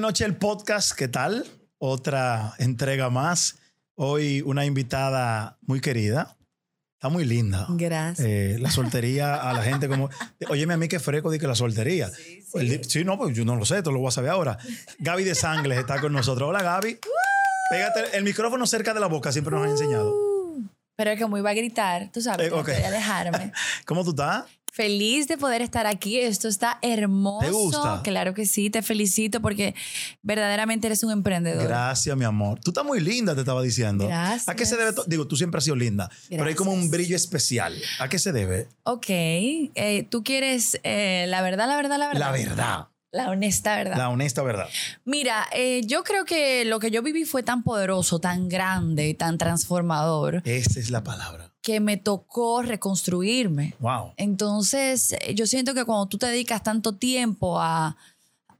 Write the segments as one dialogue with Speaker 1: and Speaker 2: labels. Speaker 1: noche el podcast, ¿qué tal? Otra entrega más. Hoy una invitada muy querida. Está muy linda.
Speaker 2: Gracias.
Speaker 1: Eh, la soltería a la gente como... Óyeme a mí que freco de que la soltería.
Speaker 2: Sí, sí.
Speaker 1: El di- Sí, no, pues yo no lo sé, tú lo vas a saber ahora. Gaby de Sangles está con nosotros. Hola Gaby. Pégate el micrófono cerca de la boca, siempre nos has enseñado.
Speaker 2: Uh, pero es que muy va a gritar, tú sabes,
Speaker 1: Eh,
Speaker 2: tengo
Speaker 1: ok.
Speaker 2: que alejarme.
Speaker 1: ¿Cómo tú estás?
Speaker 2: Feliz de poder estar aquí, esto está hermoso.
Speaker 1: ¿Te gusta?
Speaker 2: Claro que sí, te felicito porque verdaderamente eres un emprendedor.
Speaker 1: Gracias, mi amor. Tú estás muy linda, te estaba diciendo.
Speaker 2: Gracias.
Speaker 1: ¿A qué se debe? to- Digo, tú siempre has sido linda, pero hay como un
Speaker 2: Gracias.
Speaker 1: brillo especial. ¿A qué se debe?
Speaker 2: ok, eh, tú quieres eh, la verdad, la verdad, la verdad.
Speaker 1: La verdad,
Speaker 2: La honesta verdad.
Speaker 1: la honesta verdad.
Speaker 2: Mira, eh, yo creo que lo que yo viví fue tan poderoso, tan grande, tan transformador,
Speaker 1: Esa es la palabra.
Speaker 2: que me tocó reconstruirme.
Speaker 1: Wow.
Speaker 2: Entonces, eh, yo siento que cuando tú te dedicas tanto tiempo a,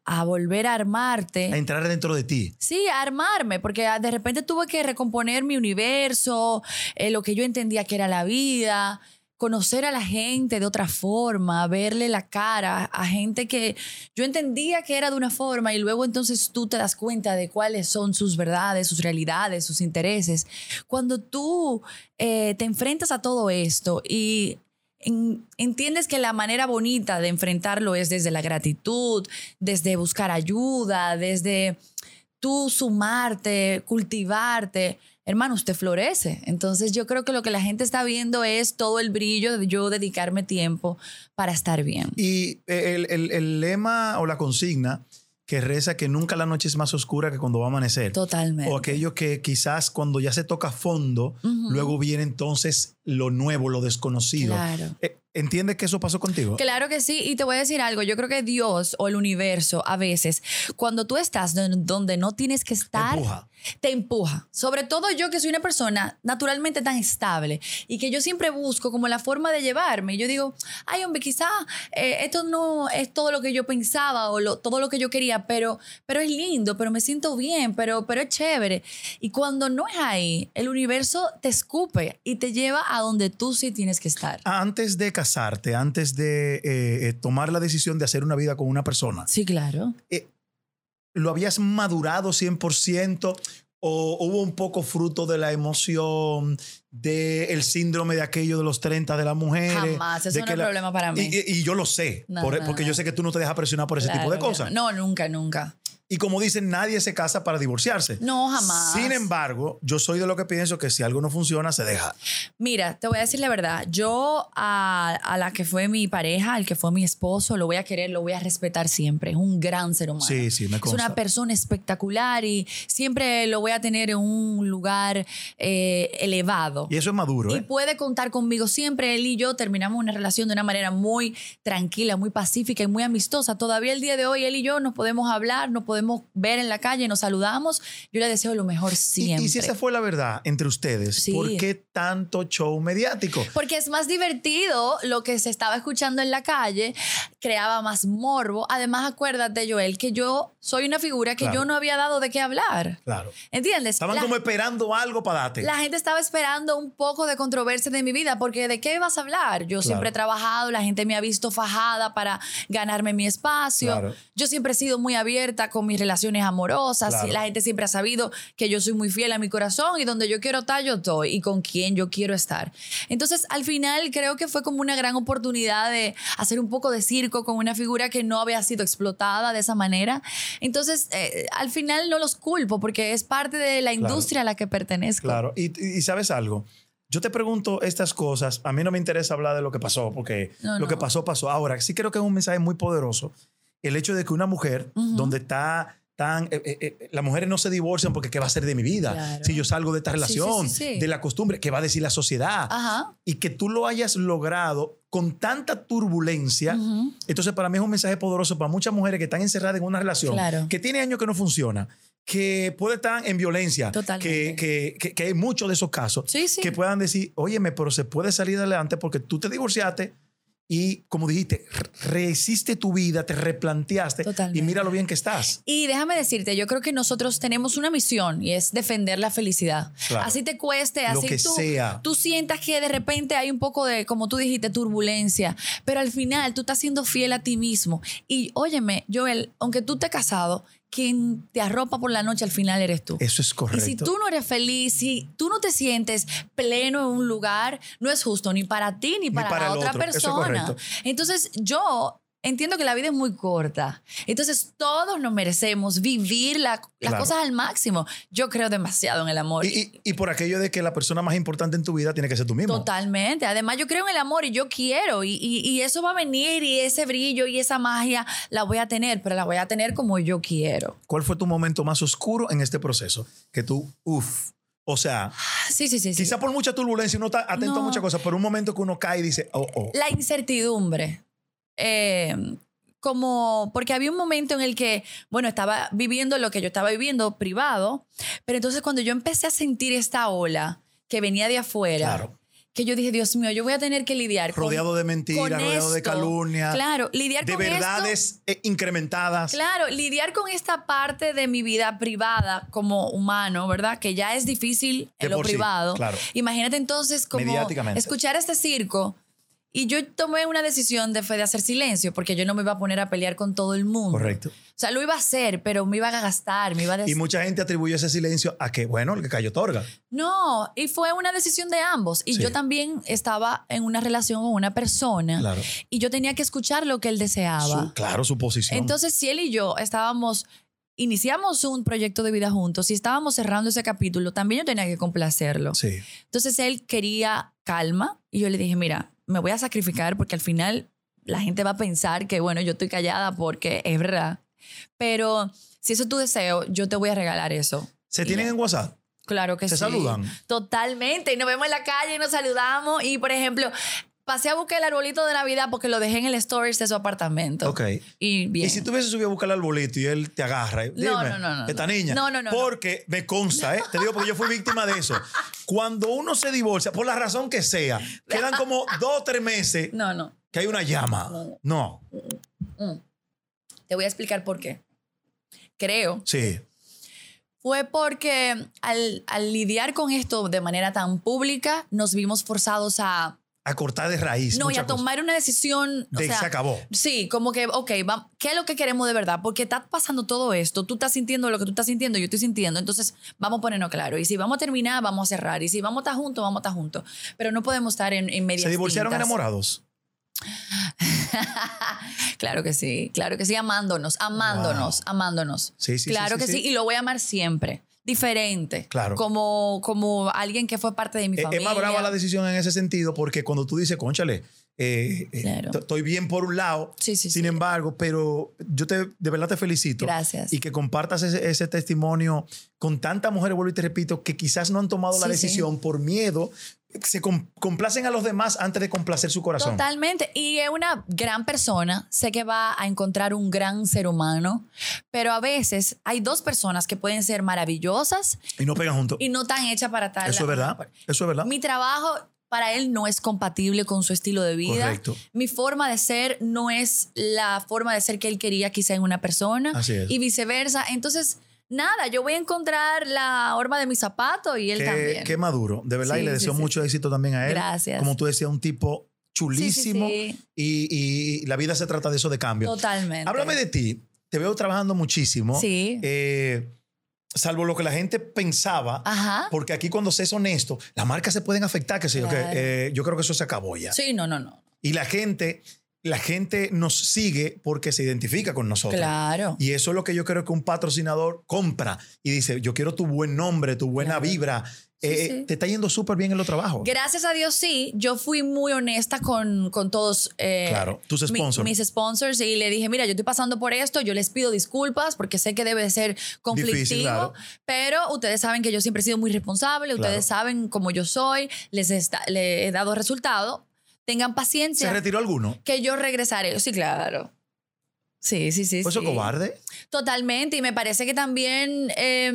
Speaker 2: a volver a
Speaker 1: A
Speaker 2: armarte,
Speaker 1: entrar dentro de ti.
Speaker 2: sí, a armarme, porque ah, de repente tuve que recomponer mi universo, eh, lo que yo entendía que era la vida, conocer a la gente de otra forma, verle la cara a gente que yo entendía que era de una forma y luego entonces tú te das cuenta de cuáles son sus verdades, sus realidades, sus intereses. Cuando tú eh, te enfrentas a todo esto y en- entiendes que la manera bonita de enfrentarlo es desde la gratitud, desde buscar ayuda, desde tú sumarte, cultivarte. Hermano, usted florece. Entonces yo creo que lo que la gente está viendo es todo el brillo de yo dedicarme tiempo para estar bien.
Speaker 1: Y eh, el, el- el lema o la consigna que reza que nunca la noche es más oscura que cuando va a amanecer.
Speaker 2: Totalmente.
Speaker 1: O aquello que quizás cuando ya se toca fondo,
Speaker 2: Ujú.
Speaker 1: luego viene entonces lo nuevo, lo desconocido.
Speaker 2: Claro.
Speaker 1: Eh, ¿Entiendes que eso pasó contigo?
Speaker 2: Claro que sí, y te voy a decir algo, yo creo que Dios o el universo a veces, cuando tú estás don- donde no tienes que
Speaker 1: Te
Speaker 2: estar,
Speaker 1: empuja.
Speaker 2: te empuja. Sobre todo yo que soy una persona naturalmente tan estable y que yo siempre busco como la forma de llevarme. Yo digo, ay hombre, quizá eh, esto no es todo lo que yo pensaba o lo- todo lo que yo quería, pero, pero es lindo, pero me siento bien, pero, pero es chévere. Y cuando no es ahí, el universo te escupe y te lleva a donde tú sí tienes que estar.
Speaker 1: Antes de casarte, antes de eh, eh, tomar la decisión de hacer una vida con una persona,
Speaker 2: Sí, claro.
Speaker 1: ¿lo habías madurado 100%? ¿O hubo un poco fruto de la emoción, del síndrome de aquello de los 30 de las mujeres?
Speaker 2: Jamás, eso
Speaker 1: de
Speaker 2: no
Speaker 1: que
Speaker 2: es
Speaker 1: la-
Speaker 2: problema para mí.
Speaker 1: Y, y- y yo lo sé,
Speaker 2: No,
Speaker 1: por-
Speaker 2: no,
Speaker 1: porque yo
Speaker 2: no.
Speaker 1: sé que tú no te dejas presionar por ese
Speaker 2: Claro,
Speaker 1: tipo de
Speaker 2: claro.
Speaker 1: cosas.
Speaker 2: No, nunca, nunca.
Speaker 1: Y como dicen, nadie se casa para divorciarse.
Speaker 2: No, jamás.
Speaker 1: Sin embargo, yo soy de lo que pienso que si algo no funciona, se deja.
Speaker 2: Mira, te voy a decir la verdad. Yo a, a la que fue mi pareja, al que fue mi esposo, lo voy a querer, lo voy a respetar siempre. Es un gran ser humano.
Speaker 1: Sí, sí, me
Speaker 2: es
Speaker 1: consta.
Speaker 2: una persona espectacular y siempre lo voy a tener en un lugar eh, elevado.
Speaker 1: Y eso es maduro,
Speaker 2: Y
Speaker 1: ¿eh?
Speaker 2: puede contar conmigo siempre. Él y yo terminamos una relación de una manera muy tranquila, muy pacífica y muy amistosa. Todavía el día de hoy, él y yo nos podemos hablar, nos podemos ver en la calle, nos saludamos. Yo le deseo lo mejor
Speaker 1: Y,
Speaker 2: siempre.
Speaker 1: y si esa fue la verdad entre ustedes,
Speaker 2: Sí.
Speaker 1: ¿por qué tanto show mediático?
Speaker 2: Porque es más divertido lo que se estaba escuchando en la calle, creaba más morbo. Además, acuérdate, Joel, que yo soy una figura que
Speaker 1: Claro.
Speaker 2: yo no había dado de qué hablar.
Speaker 1: Claro.
Speaker 2: ¿Entiendes?
Speaker 1: Estaban
Speaker 2: La-
Speaker 1: como esperando algo para darte.
Speaker 2: la gente estaba esperando un poco de controversia de mi vida, porque ¿de qué vas a hablar? Yo siempre he trabajado, la gente me ha visto fajada para ganarme mi espacio.
Speaker 1: Claro.
Speaker 2: Yo siempre he sido muy abierta con mis relaciones amorosas.
Speaker 1: Claro.
Speaker 2: La gente siempre ha sabido que yo soy muy fiel a mi corazón y donde yo quiero estar, yo estoy y con quien yo quiero estar. Entonces, al final, creo que fue como una gran oportunidad de hacer un poco de circo con una figura que no había sido explotada de esa manera. Entonces, eh, al final no los culpo porque es parte de la industria a la que pertenezco.
Speaker 1: Claro. Y, y- y sabes algo, yo te pregunto estas cosas, a mí no me interesa hablar de lo que pasó, porque
Speaker 2: No,
Speaker 1: lo que
Speaker 2: no.
Speaker 1: pasó pasó. Ahora, sí creo que es un mensaje muy poderoso el hecho de que una mujer,
Speaker 2: Ujú.
Speaker 1: donde está tan... eh, eh, eh, las mujeres no se divorcian porque ¿qué va a ser de mi vida?
Speaker 2: Claro.
Speaker 1: Si yo salgo de esta
Speaker 2: Sí, sí, sí,
Speaker 1: relación,
Speaker 2: sí.
Speaker 1: de la costumbre, ¿qué va a decir la sociedad?
Speaker 2: Ajá.
Speaker 1: Y que tú lo hayas logrado con tanta turbulencia.
Speaker 2: Ujú.
Speaker 1: Entonces, para mí es un mensaje poderoso para muchas mujeres que están encerradas en una relación,
Speaker 2: Claro.
Speaker 1: que tiene años que no funciona, que puede estar en violencia, que,
Speaker 2: Totalmente.
Speaker 1: que, que, que hay muchos de esos casos,
Speaker 2: Sí, sí.
Speaker 1: que puedan decir, óyeme, pero se puede salir adelante porque tú te divorciaste y, como dijiste, re- rehiciste tu vida, te replanteaste y
Speaker 2: Totalmente.
Speaker 1: mira lo bien que estás.
Speaker 2: Y déjame decirte, yo creo que nosotros tenemos una misión y es defender la felicidad.
Speaker 1: Claro.
Speaker 2: Así te cueste,
Speaker 1: Lo
Speaker 2: así
Speaker 1: que
Speaker 2: tú,
Speaker 1: sea.
Speaker 2: tú sientas que de repente hay un poco de, como tú dijiste, turbulencia, pero al final tú estás siendo fiel a ti mismo. Y óyeme, Joel, aunque tú te has casado, quien te arropa por la noche al final eres tú.
Speaker 1: Eso es
Speaker 2: Y
Speaker 1: correcto.
Speaker 2: si tú no eres feliz, si tú no te sientes pleno en un lugar, no es justo ni para ti ni para,
Speaker 1: para
Speaker 2: la
Speaker 1: el
Speaker 2: otra
Speaker 1: otro. Eso es
Speaker 2: persona.
Speaker 1: correcto.
Speaker 2: Entonces yo entiendo que la vida es muy corta. Entonces todos nos merecemos vivir la- las
Speaker 1: Claro.
Speaker 2: cosas al máximo. Yo creo demasiado en el amor.
Speaker 1: Y, y- y por aquello de que la persona más importante en tu vida tiene que ser tú mismo.
Speaker 2: Totalmente. Además, yo creo en el amor y yo quiero. Y, y- y eso va a venir y ese brillo y esa magia la voy a tener, pero la voy a tener como yo quiero.
Speaker 1: ¿Cuál fue tu momento más oscuro en este proceso? Que tú, uff. O sea,
Speaker 2: Ah, Sí, sí, sí. sí.
Speaker 1: quizá por mucha turbulencia uno está atento a
Speaker 2: No.
Speaker 1: muchas cosas, pero un momento que uno cae y dice, oh, oh.
Speaker 2: la incertidumbre. Eh, como, porque había un momento en el que, bueno, estaba viviendo lo que yo estaba viviendo privado, pero entonces cuando yo empecé a sentir esta ola que venía de afuera,
Speaker 1: Claro.
Speaker 2: que yo dije, Dios mío, yo voy a tener que lidiar con-
Speaker 1: Rodeado de mentiras,
Speaker 2: con
Speaker 1: rodeado de
Speaker 2: esto.
Speaker 1: calumnia,
Speaker 2: Claro, lidiar
Speaker 1: de
Speaker 2: con esto-
Speaker 1: verdades eh, incrementadas.
Speaker 2: Claro, lidiar con esta parte de mi vida privada como humano, ¿verdad? Que ya es difícil
Speaker 1: De
Speaker 2: en lo
Speaker 1: por sí,
Speaker 2: privado.
Speaker 1: claro.
Speaker 2: Imagínate entonces como
Speaker 1: Mediáticamente.
Speaker 2: escuchar este circo. Y yo tomé una decisión de, fue de hacer silencio, porque yo no me iba a poner a pelear con todo el mundo.
Speaker 1: Correcto.
Speaker 2: O sea, lo iba a hacer, pero me iba a gastar, me iba a des-
Speaker 1: Y mucha gente atribuye ese silencio a que, bueno, el que cayó otorga.
Speaker 2: No, y fue una decisión de ambos. Y
Speaker 1: Sí.
Speaker 2: yo también estaba en una relación con una persona.
Speaker 1: Claro.
Speaker 2: Y yo tenía que escuchar lo que él deseaba.
Speaker 1: Su- claro, su posición.
Speaker 2: ah, Entonces, si él y yo estábamos, iniciamos un proyecto de vida juntos y estábamos cerrando ese capítulo, también yo tenía que complacerlo.
Speaker 1: sí.
Speaker 2: Entonces, él quería calma y yo le dije, mira, me voy a sacrificar porque al final la gente va a pensar que, bueno, yo estoy callada porque es verdad. Pero si eso es tu deseo, yo te voy a regalar eso.
Speaker 1: ¿Se tienen en WhatsApp?
Speaker 2: Claro que
Speaker 1: ¿Se
Speaker 2: sí.
Speaker 1: saludan?
Speaker 2: Totalmente. Y nos vemos en la calle y nos saludamos. Y, por ejemplo, pasé a buscar el arbolito de Navidad porque lo dejé en el storage de su apartamento.
Speaker 1: Ok.
Speaker 2: Y bien.
Speaker 1: Y si tú hubieses subido a buscar al arbolito y él te agarra, eh, dime,
Speaker 2: no, no, no,
Speaker 1: esta
Speaker 2: no.
Speaker 1: niña.
Speaker 2: No, no, no,
Speaker 1: Porque me consta, ¿eh? Te digo porque yo fui víctima de eso. Cuando uno se divorcia, por la razón que sea, quedan como dos o tres meses
Speaker 2: No, no.
Speaker 1: que hay una llama.
Speaker 2: No.
Speaker 1: No,
Speaker 2: Mm. Te voy a explicar por qué. Creo.
Speaker 1: sí.
Speaker 2: Fue porque al, al lidiar con esto de manera tan pública, nos vimos forzados a...
Speaker 1: A cortar de raíz.
Speaker 2: No, y
Speaker 1: muchas
Speaker 2: a
Speaker 1: cosas.
Speaker 2: tomar una decisión... o
Speaker 1: De-
Speaker 2: sea,
Speaker 1: se acabó.
Speaker 2: Sí, como que, ok, va- ¿qué es lo que queremos de verdad? Porque está pasando todo esto, tú estás sintiendo lo que tú estás sintiendo, yo estoy sintiendo, entonces vamos a ponernos claro. Y si vamos a terminar, vamos a cerrar. Y si vamos a estar juntos, vamos a estar juntos. Pero no podemos estar en, en medias
Speaker 1: ¿Se divorciaron
Speaker 2: tintas.
Speaker 1: enamorados?
Speaker 2: Claro que sí, claro que sí, amándonos, amándonos,
Speaker 1: Wow.
Speaker 2: amándonos.
Speaker 1: Sí, sí, sí,
Speaker 2: Claro
Speaker 1: sí,
Speaker 2: que
Speaker 1: sí.
Speaker 2: sí. y lo voy a amar siempre, diferente.
Speaker 1: Claro.
Speaker 2: Como, como alguien que fue parte de mi
Speaker 1: Eh,
Speaker 2: familia.
Speaker 1: Es más brava la decisión en ese sentido porque cuando tú dices, conchale, eh, eh,
Speaker 2: Claro.
Speaker 1: t- estoy bien por un lado,
Speaker 2: Sí, sí,
Speaker 1: sin
Speaker 2: sí.
Speaker 1: embargo, pero yo te, de verdad te felicito.
Speaker 2: Gracias.
Speaker 1: Y que compartas ese, ese testimonio con tantas mujeres, vuelvo y te repito, que quizás no han tomado la
Speaker 2: Sí,
Speaker 1: decisión por miedo, se com- complacen a los demás antes de complacer su corazón.
Speaker 2: Totalmente. Y es una gran persona. Sé que va a encontrar un gran ser humano. Pero a veces hay dos personas que pueden ser maravillosas
Speaker 1: Y no pegan juntos.
Speaker 2: y no tan hechas para tal.
Speaker 1: Eso es verdad. Eso es verdad.
Speaker 2: Mi trabajo para él no es compatible con su estilo de vida.
Speaker 1: Correcto.
Speaker 2: Mi forma de ser no es la forma de ser que él quería quizá en una persona.
Speaker 1: Así es.
Speaker 2: Y viceversa. Entonces, nada, yo voy a encontrar la horma de mi zapato y él
Speaker 1: Qué,
Speaker 2: también.
Speaker 1: qué maduro, de verdad, y
Speaker 2: Sí,
Speaker 1: le
Speaker 2: sí,
Speaker 1: deseo
Speaker 2: sí.
Speaker 1: mucho éxito también a él.
Speaker 2: Gracias.
Speaker 1: Como tú decías, un tipo chulísimo
Speaker 2: Sí, sí, sí.
Speaker 1: Y, y la vida se trata de eso de cambio.
Speaker 2: Totalmente.
Speaker 1: Háblame de ti. Te veo trabajando muchísimo.
Speaker 2: Sí.
Speaker 1: Eh, salvo lo que la gente pensaba.
Speaker 2: Ajá.
Speaker 1: Porque aquí cuando se es honesto, las marcas se pueden afectar, qué sé yo, que
Speaker 2: Claro.
Speaker 1: eh, yo creo que eso se acabó ya.
Speaker 2: Sí, no, no, no.
Speaker 1: Y la gente, la gente nos sigue porque se identifica con nosotros.
Speaker 2: Claro.
Speaker 1: Y eso es lo que yo creo que un patrocinador compra y dice, yo quiero tu buen nombre, tu buena
Speaker 2: Claro.
Speaker 1: vibra. Eh,
Speaker 2: sí.
Speaker 1: Te está yendo súper bien en los trabajos.
Speaker 2: Gracias a Dios, sí. Yo fui muy honesta con, con todos. eh,
Speaker 1: Claro, tus
Speaker 2: mi-
Speaker 1: sponsors.
Speaker 2: mis sponsors y le dije, mira, yo estoy pasando por esto, yo les pido disculpas porque sé que debe de ser conflictivo,
Speaker 1: Difícil, claro.
Speaker 2: pero ustedes saben que yo siempre he sido muy responsable, ustedes saben cómo yo soy, les, esta- le he dado resultado. Tengan
Speaker 1: ¿Se
Speaker 2: paciencia
Speaker 1: retiró alguno?
Speaker 2: que yo regresaré. Sí, claro. Sí, sí, sí.
Speaker 1: ¿Fue eso
Speaker 2: sí.
Speaker 1: cobarde?
Speaker 2: Totalmente. Y me parece que también eh,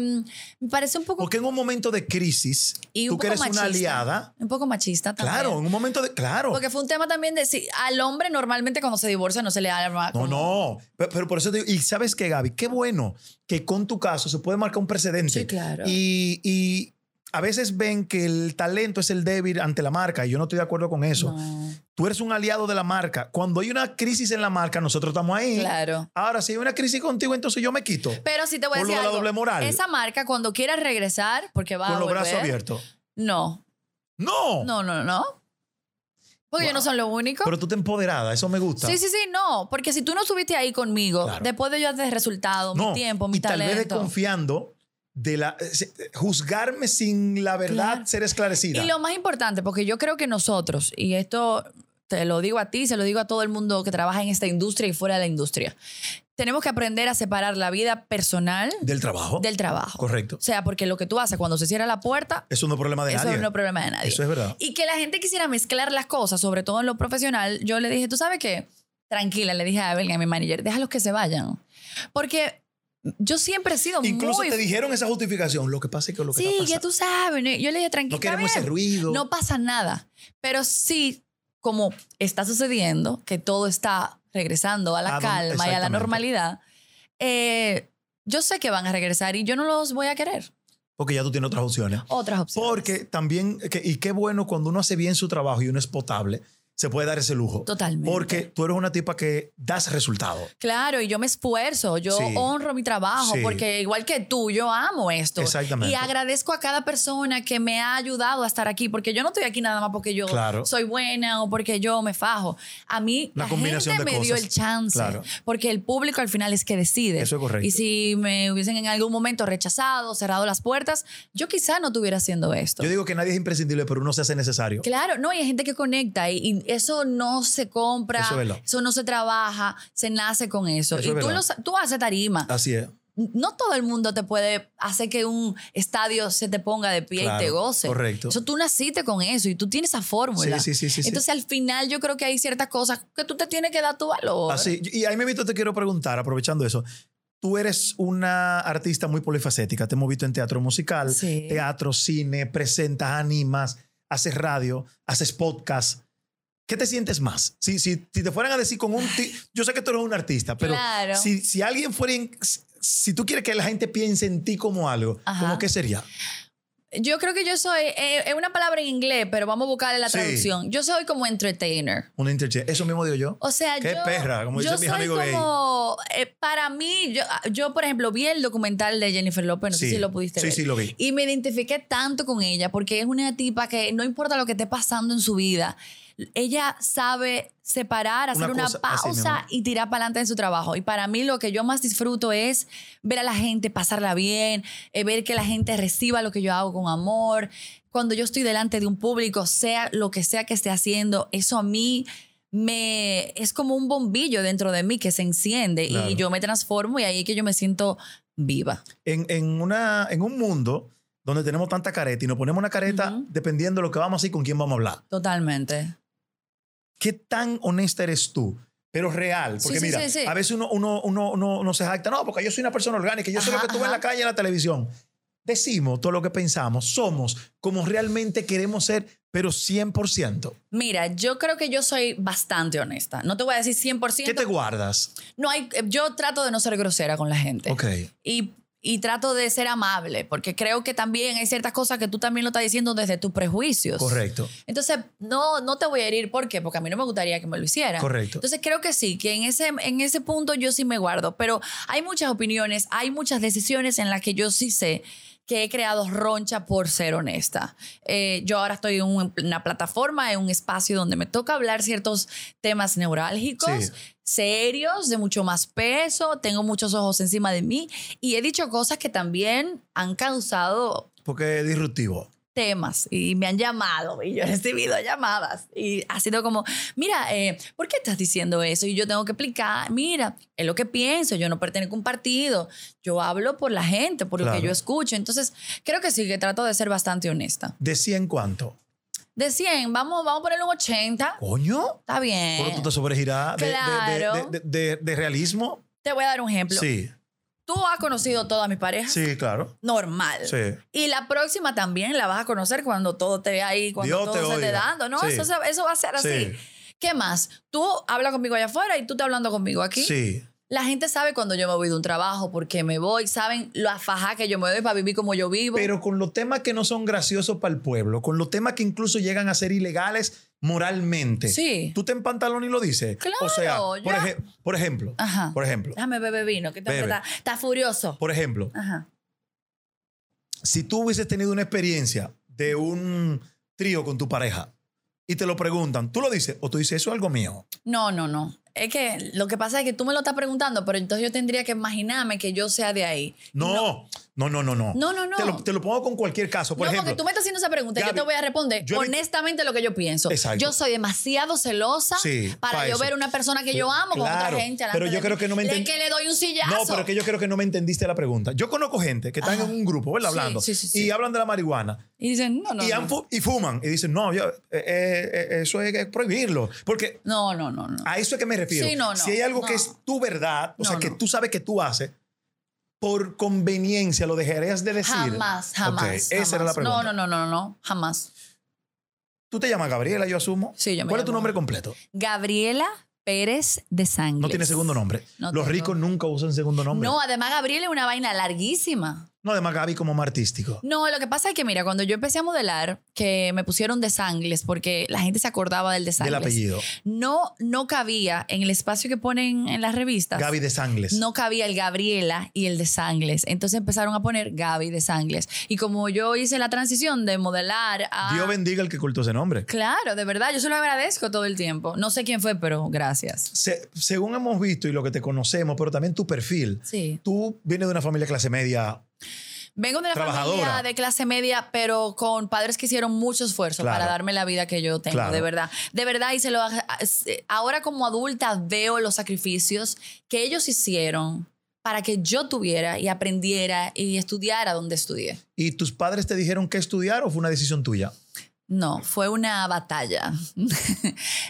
Speaker 2: me parece un poco.
Speaker 1: Porque en un momento de crisis,
Speaker 2: y un
Speaker 1: tú que
Speaker 2: poco
Speaker 1: eres una
Speaker 2: machista.
Speaker 1: aliada,
Speaker 2: Un poco machista también.
Speaker 1: claro, en un momento de, claro.
Speaker 2: Porque fue un tema también de si al hombre normalmente cuando se divorcia no se le arma.
Speaker 1: No,
Speaker 2: como-
Speaker 1: no. Pero, pero por eso te digo, y sabes que, Gaby, qué bueno que con tu caso se puede marcar un precedente.
Speaker 2: Sí, claro.
Speaker 1: Y, y a veces ven que el talento es el débil ante la marca y yo no estoy de acuerdo con eso.
Speaker 2: No,
Speaker 1: Tú eres un aliado de la marca. Cuando hay una crisis en la marca, nosotros estamos ahí.
Speaker 2: claro.
Speaker 1: Ahora, si hay una crisis contigo, entonces yo me quito
Speaker 2: Pero sí te voy a
Speaker 1: Por lo
Speaker 2: decir
Speaker 1: de la
Speaker 2: algo.
Speaker 1: doble moral.
Speaker 2: Esa marca cuando quiera regresar, porque va
Speaker 1: con
Speaker 2: a
Speaker 1: los
Speaker 2: volver.
Speaker 1: brazos abiertos.
Speaker 2: No,
Speaker 1: ¡No!
Speaker 2: no, no, no. Porque
Speaker 1: Wow.
Speaker 2: ellos no son los únicos.
Speaker 1: Pero tú te empoderada, eso me gusta.
Speaker 2: Sí, sí, sí, no. Porque si tú no estuviste ahí conmigo,
Speaker 1: Claro.
Speaker 2: después de yo darte resultado, mi
Speaker 1: No,
Speaker 2: tiempo, mi
Speaker 1: y tal
Speaker 2: talento.
Speaker 1: vez desconfiando de la eh, se- juzgarme sin la verdad
Speaker 2: Claro.
Speaker 1: ser esclarecida.
Speaker 2: Y lo más importante, porque yo creo que nosotros, y esto te lo digo a ti, se lo digo a todo el mundo que trabaja en esta industria y fuera de la industria, tenemos que aprender a separar la vida personal
Speaker 1: del trabajo.
Speaker 2: del trabajo.
Speaker 1: Correcto.
Speaker 2: O sea, porque lo que tú haces cuando se cierra la puerta,
Speaker 1: Eso no es problema de
Speaker 2: eso
Speaker 1: nadie.
Speaker 2: no es problema de nadie.
Speaker 1: Eso es verdad.
Speaker 2: Y que la gente quisiera mezclar las cosas, sobre todo en lo profesional, yo le dije, ¿tú sabes qué? Tranquila, le dije a Evelyn, a mi manager, déjalos que se vayan. Porque yo siempre he sido
Speaker 1: Incluso
Speaker 2: muy...
Speaker 1: te dijeron esa justificación. Lo que pasa es que lo que
Speaker 2: sí,
Speaker 1: está
Speaker 2: ya
Speaker 1: pasando.
Speaker 2: tú sabes. ¿no? Yo le dije, tranquila,
Speaker 1: No queremos
Speaker 2: está
Speaker 1: ese
Speaker 2: bien,
Speaker 1: ruido.
Speaker 2: no pasa nada. Pero sí, como está sucediendo, que todo está regresando a la
Speaker 1: Ah, no,
Speaker 2: calma y a la
Speaker 1: exactamente.
Speaker 2: normalidad, eh, yo sé que van a regresar y yo no los voy a querer.
Speaker 1: Porque ya tú tienes otras opciones.
Speaker 2: Otras opciones.
Speaker 1: Porque también, que- y qué bueno cuando uno hace bien su trabajo y uno es potable, se puede dar ese lujo.
Speaker 2: Totalmente.
Speaker 1: Porque tú eres una tipa que das resultado.
Speaker 2: Claro, y yo me esfuerzo, yo
Speaker 1: Sí.
Speaker 2: honro mi trabajo,
Speaker 1: Sí.
Speaker 2: porque igual que tú, yo amo esto.
Speaker 1: Exactamente.
Speaker 2: Y agradezco a cada persona que me ha ayudado a estar aquí, porque yo no estoy aquí nada más porque yo
Speaker 1: Claro.
Speaker 2: soy buena o porque yo me fajo. A mí
Speaker 1: La
Speaker 2: la,
Speaker 1: combinación
Speaker 2: gente
Speaker 1: de
Speaker 2: me dio
Speaker 1: cosas.
Speaker 2: el chance,
Speaker 1: Claro.
Speaker 2: porque el público al final es que decide.
Speaker 1: Eso es correcto.
Speaker 2: Y si me hubiesen en algún momento rechazado, cerrado las puertas, yo quizá no estuviera haciendo esto.
Speaker 1: Yo digo que nadie es imprescindible, pero uno se hace necesario.
Speaker 2: Claro, no, y hay gente que conecta y, y eso no se compra,
Speaker 1: Eso es verdad.
Speaker 2: eso no se trabaja, se nace con
Speaker 1: Eso
Speaker 2: eso.
Speaker 1: es
Speaker 2: y tú,
Speaker 1: verdad.
Speaker 2: lo sa- tú haces tarima.
Speaker 1: Así es.
Speaker 2: No todo el mundo te puede hacer que un estadio se te ponga de pie
Speaker 1: Claro,
Speaker 2: y te goce.
Speaker 1: correcto.
Speaker 2: Eso tú naciste con eso y tú tienes esa fórmula.
Speaker 1: Sí, sí, sí, sí, sí.
Speaker 2: Entonces al final yo creo que hay ciertas cosas que tú te tienes que dar tu valor.
Speaker 1: Así. Ah, Y ahí me visto, te quiero preguntar, aprovechando eso. Tú eres una artista muy polifacética. Te hemos visto en teatro musical,
Speaker 2: Sí.
Speaker 1: teatro, cine, presentas, animas, haces radio, haces podcast. ¿Qué te sientes más? Si, si, si te fueran a decir con un... ti- Yo sé que tú eres un artista, pero
Speaker 2: Claro.
Speaker 1: si, si alguien fuera... en- si tú quieres que la gente piense en ti como algo,
Speaker 2: Ajá.
Speaker 1: ¿cómo qué sería?
Speaker 2: Yo creo que yo soy, eh, es una palabra en inglés, pero vamos a buscarle la
Speaker 1: Sí.
Speaker 2: traducción. Yo soy como entertainer.
Speaker 1: Un interchange. Eso mismo digo yo.
Speaker 2: O sea,
Speaker 1: Qué
Speaker 2: yo,
Speaker 1: perra, como
Speaker 2: yo
Speaker 1: dicen mis
Speaker 2: soy
Speaker 1: amigos gay.
Speaker 2: como, eh, para mí, yo, ah, yo, por ejemplo, vi el documental de Jennifer López, no sé
Speaker 1: Sí.
Speaker 2: si lo pudiste
Speaker 1: Sí,
Speaker 2: ver.
Speaker 1: sí, lo vi.
Speaker 2: Y me identifiqué tanto con ella porque es una tipa que no importa lo que esté pasando en su vida, ella sabe separar, hacer
Speaker 1: Una
Speaker 2: una,
Speaker 1: cosa- así mismo.
Speaker 2: pausa y tirar para adelante en su trabajo. Y para mí lo que yo más disfruto es ver a la gente pasarla bien, eh, ver que la gente reciba lo que yo hago con amor. Cuando yo estoy delante de un público, sea lo que sea que esté haciendo, eso a mí me es como un bombillo dentro de mí que se enciende
Speaker 1: Claro.
Speaker 2: y yo me transformo y ahí es que yo me siento viva.
Speaker 1: en, en una, en un mundo donde tenemos tanta careta y nos ponemos una careta
Speaker 2: Ujú.
Speaker 1: dependiendo de lo que vamos a hacer y con quién vamos a hablar.
Speaker 2: Totalmente.
Speaker 1: ¿Qué tan honesta eres tú? Pero real, porque
Speaker 2: Sí, sí,
Speaker 1: mira,
Speaker 2: sí, sí.
Speaker 1: a veces uno, uno, uno, uno, uno se jacta, no, porque yo soy una persona orgánica, yo soy lo
Speaker 2: Ajá,
Speaker 1: que tú ves en
Speaker 2: ajá.
Speaker 1: la calle y en la televisión. Decimos todo lo que pensamos, somos como realmente queremos ser, pero 100%.
Speaker 2: Mira, yo creo que yo soy bastante honesta. No te voy a decir 100%.
Speaker 1: ¿Qué te guardas?
Speaker 2: No hay, eh, yo trato de no ser grosera con la gente.
Speaker 1: Ok.
Speaker 2: y, y trato de ser amable, porque creo que también hay ciertas cosas que tú también lo estás diciendo desde tus prejuicios.
Speaker 1: Correcto.
Speaker 2: Entonces, no, no te voy a herir. ¿Por qué? Porque a mí no me gustaría que me lo hicieran.
Speaker 1: Correcto.
Speaker 2: Entonces, creo que sí, que en ese, en ese punto yo sí me guardo. Pero hay muchas opiniones, hay muchas decisiones en las que yo sí sé que he creado roncha por ser honesta. Eh, yo ahora estoy en un- una plataforma, en un espacio donde me toca hablar ciertos temas neurálgicos,
Speaker 1: Sí.
Speaker 2: serios, de mucho más peso, tengo muchos ojos encima de mí y he dicho cosas que también han causado
Speaker 1: Porque es disruptivo.
Speaker 2: temas y me han llamado y yo he recibido llamadas y ha sido como, mira, eh, ¿por qué estás diciendo eso? Y yo tengo que explicar, mira, es lo que pienso, yo no pertenezco a un partido, yo hablo por la gente, por lo
Speaker 1: Claro.
Speaker 2: que yo escucho, entonces creo que sí, que trato de ser bastante honesta.
Speaker 1: ¿De 100 cuánto?
Speaker 2: De 100, vamos, vamos a ponerle un 80,
Speaker 1: ¿Coño?
Speaker 2: está bien.
Speaker 1: Pero tú te sobregirás de, de- de-
Speaker 2: Claro.
Speaker 1: de- de- de- de realismo.
Speaker 2: Te voy a dar un ejemplo.
Speaker 1: Sí,
Speaker 2: Tú has conocido toda mi pareja.
Speaker 1: sí, claro.
Speaker 2: Normal.
Speaker 1: Sí.
Speaker 2: Y la próxima también la vas a conocer cuando todo te vea ahí, cuando
Speaker 1: Dios
Speaker 2: todo
Speaker 1: te
Speaker 2: se
Speaker 1: oiga.
Speaker 2: te dando, ¿no?
Speaker 1: Sí.
Speaker 2: Eso, se- eso va a ser así.
Speaker 1: Sí.
Speaker 2: ¿Qué más? Tú hablas conmigo allá afuera y tú estás hablando conmigo aquí.
Speaker 1: Sí.
Speaker 2: La gente sabe cuando yo me voy de un trabajo, porque me voy, saben la faja que yo me doy para vivir como yo vivo.
Speaker 1: Pero con los temas que no son graciosos para el pueblo, con los temas que incluso llegan a ser ilegales moralmente.
Speaker 2: Sí.
Speaker 1: Tú te pantalón y lo dices.
Speaker 2: Claro,
Speaker 1: O sea, por,
Speaker 2: ya.
Speaker 1: eje- por ejemplo,
Speaker 2: Ajá.
Speaker 1: por ejemplo,
Speaker 2: Déjame beber vino, que
Speaker 1: Bebe.
Speaker 2: está, está furioso.
Speaker 1: por ejemplo,
Speaker 2: Ajá.
Speaker 1: si tú hubieses tenido una experiencia de un trío con tu pareja y te lo preguntan, tú lo dices o tú dices, eso es algo mío.
Speaker 2: No, no, no. Es que lo que pasa es que tú me lo estás preguntando, pero entonces yo tendría que imaginarme que yo sea de ahí.
Speaker 1: No, no, no, no, no.
Speaker 2: No, no, no.
Speaker 1: Te lo, te lo pongo con cualquier caso. Por
Speaker 2: no,
Speaker 1: ejemplo,
Speaker 2: porque tú me estás haciendo esa pregunta y yo
Speaker 1: Gaby,
Speaker 2: te voy a responder
Speaker 1: yo he visto-
Speaker 2: honestamente lo que yo pienso.
Speaker 1: Exacto.
Speaker 2: Yo soy demasiado celosa
Speaker 1: Sí,
Speaker 2: para
Speaker 1: pa'
Speaker 2: yo
Speaker 1: eso. Pues,
Speaker 2: ver una persona que yo amo con
Speaker 1: Claro,
Speaker 2: otra gente.
Speaker 1: pero yo
Speaker 2: delante de
Speaker 1: creo
Speaker 2: mí.
Speaker 1: que no me
Speaker 2: Le
Speaker 1: enten-
Speaker 2: que le doy un sillazo.
Speaker 1: No, pero es que yo creo que no me entendiste la pregunta. Yo conozco gente que están
Speaker 2: Ajá.
Speaker 1: en un grupo, ¿verdad?
Speaker 2: Sí,
Speaker 1: Hablando.
Speaker 2: sí, sí, sí.
Speaker 1: Y hablan de la marihuana.
Speaker 2: Y dicen, no, no.
Speaker 1: y,
Speaker 2: no.
Speaker 1: han fu- y fuman. Y dicen, no, yo, eh, eh, eh, eso es, es prohibirlo. Porque
Speaker 2: No, no, no, no.
Speaker 1: a eso es que me refiero.
Speaker 2: Sí, no, no,
Speaker 1: si hay algo
Speaker 2: no.
Speaker 1: que es tu verdad, o
Speaker 2: No,
Speaker 1: sea, que
Speaker 2: no.
Speaker 1: tú sabes que tú haces, por conveniencia lo dejarías de decir.
Speaker 2: Jamás,
Speaker 1: Ok,
Speaker 2: jamás. jamás.
Speaker 1: Esa era la pregunta.
Speaker 2: No, no, no, no, no, jamás.
Speaker 1: Tú te llamas Gabriela, yo asumo.
Speaker 2: Sí, yo me
Speaker 1: ¿Cuál es tu
Speaker 2: llamo-
Speaker 1: nombre completo?
Speaker 2: Gabriela Pérez de Sangre.
Speaker 1: No tiene segundo nombre.
Speaker 2: No
Speaker 1: Los
Speaker 2: tengo.
Speaker 1: ricos nunca usan segundo nombre.
Speaker 2: No, además Gabriela es una vaina larguísima.
Speaker 1: No, además Gaby como más artístico.
Speaker 2: No, lo que pasa es que, mira, cuando yo empecé a modelar, que me pusieron de Sangles, porque la gente se acordaba del de
Speaker 1: Del
Speaker 2: Sangles.
Speaker 1: apellido.
Speaker 2: No, no cabía en el espacio que ponen en las revistas.
Speaker 1: Gaby de Sangles.
Speaker 2: No cabía el Gabriela y el de Sangles. Entonces empezaron a poner Gaby de Sangles. Y como yo hice la transición de modelar a.
Speaker 1: Dios bendiga el que ocultó ese nombre.
Speaker 2: Claro, de verdad, yo se lo agradezco todo el tiempo. No sé quién fue, pero gracias.
Speaker 1: Se- según hemos visto y lo que te conocemos, pero también tu perfil,
Speaker 2: Sí.
Speaker 1: tú vienes de una familia clase media.
Speaker 2: Vengo de una
Speaker 1: Trabajadora.
Speaker 2: familia de clase media, pero con padres que hicieron mucho esfuerzo
Speaker 1: Claro.
Speaker 2: para darme la vida que yo tengo,
Speaker 1: Claro.
Speaker 2: de verdad. De verdad, y se lo, ahora como adulta veo los sacrificios que ellos hicieron para que yo tuviera y aprendiera y estudiara donde estudié.
Speaker 1: ¿Y tus padres te dijeron qué estudiar o fue una decisión tuya?
Speaker 2: No, fue una batalla.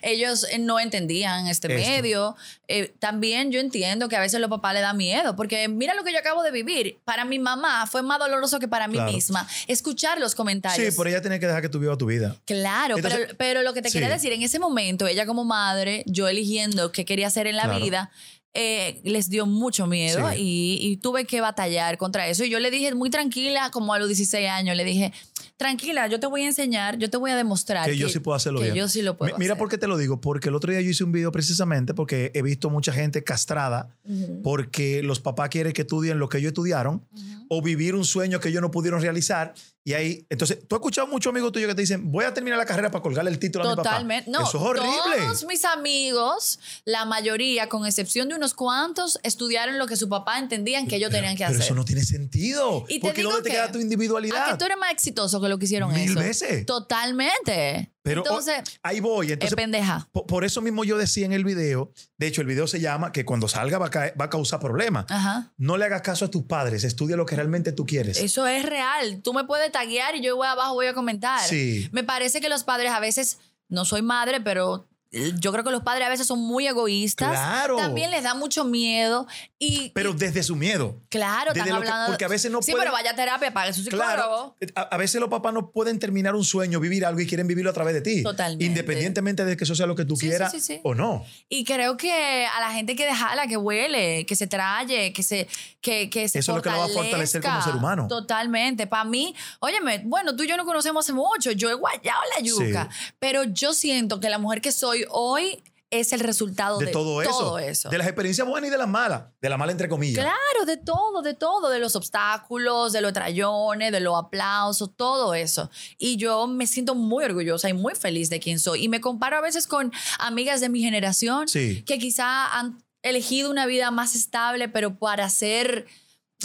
Speaker 2: Ellos eh, no entendían este
Speaker 1: Esto.
Speaker 2: medio. Eh, también yo entiendo que a veces los papás le da miedo, porque mira lo que yo acabo de vivir. Para mi mamá fue más doloroso que para mí
Speaker 1: Claro.
Speaker 2: misma escuchar los comentarios.
Speaker 1: Sí, pero ella tenía que dejar que tú vivas tu vida.
Speaker 2: Claro,
Speaker 1: Entonces-
Speaker 2: pero, pero lo que te quería
Speaker 1: Sí.
Speaker 2: decir, en ese momento, ella como madre, yo eligiendo qué quería hacer en la
Speaker 1: Claro.
Speaker 2: vida, eh, les dio mucho miedo
Speaker 1: Sí.
Speaker 2: y, y tuve que batallar contra eso. Y yo le dije muy tranquila, como a los 16 años, le dije, tranquila, yo te voy a enseñar, yo te voy a demostrar
Speaker 1: Que yo sí puedo hacerlo
Speaker 2: que
Speaker 1: bien.
Speaker 2: yo sí lo
Speaker 1: Mi-
Speaker 2: puedo
Speaker 1: Mira
Speaker 2: hacer.
Speaker 1: por qué te lo digo, porque el otro día yo hice un video precisamente porque he visto mucha gente castrada
Speaker 2: Ujú,
Speaker 1: porque los papás quieren que estudien lo que ellos estudiaron
Speaker 2: ujú.
Speaker 1: o vivir un sueño que ellos no pudieron realizar. Y ahí, entonces, tú has escuchado muchos amigos tuyos que te dicen, voy a terminar la carrera para colgarle el título
Speaker 2: Totalmente.
Speaker 1: a mi papá.
Speaker 2: No,
Speaker 1: Eso es horrible.
Speaker 2: todos mis amigos, la mayoría, con excepción de unos cuantos, estudiaron lo que su papá entendían que ellos tenían que
Speaker 1: Pero
Speaker 2: hacer.
Speaker 1: eso no tiene sentido.
Speaker 2: Y te
Speaker 1: porque
Speaker 2: digo
Speaker 1: ¿dónde te
Speaker 2: que-
Speaker 1: queda tu
Speaker 2: ¿A que
Speaker 1: individualidad?
Speaker 2: tú eres más exitoso que lo que hicieron
Speaker 1: Mil
Speaker 2: eso?
Speaker 1: veces.
Speaker 2: Totalmente.
Speaker 1: Pero oh,
Speaker 2: Entonces,
Speaker 1: ahí voy.
Speaker 2: es
Speaker 1: Entonces,
Speaker 2: pendeja.
Speaker 1: po- por, eso mismo yo decía en el video, de hecho el video se llama que cuando salga va a, caer- va a causar problemas.
Speaker 2: Ajá.
Speaker 1: No le hagas caso a tus padres, estudia lo que realmente tú quieres.
Speaker 2: Eso es real. Tú me puedes taguear y yo voy abajo voy a comentar.
Speaker 1: Sí.
Speaker 2: Me parece que los padres a veces, no soy madre, pero eh, yo creo que los padres a veces son muy egoístas.
Speaker 1: Claro.
Speaker 2: También les da mucho miedo y...
Speaker 1: Pero desde su miedo.
Speaker 2: Claro,
Speaker 1: desde
Speaker 2: están
Speaker 1: lo que-
Speaker 2: hablando.
Speaker 1: porque a veces no
Speaker 2: Sí,
Speaker 1: pueden-
Speaker 2: pero vaya a terapia, pague su
Speaker 1: Claro,
Speaker 2: psicólogo.
Speaker 1: a, a veces los papás no pueden terminar un sueño, vivir algo y quieren vivirlo a través de ti.
Speaker 2: Totalmente.
Speaker 1: Independientemente de que eso sea lo que tú
Speaker 2: Sí, sí,
Speaker 1: quieras
Speaker 2: sí, sí.
Speaker 1: o no.
Speaker 2: Y creo que a la gente hay que dejarla, que huele, que se traye, que se que, que se
Speaker 1: Eso es lo que la va a fortalecer como ser humano.
Speaker 2: Totalmente. Para mí, óyeme, bueno, tú y yo no conocemos hace mucho. Yo he guayado la yuca. Pero yo siento que la mujer que soy hoy es el resultado de,
Speaker 1: De, todo, eso,
Speaker 2: todo eso.
Speaker 1: De las experiencias buenas y de las malas. De las malas entre comillas.
Speaker 2: Claro, de todo, de todo, de los obstáculos, de los trayones, de los aplausos, todo eso. Y yo me siento muy orgullosa y muy feliz de quien soy. Y me comparo a veces con amigas de mi generación
Speaker 1: Sí.
Speaker 2: que quizá han elegido una vida más estable, pero para ser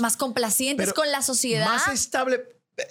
Speaker 2: más complacientes
Speaker 1: Pero
Speaker 2: con la sociedad.
Speaker 1: Más estable.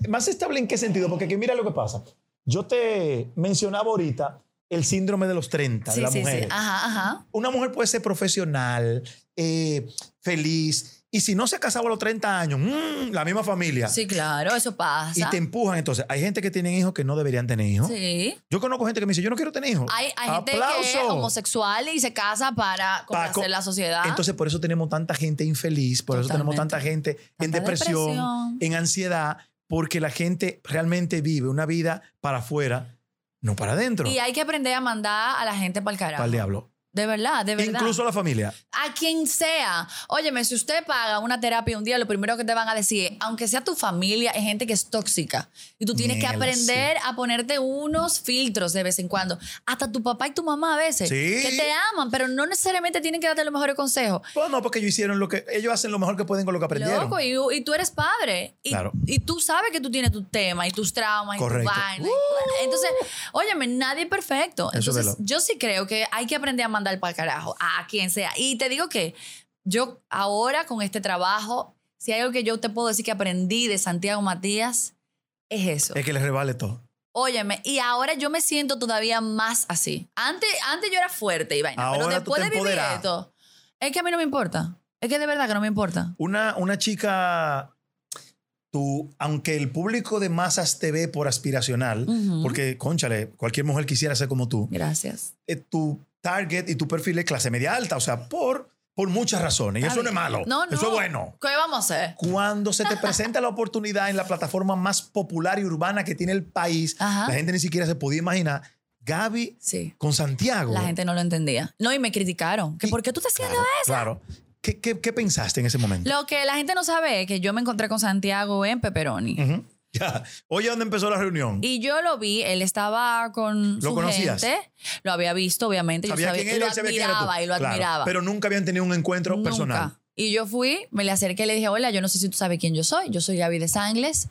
Speaker 1: ¿Más estable en qué sentido? Porque aquí mira lo que pasa. Yo te mencionaba ahorita el síndrome de los 30 de
Speaker 2: sí, Ah.
Speaker 1: las
Speaker 2: sí, sí.
Speaker 1: mujeres.
Speaker 2: Ajá, ajá.
Speaker 1: Una mujer puede ser profesional, eh, feliz, y si no se casaba a los 30 años, mm, la misma familia.
Speaker 2: Sí, claro, eso pasa.
Speaker 1: Y te empujan entonces. Hay gente que tiene hijos que no deberían tener hijos.
Speaker 2: Sí.
Speaker 1: Yo conozco gente que me dice, yo no quiero tener hijos.
Speaker 2: Hay, hay gente que es
Speaker 1: ¡Aplauso!
Speaker 2: homosexual y se casa para
Speaker 1: Paco,
Speaker 2: complacer la sociedad.
Speaker 1: Entonces, por eso tenemos tanta gente infeliz, por eso tenemos
Speaker 2: Totalmente.
Speaker 1: tanta gente en
Speaker 2: Tanta
Speaker 1: depresión,
Speaker 2: depresión.
Speaker 1: en ansiedad, porque la gente realmente vive una vida para afuera, no para adentro.
Speaker 2: y hay que aprender a mandar a la gente para el carajo.
Speaker 1: Para el diablo.
Speaker 2: De verdad, de verdad.
Speaker 1: Incluso a la familia.
Speaker 2: a quien sea. Óyeme, si usted paga una terapia un día, lo primero que te van a decir, aunque sea tu familia, es gente que es tóxica. Y tú tienes que
Speaker 1: Mierda,
Speaker 2: aprender a ponerte unos filtros de vez en cuando. Hasta tu papá y tu mamá a veces.
Speaker 1: Sí.
Speaker 2: Que te aman, pero no necesariamente tienen que darte los mejores consejos.
Speaker 1: Bueno, Pues no, porque ellos hicieron lo que. Ellos hacen lo mejor que pueden con lo que aprendieron.
Speaker 2: Loco, y, y tú eres padre. Y,
Speaker 1: Claro.
Speaker 2: y tú sabes que tú tienes tu tema y tus traumas y
Speaker 1: Correcto.
Speaker 2: tu vaina. Entonces, óyeme, nadie es perfecto.
Speaker 1: Eso es
Speaker 2: Entonces,
Speaker 1: verdad.
Speaker 2: yo sí creo que hay que aprender a mandar para carajo a quien sea. Y te digo que yo ahora con este trabajo, si hay algo que yo te puedo decir que aprendí de Santiago Matías, es eso.
Speaker 1: Es que les revale todo.
Speaker 2: Óyeme, y ahora yo me siento todavía más así. Antes, antes yo era fuerte y vaina, pero
Speaker 1: Ahora tú
Speaker 2: después
Speaker 1: te
Speaker 2: de vivir
Speaker 1: empoderas.
Speaker 2: esto, es que a mí no me importa. Es que de verdad que no me importa.
Speaker 1: Una, una chica. Tú, aunque el público de masas te ve por aspiracional,
Speaker 2: Ujú.
Speaker 1: porque, conchale, cualquier mujer quisiera ser como tú,
Speaker 2: Gracias.
Speaker 1: eh, tu target y tu perfil es clase media alta, o sea, por, por muchas razones. Y
Speaker 2: Está
Speaker 1: eso no es
Speaker 2: bien.
Speaker 1: malo.
Speaker 2: No, no.
Speaker 1: Eso es bueno.
Speaker 2: ¿Qué vamos a hacer?
Speaker 1: Cuando se te presenta la oportunidad en la plataforma más popular y urbana que tiene el país,
Speaker 2: Ajá.
Speaker 1: la gente ni siquiera se podía imaginar. Gaby
Speaker 2: Sí.
Speaker 1: con Santiago.
Speaker 2: La gente no lo entendía. No, y me criticaron. ¿Que
Speaker 1: Y-
Speaker 2: ¿Por qué tú estás haciendo
Speaker 1: Claro,
Speaker 2: eso?
Speaker 1: Claro. ¿Qué, qué, qué pensaste en ese momento?
Speaker 2: Lo que la gente no sabe es que yo me encontré con Santiago en Pepperoni.
Speaker 1: Ujú. Ya. Oye, ¿dónde empezó la reunión?
Speaker 2: Y yo lo vi, él estaba con
Speaker 1: ¿Lo
Speaker 2: su
Speaker 1: conocías?
Speaker 2: gente. Lo había visto, obviamente.
Speaker 1: sabía
Speaker 2: yo sabía,
Speaker 1: quién
Speaker 2: y
Speaker 1: era
Speaker 2: lo
Speaker 1: y sabía quién era tú.
Speaker 2: admiraba, y lo
Speaker 1: Claro,
Speaker 2: admiraba.
Speaker 1: Pero nunca habían tenido un encuentro
Speaker 2: Nunca.
Speaker 1: personal.
Speaker 2: Y yo fui, me le acerqué y le dije, hola, yo no sé si tú sabes quién yo soy. Yo soy Gaby de Sangles.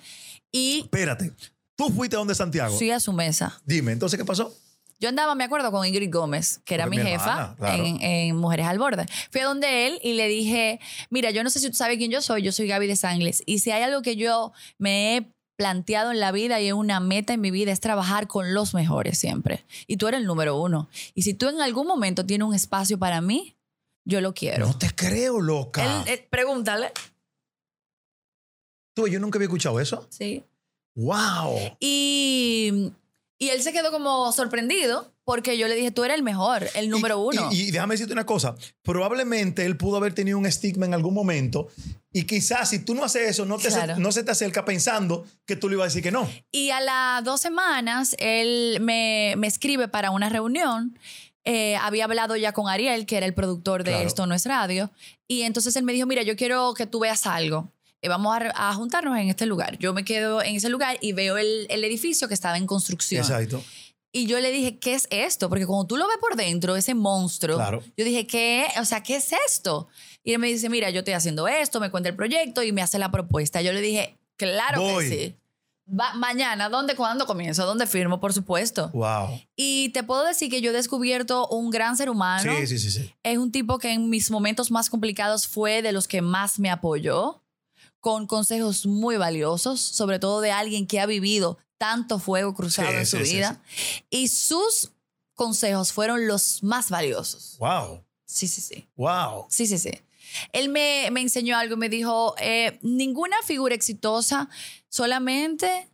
Speaker 2: Y
Speaker 1: Espérate. Tú fuiste a donde Santiago.
Speaker 2: fui a su mesa.
Speaker 1: Dime, entonces, ¿qué pasó?
Speaker 2: Yo andaba, me acuerdo, con Ingrid Gómez, que era
Speaker 1: Porque
Speaker 2: mi,
Speaker 1: mi
Speaker 2: jefa
Speaker 1: hermana, claro.
Speaker 2: en, en Mujeres al Borde. Fui a donde él y le dije, mira, yo no sé si tú sabes quién yo soy, yo soy Gaby de Sangles. Y si hay algo que yo me he planteado en la vida y es una meta en mi vida, es trabajar con los mejores siempre. Y tú eres el número uno. Y si tú en algún momento tienes un espacio para mí, yo lo quiero.
Speaker 1: no te creo, loca.
Speaker 2: Él, eh, pregúntale.
Speaker 1: Tú, yo nunca había escuchado eso.
Speaker 2: Sí.
Speaker 1: ¡Wow!
Speaker 2: Y, y él se quedó como sorprendido porque yo le dije, tú eres el mejor, el número
Speaker 1: Y-
Speaker 2: uno.
Speaker 1: Y, y déjame decirte una cosa. Probablemente él pudo haber tenido un estigma en algún momento y quizás si tú no haces eso, no, te
Speaker 2: Claro.
Speaker 1: se, no se te acerca pensando que tú le ibas a decir que no.
Speaker 2: Y a las dos semanas, él me, me escribe para una reunión. Eh, había hablado ya con Ariel, que era el productor de
Speaker 1: Claro.
Speaker 2: Esto No es Radio. Y entonces él me dijo, mira, yo quiero que tú veas algo. Eh, vamos a, re- a juntarnos en este lugar. Yo me quedo en ese lugar y veo el, el edificio que estaba en construcción.
Speaker 1: Exacto.
Speaker 2: Y yo le dije, ¿qué es esto? Porque cuando tú lo ves por dentro, ese monstruo,
Speaker 1: Claro.
Speaker 2: yo dije, ¿qué? O sea, ¿qué es esto? Y él me dice, mira, yo estoy haciendo esto, me cuenta el proyecto y me hace la propuesta. Yo le dije, claro
Speaker 1: Voy.
Speaker 2: que sí. Va- mañana, ¿dónde, cuándo comienzo? ¿Dónde firmo? Por supuesto.
Speaker 1: ¡Wow!
Speaker 2: Y te puedo decir que yo he descubierto un gran ser humano.
Speaker 1: Sí, sí, sí, sí.
Speaker 2: Es un tipo que en mis momentos más complicados fue de los que más me apoyó, con consejos muy valiosos, sobre todo de alguien que ha vivido tanto fuego cruzado
Speaker 1: Sí,
Speaker 2: en
Speaker 1: sí,
Speaker 2: su
Speaker 1: sí,
Speaker 2: vida. Y sus consejos fueron los más valiosos.
Speaker 1: ¡Wow!
Speaker 2: Sí, sí, sí.
Speaker 1: ¡Wow!
Speaker 2: Sí, sí, sí. Él me, me enseñó algo y me dijo, eh, ninguna figura exitosa solamente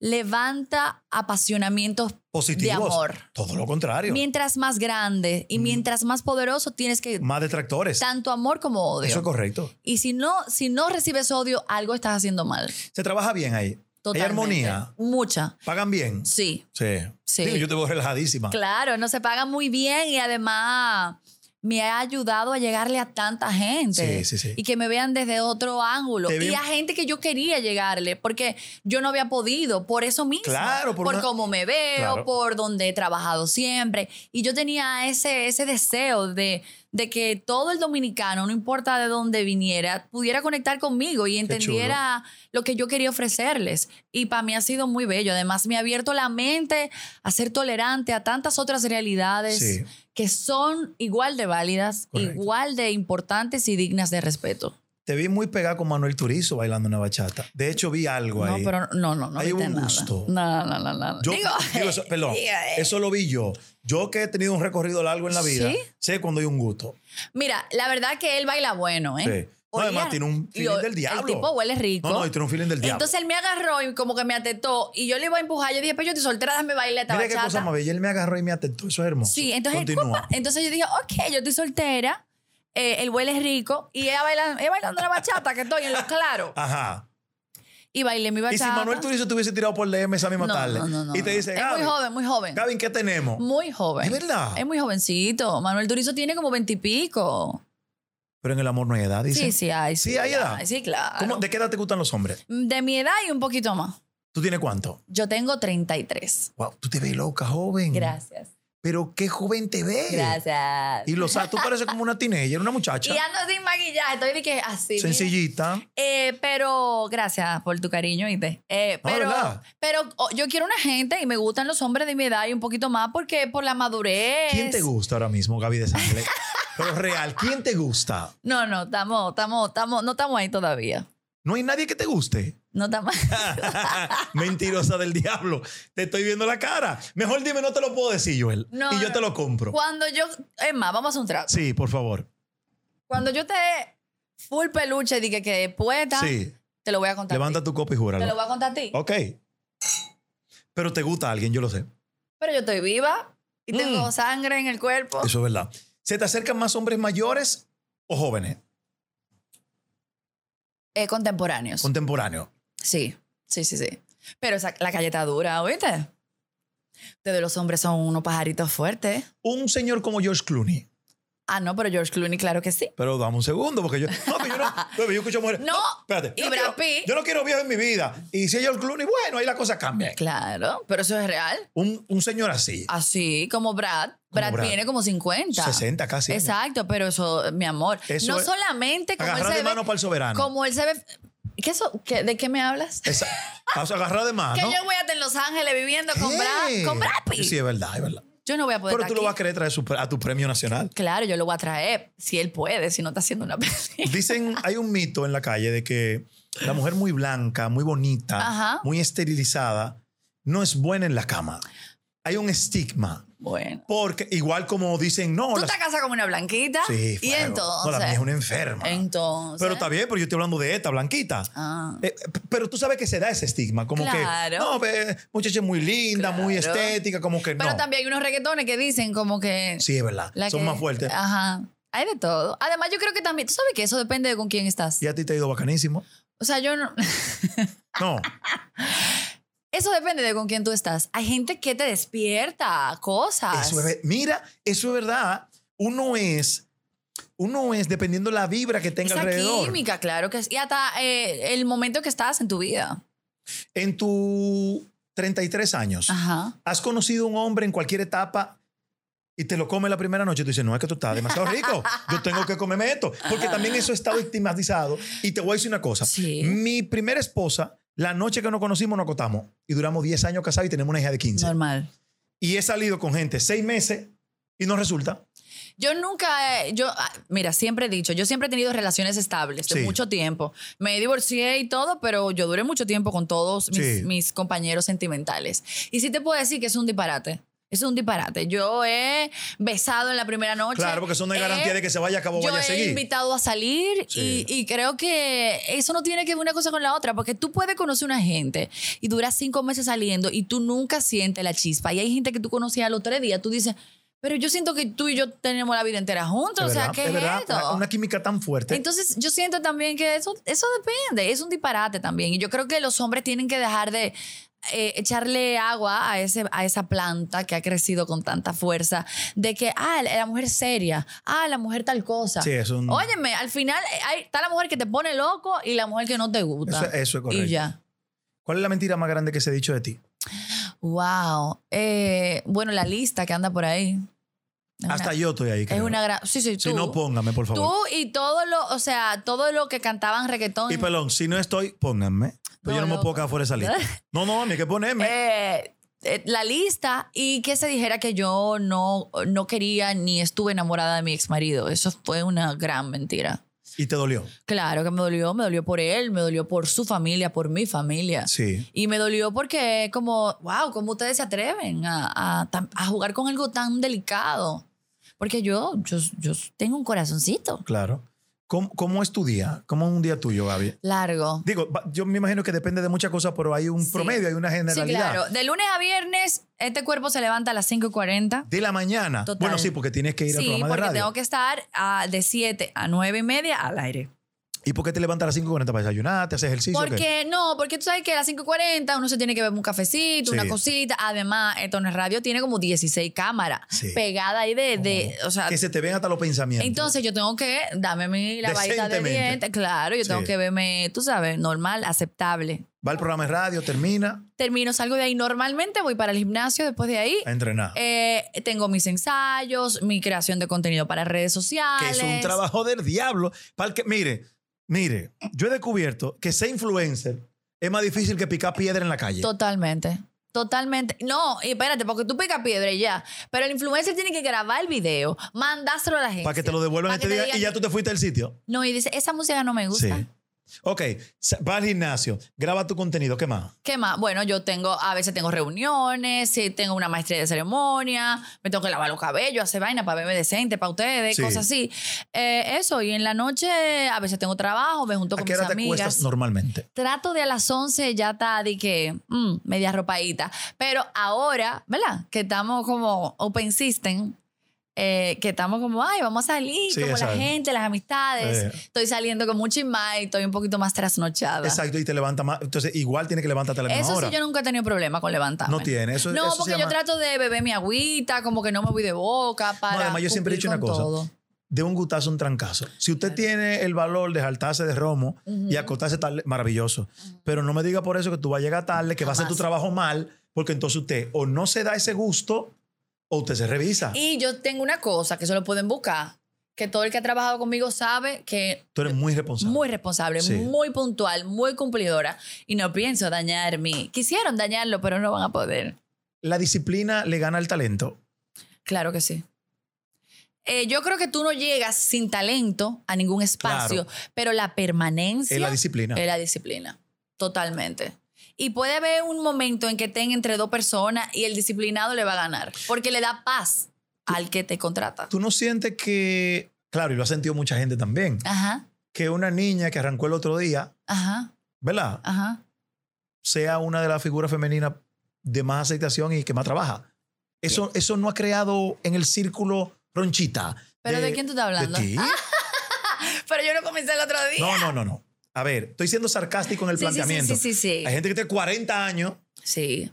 Speaker 2: levanta apasionamientos
Speaker 1: Positivos.
Speaker 2: de amor.
Speaker 1: Todo lo contrario.
Speaker 2: Mientras más grande y mientras más poderoso tienes que
Speaker 1: Más detractores.
Speaker 2: tanto amor como odio.
Speaker 1: Eso es correcto.
Speaker 2: y si no, si no recibes odio, algo estás haciendo mal.
Speaker 1: Se trabaja bien ahí.
Speaker 2: Totalmente.
Speaker 1: Hay armonía.
Speaker 2: Mucha.
Speaker 1: Pagan bien.
Speaker 2: Sí.
Speaker 1: Sí.
Speaker 2: Sí.
Speaker 1: Digo, yo te veo relajadísima.
Speaker 2: Claro, no se paga muy bien y además me ha ayudado a llegarle a tanta gente.
Speaker 1: Sí, sí, sí.
Speaker 2: Y que me vean desde otro ángulo.
Speaker 1: Te
Speaker 2: Y
Speaker 1: vi-
Speaker 2: a gente que yo quería llegarle, porque yo no había podido, por eso mismo.
Speaker 1: Claro, por
Speaker 2: por
Speaker 1: una-
Speaker 2: cómo me veo,
Speaker 1: Claro.
Speaker 2: por donde he trabajado siempre. Y yo tenía ese, ese deseo de, de que todo el dominicano, no importa de dónde viniera, pudiera conectar conmigo y entendiera lo que yo quería ofrecerles. Y para mí ha sido muy bello. Además, me ha abierto la mente a ser tolerante a tantas otras realidades
Speaker 1: Sí.
Speaker 2: que son igual de válidas,
Speaker 1: Correcto.
Speaker 2: igual de importantes y dignas de respeto.
Speaker 1: Te vi muy pegada con Manuel Turizo bailando una bachata. De hecho, vi algo
Speaker 2: No,
Speaker 1: ahí.
Speaker 2: pero no, no, no.
Speaker 1: Hay
Speaker 2: viste
Speaker 1: un
Speaker 2: nada.
Speaker 1: gusto.
Speaker 2: No, no, no, no.
Speaker 1: Yo,
Speaker 2: digo,
Speaker 1: digo eso, perdón,
Speaker 2: digo, eh,
Speaker 1: eso lo vi yo. Yo que he tenido un recorrido largo en la vida,
Speaker 2: ¿Sí?
Speaker 1: sé cuando hay un gusto.
Speaker 2: mira, la verdad que él baila bueno,
Speaker 1: Sí.
Speaker 2: ¿eh?
Speaker 1: No,
Speaker 2: Olía-
Speaker 1: además tiene un
Speaker 2: y
Speaker 1: feeling
Speaker 2: o-
Speaker 1: del diablo.
Speaker 2: El tipo huele rico.
Speaker 1: No, no, y tiene un feeling del diablo.
Speaker 2: Entonces él me agarró y como que me atetó y yo le iba a empujar. Yo dije, pero yo estoy soltera, déjame bailar esta
Speaker 1: Mira qué
Speaker 2: bachata.
Speaker 1: cosa más bella. Él me agarró y me atentó. Eso es hermoso.
Speaker 2: Sí, entonces, él,
Speaker 1: Continúa.
Speaker 2: compa- entonces yo dije, ok, yo estoy soltera, eh, el huele es rico y ella bailando, ella bailando la bachata que estoy en lo claro.
Speaker 1: Ajá.
Speaker 2: y bailé mi
Speaker 1: Y si
Speaker 2: bachata.
Speaker 1: Manuel Turizo te hubiese tirado por DM esa misma
Speaker 2: No,
Speaker 1: tarde
Speaker 2: no, no, no,
Speaker 1: y te
Speaker 2: no.
Speaker 1: dice,
Speaker 2: Es
Speaker 1: Gaby,
Speaker 2: muy joven, muy joven.
Speaker 1: Gaby, ¿qué tenemos?
Speaker 2: Muy joven.
Speaker 1: ¿Es verdad?
Speaker 2: Es muy jovencito. Manuel Turizo tiene como veintipico.
Speaker 1: Pero en el amor no hay edad, dice.
Speaker 2: Sí, sí, hay.
Speaker 1: Sí, hay edad.
Speaker 2: Sí, claro.
Speaker 1: ¿Cómo- ¿De qué edad te gustan los hombres?
Speaker 2: De mi edad y un poquito más.
Speaker 1: ¿Tú tienes cuánto?
Speaker 2: Yo tengo 33.
Speaker 1: Wow, tú te ves loca, joven.
Speaker 2: Gracias.
Speaker 1: Pero qué joven te ves.
Speaker 2: Gracias.
Speaker 1: Y lo sabes, tú pareces como una teenager, una muchacha.
Speaker 2: Y ando sin maquillaje, estoy de que así. mira.
Speaker 1: sencillita.
Speaker 2: Eh, pero gracias por tu cariño, ¿viste? Eh,
Speaker 1: No,
Speaker 2: pero
Speaker 1: ¿verdad?
Speaker 2: pero oh, yo quiero una gente y me gustan los hombres de mi edad y un poquito más porque por la madurez.
Speaker 1: ¿Quién te gusta ahora mismo, Gaby de Sangre? Pero real, ¿quién te gusta?
Speaker 2: No, no, estamos, estamos, estamos, no estamos ahí todavía.
Speaker 1: No hay nadie que te guste.
Speaker 2: No estamos.
Speaker 1: Mentirosa del diablo. Te estoy viendo la cara. Mejor dime, no te lo puedo decir, Joel.
Speaker 2: No,
Speaker 1: y yo
Speaker 2: no.
Speaker 1: te lo compro.
Speaker 2: Cuando yo, es más, vamos a hacer un trato.
Speaker 1: Sí, por favor.
Speaker 2: Cuando yo te full peluche dije que puesta,
Speaker 1: Sí.
Speaker 2: te lo voy a contar. a ti.
Speaker 1: Levanta tu copa y
Speaker 2: Te lo
Speaker 1: júralo.
Speaker 2: voy a contar a ti.
Speaker 1: Ok. Pero te gusta alguien, yo lo sé.
Speaker 2: Pero yo estoy viva y
Speaker 1: Mm.
Speaker 2: tengo sangre en el cuerpo.
Speaker 1: Eso es verdad. ¿Se te acercan más hombres mayores o jóvenes?
Speaker 2: Eh, contemporáneos.
Speaker 1: Contemporáneos.
Speaker 2: sí, sí, sí, sí. Pero esa- la calle está dura, ¿oíste? Ustedes los hombres son unos pajaritos fuertes.
Speaker 1: Un señor como George Clooney.
Speaker 2: Ah, no, pero George Clooney, claro que sí.
Speaker 1: Pero dame un segundo, porque yo. No, pero yo no. pero yo escucho mujeres.
Speaker 2: No,
Speaker 1: espérate.
Speaker 2: y
Speaker 1: yo no
Speaker 2: Brad
Speaker 1: quiero-
Speaker 2: Pitt.
Speaker 1: Yo no quiero viejo en mi vida. Y si es George Clooney, bueno, ahí la cosa cambia.
Speaker 2: Claro, Ah, pero eso es real.
Speaker 1: Un, un señor así,
Speaker 2: Así como Brad. Brad,
Speaker 1: Brad.
Speaker 2: tiene como 50.
Speaker 1: 60 casi. años.
Speaker 2: Exacto, pero eso, mi amor.
Speaker 1: Eso
Speaker 2: no
Speaker 1: es-
Speaker 2: solamente como él
Speaker 1: Agarrar
Speaker 2: se
Speaker 1: de
Speaker 2: ve-
Speaker 1: mano para el soberano.
Speaker 2: Como él se ve. ¿Qué eso? ¿Qué- ¿De qué me hablas?
Speaker 1: Esa- o sea, agarrar de mano.
Speaker 2: Que yo voy a estar en Los Ángeles viviendo con Brad,
Speaker 1: ¡Eh!
Speaker 2: con Brad Pitt.
Speaker 1: Sí, es verdad, es verdad.
Speaker 2: Yo no voy a poder.
Speaker 1: Pero tú lo
Speaker 2: estar aquí.
Speaker 1: vas a querer traer su- a tu premio nacional.
Speaker 2: Claro, yo lo voy a traer si él puede, si no está haciendo una película.
Speaker 1: Dicen, hay un mito en la calle de que la mujer muy blanca, muy bonita,
Speaker 2: Ajá.
Speaker 1: muy esterilizada, no es buena en la cama. Hay un estigma.
Speaker 2: Bueno.
Speaker 1: Porque igual como dicen, no,
Speaker 2: Tú
Speaker 1: las-
Speaker 2: te casas con una blanquita
Speaker 1: Sí,
Speaker 2: y
Speaker 1: claro.
Speaker 2: entonces.
Speaker 1: No, la mía es una enferma.
Speaker 2: Entonces.
Speaker 1: Pero está bien, pero yo estoy hablando de esta, blanquita.
Speaker 2: Ah.
Speaker 1: Eh, p- pero tú sabes que se da ese estigma, como que
Speaker 2: Claro.
Speaker 1: no, ve, muchacha es muy linda, muy
Speaker 2: Claro.
Speaker 1: estética, como que
Speaker 2: Pero
Speaker 1: no.
Speaker 2: también hay unos reggaetones que dicen como que.
Speaker 1: sí, es verdad.
Speaker 2: la
Speaker 1: Son
Speaker 2: que- ah
Speaker 1: más fuertes.
Speaker 2: Ajá. Hay de todo. Además, yo creo que también. Tú sabes que eso depende de con quién estás.
Speaker 1: Y a ti te ha ido bacanísimo.
Speaker 2: O sea, yo no.
Speaker 1: No,
Speaker 2: Eso depende de con quién tú estás. Hay gente que te despierta cosas.
Speaker 1: eso es, ve- mira, eso es verdad. Uno es, uno es dependiendo la vibra que tenga
Speaker 2: Esa
Speaker 1: alrededor.
Speaker 2: química, claro que es. Y hasta eh, el momento que estás en tu vida.
Speaker 1: En tus 33 años,
Speaker 2: Ajá.
Speaker 1: has conocido un hombre en cualquier etapa y te lo come la primera noche y tú dices, no, es que tú estás demasiado rico, yo tengo que comerme esto, porque también eso está victimizado. Y te voy a decir una cosa,
Speaker 2: Sí.
Speaker 1: mi primera esposa, la noche que nos conocimos nos acotamos y duramos 10 años casados y tenemos una hija de 15.
Speaker 2: Normal.
Speaker 1: Y he salido con gente 6 meses y no resulta.
Speaker 2: Yo nunca, eh, yo, ah, mira, siempre he dicho, yo siempre he tenido relaciones estables de
Speaker 1: Sí.
Speaker 2: mucho tiempo. Me divorcié y todo, pero yo duré mucho tiempo con todos mis,
Speaker 1: Sí.
Speaker 2: mis compañeros sentimentales. Y sí te puedo decir que es un disparate. Es un disparate. Yo he besado en la primera noche.
Speaker 1: Claro, porque eso no es garantía
Speaker 2: He-
Speaker 1: de que se vaya a cabo o
Speaker 2: yo
Speaker 1: vaya a
Speaker 2: he
Speaker 1: seguir.
Speaker 2: invitado a salir
Speaker 1: Sí.
Speaker 2: y, y creo que eso no tiene que ver una cosa con la otra, porque tú puedes conocer una gente y duras cinco meses saliendo y tú nunca sientes la chispa. Y hay gente que tú conocías a los tres días, tú dices, pero yo siento que tú y yo tenemos la vida entera juntos,
Speaker 1: Es
Speaker 2: o sea,
Speaker 1: verdad,
Speaker 2: ¿qué
Speaker 1: es
Speaker 2: es,
Speaker 1: verdad,
Speaker 2: esto?
Speaker 1: una- una química tan fuerte.
Speaker 2: Entonces yo siento también que eso, eso depende, es un disparate también. Y yo creo que los hombres tienen que dejar de eh, echarle agua a, ese, a esa planta que ha crecido con tanta fuerza, de que, ah, la la mujer es seria, ah, la mujer tal cosa.
Speaker 1: Sí, es un-
Speaker 2: Óyeme, al final eh, hay, está la mujer que te pone loco y la mujer que no te gusta.
Speaker 1: Eso- eso es correcto.
Speaker 2: Y ya.
Speaker 1: ¿Cuál es la mentira más grande que se ha dicho de ti?
Speaker 2: Wow. Eh, bueno, la lista que anda por ahí. Es
Speaker 1: Hasta
Speaker 2: una-
Speaker 1: yo estoy ahí.
Speaker 2: Es
Speaker 1: creo.
Speaker 2: una gran... Sí, sí, tú.
Speaker 1: Si no, póngame, por favor.
Speaker 2: Tú y todo lo, o sea, todo lo que cantaban reggaetón.
Speaker 1: Y perdón, si no estoy, pónganme. Pero
Speaker 2: No,
Speaker 1: yo no me
Speaker 2: no.
Speaker 1: puedo quedar fuera de esa lista. No, no, ni que ponerme.
Speaker 2: eh, eh, la lista y que se dijera que yo no, no quería ni estuve enamorada de mi ex marido. Eso fue una gran mentira.
Speaker 1: Y te dolió.
Speaker 2: Claro que me dolió, me dolió por él, me dolió por su familia, por mi familia.
Speaker 1: Sí.
Speaker 2: Y me dolió porque como, wow, ¿cómo ustedes se atreven a, a tan- a jugar con algo tan delicado? Porque yo, yo, yo tengo un corazoncito
Speaker 1: Claro. ¿Cómo, cómo es tu día? ¿Cómo es un día tuyo, Gaby?
Speaker 2: largo.
Speaker 1: Digo, va- yo me imagino que depende de muchas cosas, pero hay un
Speaker 2: Sí.
Speaker 1: promedio, hay una
Speaker 2: Sí,
Speaker 1: generalidad.
Speaker 2: claro. De lunes a viernes, este cuerpo se levanta a las 5.40.
Speaker 1: De la mañana.
Speaker 2: Total.
Speaker 1: Bueno, sí, porque tienes que ir al
Speaker 2: Sí,
Speaker 1: programa de
Speaker 2: porque
Speaker 1: radio.
Speaker 2: tengo que estar ah, de 7 a 9 y media al aire.
Speaker 1: ¿Y por qué te levantas a las 5.40 para desayunar? ¿Te haces ejercicio? o qué?
Speaker 2: Porque no, porque tú sabes que a las 5.40 uno se tiene que beber un cafecito,
Speaker 1: Sí.
Speaker 2: una cosita. Además, esto en radio tiene como 16 cámaras
Speaker 1: Sí.
Speaker 2: pegadas ahí de, de- o sea,
Speaker 1: Que se te ven hasta los pensamientos.
Speaker 2: entonces yo tengo que darme mi lavadita de
Speaker 1: Decentemente.
Speaker 2: dientes. Claro, yo tengo
Speaker 1: Sí.
Speaker 2: que verme, tú sabes, normal, aceptable.
Speaker 1: Va al programa de radio, termina
Speaker 2: Termino, salgo de ahí. Normalmente voy para el gimnasio después de ahí.
Speaker 1: a entrenar.
Speaker 2: Eh, tengo mis ensayos, mi creación de contenido para redes
Speaker 1: que
Speaker 2: sociales.
Speaker 1: es un trabajo del diablo. Para el que, mire, mire, yo he descubierto que ser influencer es más difícil que picar piedra en la calle.
Speaker 2: Totalmente. Totalmente. No, y espérate, porque tú picas piedra y ya. Pero el influencer tiene que grabar el video, mandárselo a la gente.
Speaker 1: Para que te lo devuelvan
Speaker 2: Para
Speaker 1: este
Speaker 2: que te
Speaker 1: día
Speaker 2: digan
Speaker 1: y ya
Speaker 2: que-
Speaker 1: tú te fuiste del sitio.
Speaker 2: No, y dice, esa música no me gusta.
Speaker 1: Sí. Ok, sa- va al gimnasio, graba tu contenido, ¿qué más?
Speaker 2: ¿Qué más? Bueno, yo tengo, a veces tengo reuniones, sí, tengo una maestría de ceremonia, me tengo que lavar los cabellos, hacer vaina para verme decente, para ustedes,
Speaker 1: Sí.
Speaker 2: cosas así. Eh, eso, y en la noche a veces tengo trabajo, me junto
Speaker 1: ¿A
Speaker 2: con
Speaker 1: qué
Speaker 2: mis
Speaker 1: hora te
Speaker 2: amigas.
Speaker 1: acuestas normalmente?
Speaker 2: Trato de a las 11 ya está de que mm, media ropadita. Pero ahora, ¿verdad? Que estamos como open system, eh, que estamos como, ay, vamos a salir,
Speaker 1: Sí,
Speaker 2: como la
Speaker 1: exacto.
Speaker 2: gente, las amistades.
Speaker 1: Eh.
Speaker 2: Estoy saliendo con mucho más y estoy un poquito más trasnochada.
Speaker 1: Exacto, y te levanta más. Entonces, igual tiene que levantarte a la misma
Speaker 2: Eso
Speaker 1: hora.
Speaker 2: sí, yo nunca he tenido problema con levantarme.
Speaker 1: No tiene, eso-
Speaker 2: No,
Speaker 1: eso se
Speaker 2: porque yo
Speaker 1: llama-
Speaker 2: trato de beber mi agüita, como que no me voy de boca para.
Speaker 1: además, yo siempre he dicho
Speaker 2: cumplir
Speaker 1: una
Speaker 2: con
Speaker 1: cosa.
Speaker 2: todo.
Speaker 1: De un gustazo, un trancazo. Si usted tiene el valor de saltarse de romo y acostarse tarde, maravilloso. Pero no me diga por eso que tú vas a llegar tarde, que vas a hacer tu
Speaker 2: Jamás.
Speaker 1: trabajo mal, porque entonces usted o no se da ese gusto o usted se revisa.
Speaker 2: Y yo tengo una cosa que se lo pueden buscar, que todo el que ha trabajado conmigo sabe que
Speaker 1: Tú eres muy responsable.
Speaker 2: Muy responsable,
Speaker 1: Sí.
Speaker 2: muy puntual, muy cumplidora. Y no pienso dañar mi. Quisieron dañarlo, pero no van a poder.
Speaker 1: La disciplina le gana al talento.
Speaker 2: Claro que sí. Eh, yo creo que tú no llegas sin talento a ningún espacio, pero la permanencia
Speaker 1: Es la disciplina.
Speaker 2: es la disciplina. Totalmente. Y puede haber un momento en que estén entre dos personas y el disciplinado le va a ganar, porque le da paz al que te contrata.
Speaker 1: Tú no sientes que, claro, y lo ha sentido mucha gente también,
Speaker 2: Ajá,
Speaker 1: que una niña que arrancó el otro día,
Speaker 2: ajá,
Speaker 1: ¿verdad?
Speaker 2: ajá.
Speaker 1: Sea una de las figuras femeninas de más aceptación y que más trabaja. Eso, eso no ha creado en el círculo ronchita.
Speaker 2: ¿Pero de, quién tú estás hablando? Ah.
Speaker 1: De ti.
Speaker 2: Pero yo no comencé el otro día.
Speaker 1: No, no, no, no. A ver, estoy siendo sarcástico en el
Speaker 2: Sí, sí, sí,
Speaker 1: planteamiento.
Speaker 2: sí, sí, sí.
Speaker 1: Hay gente que tiene 40 años
Speaker 2: Sí,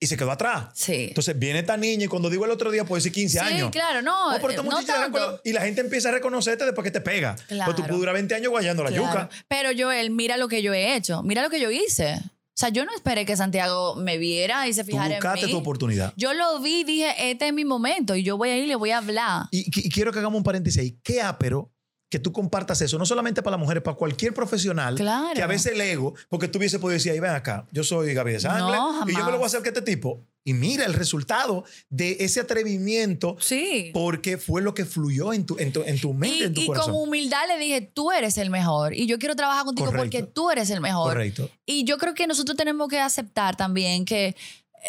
Speaker 1: y se quedó atrás.
Speaker 2: sí.
Speaker 1: Entonces viene esta niña y cuando digo el otro día puede decir 15
Speaker 2: sí,
Speaker 1: años.
Speaker 2: claro, no.
Speaker 1: Oh, pero esta
Speaker 2: eh, no
Speaker 1: muchacha era
Speaker 2: tanto.
Speaker 1: con- Y la gente empieza a reconocerte después que te pega.
Speaker 2: Claro.
Speaker 1: Pero tú puedes durar 20 años guayando la
Speaker 2: Claro.
Speaker 1: yuca.
Speaker 2: Pero Joel, mira lo que yo he hecho. Mira lo que yo hice. O sea, yo no esperé que Santiago me viera y se
Speaker 1: Tú
Speaker 2: fijara
Speaker 1: buscaste
Speaker 2: en mí.
Speaker 1: tu oportunidad.
Speaker 2: Yo lo vi y dije, este es mi momento y yo voy ahí y le voy a hablar.
Speaker 1: Y, qui- y quiero que hagamos un paréntesis ahí. Qué ápero que tú compartas eso, no solamente para las mujeres, para cualquier profesional,
Speaker 2: Claro.
Speaker 1: que a veces el ego, porque tú hubiese podido decir, ahí ven acá, yo soy Gabriel Sánchez
Speaker 2: No,
Speaker 1: y yo me
Speaker 2: jamás.
Speaker 1: lo voy a hacer que este tipo. Y mira el resultado de ese atrevimiento
Speaker 2: Sí.
Speaker 1: porque fue lo que fluyó en tu, en tu, en tu mente,
Speaker 2: y
Speaker 1: en tu
Speaker 2: y
Speaker 1: corazón.
Speaker 2: con humildad le dije, tú eres el mejor y yo quiero trabajar contigo
Speaker 1: Correcto.
Speaker 2: porque tú eres el mejor.
Speaker 1: Correcto.
Speaker 2: Y yo creo que nosotros tenemos que aceptar también que,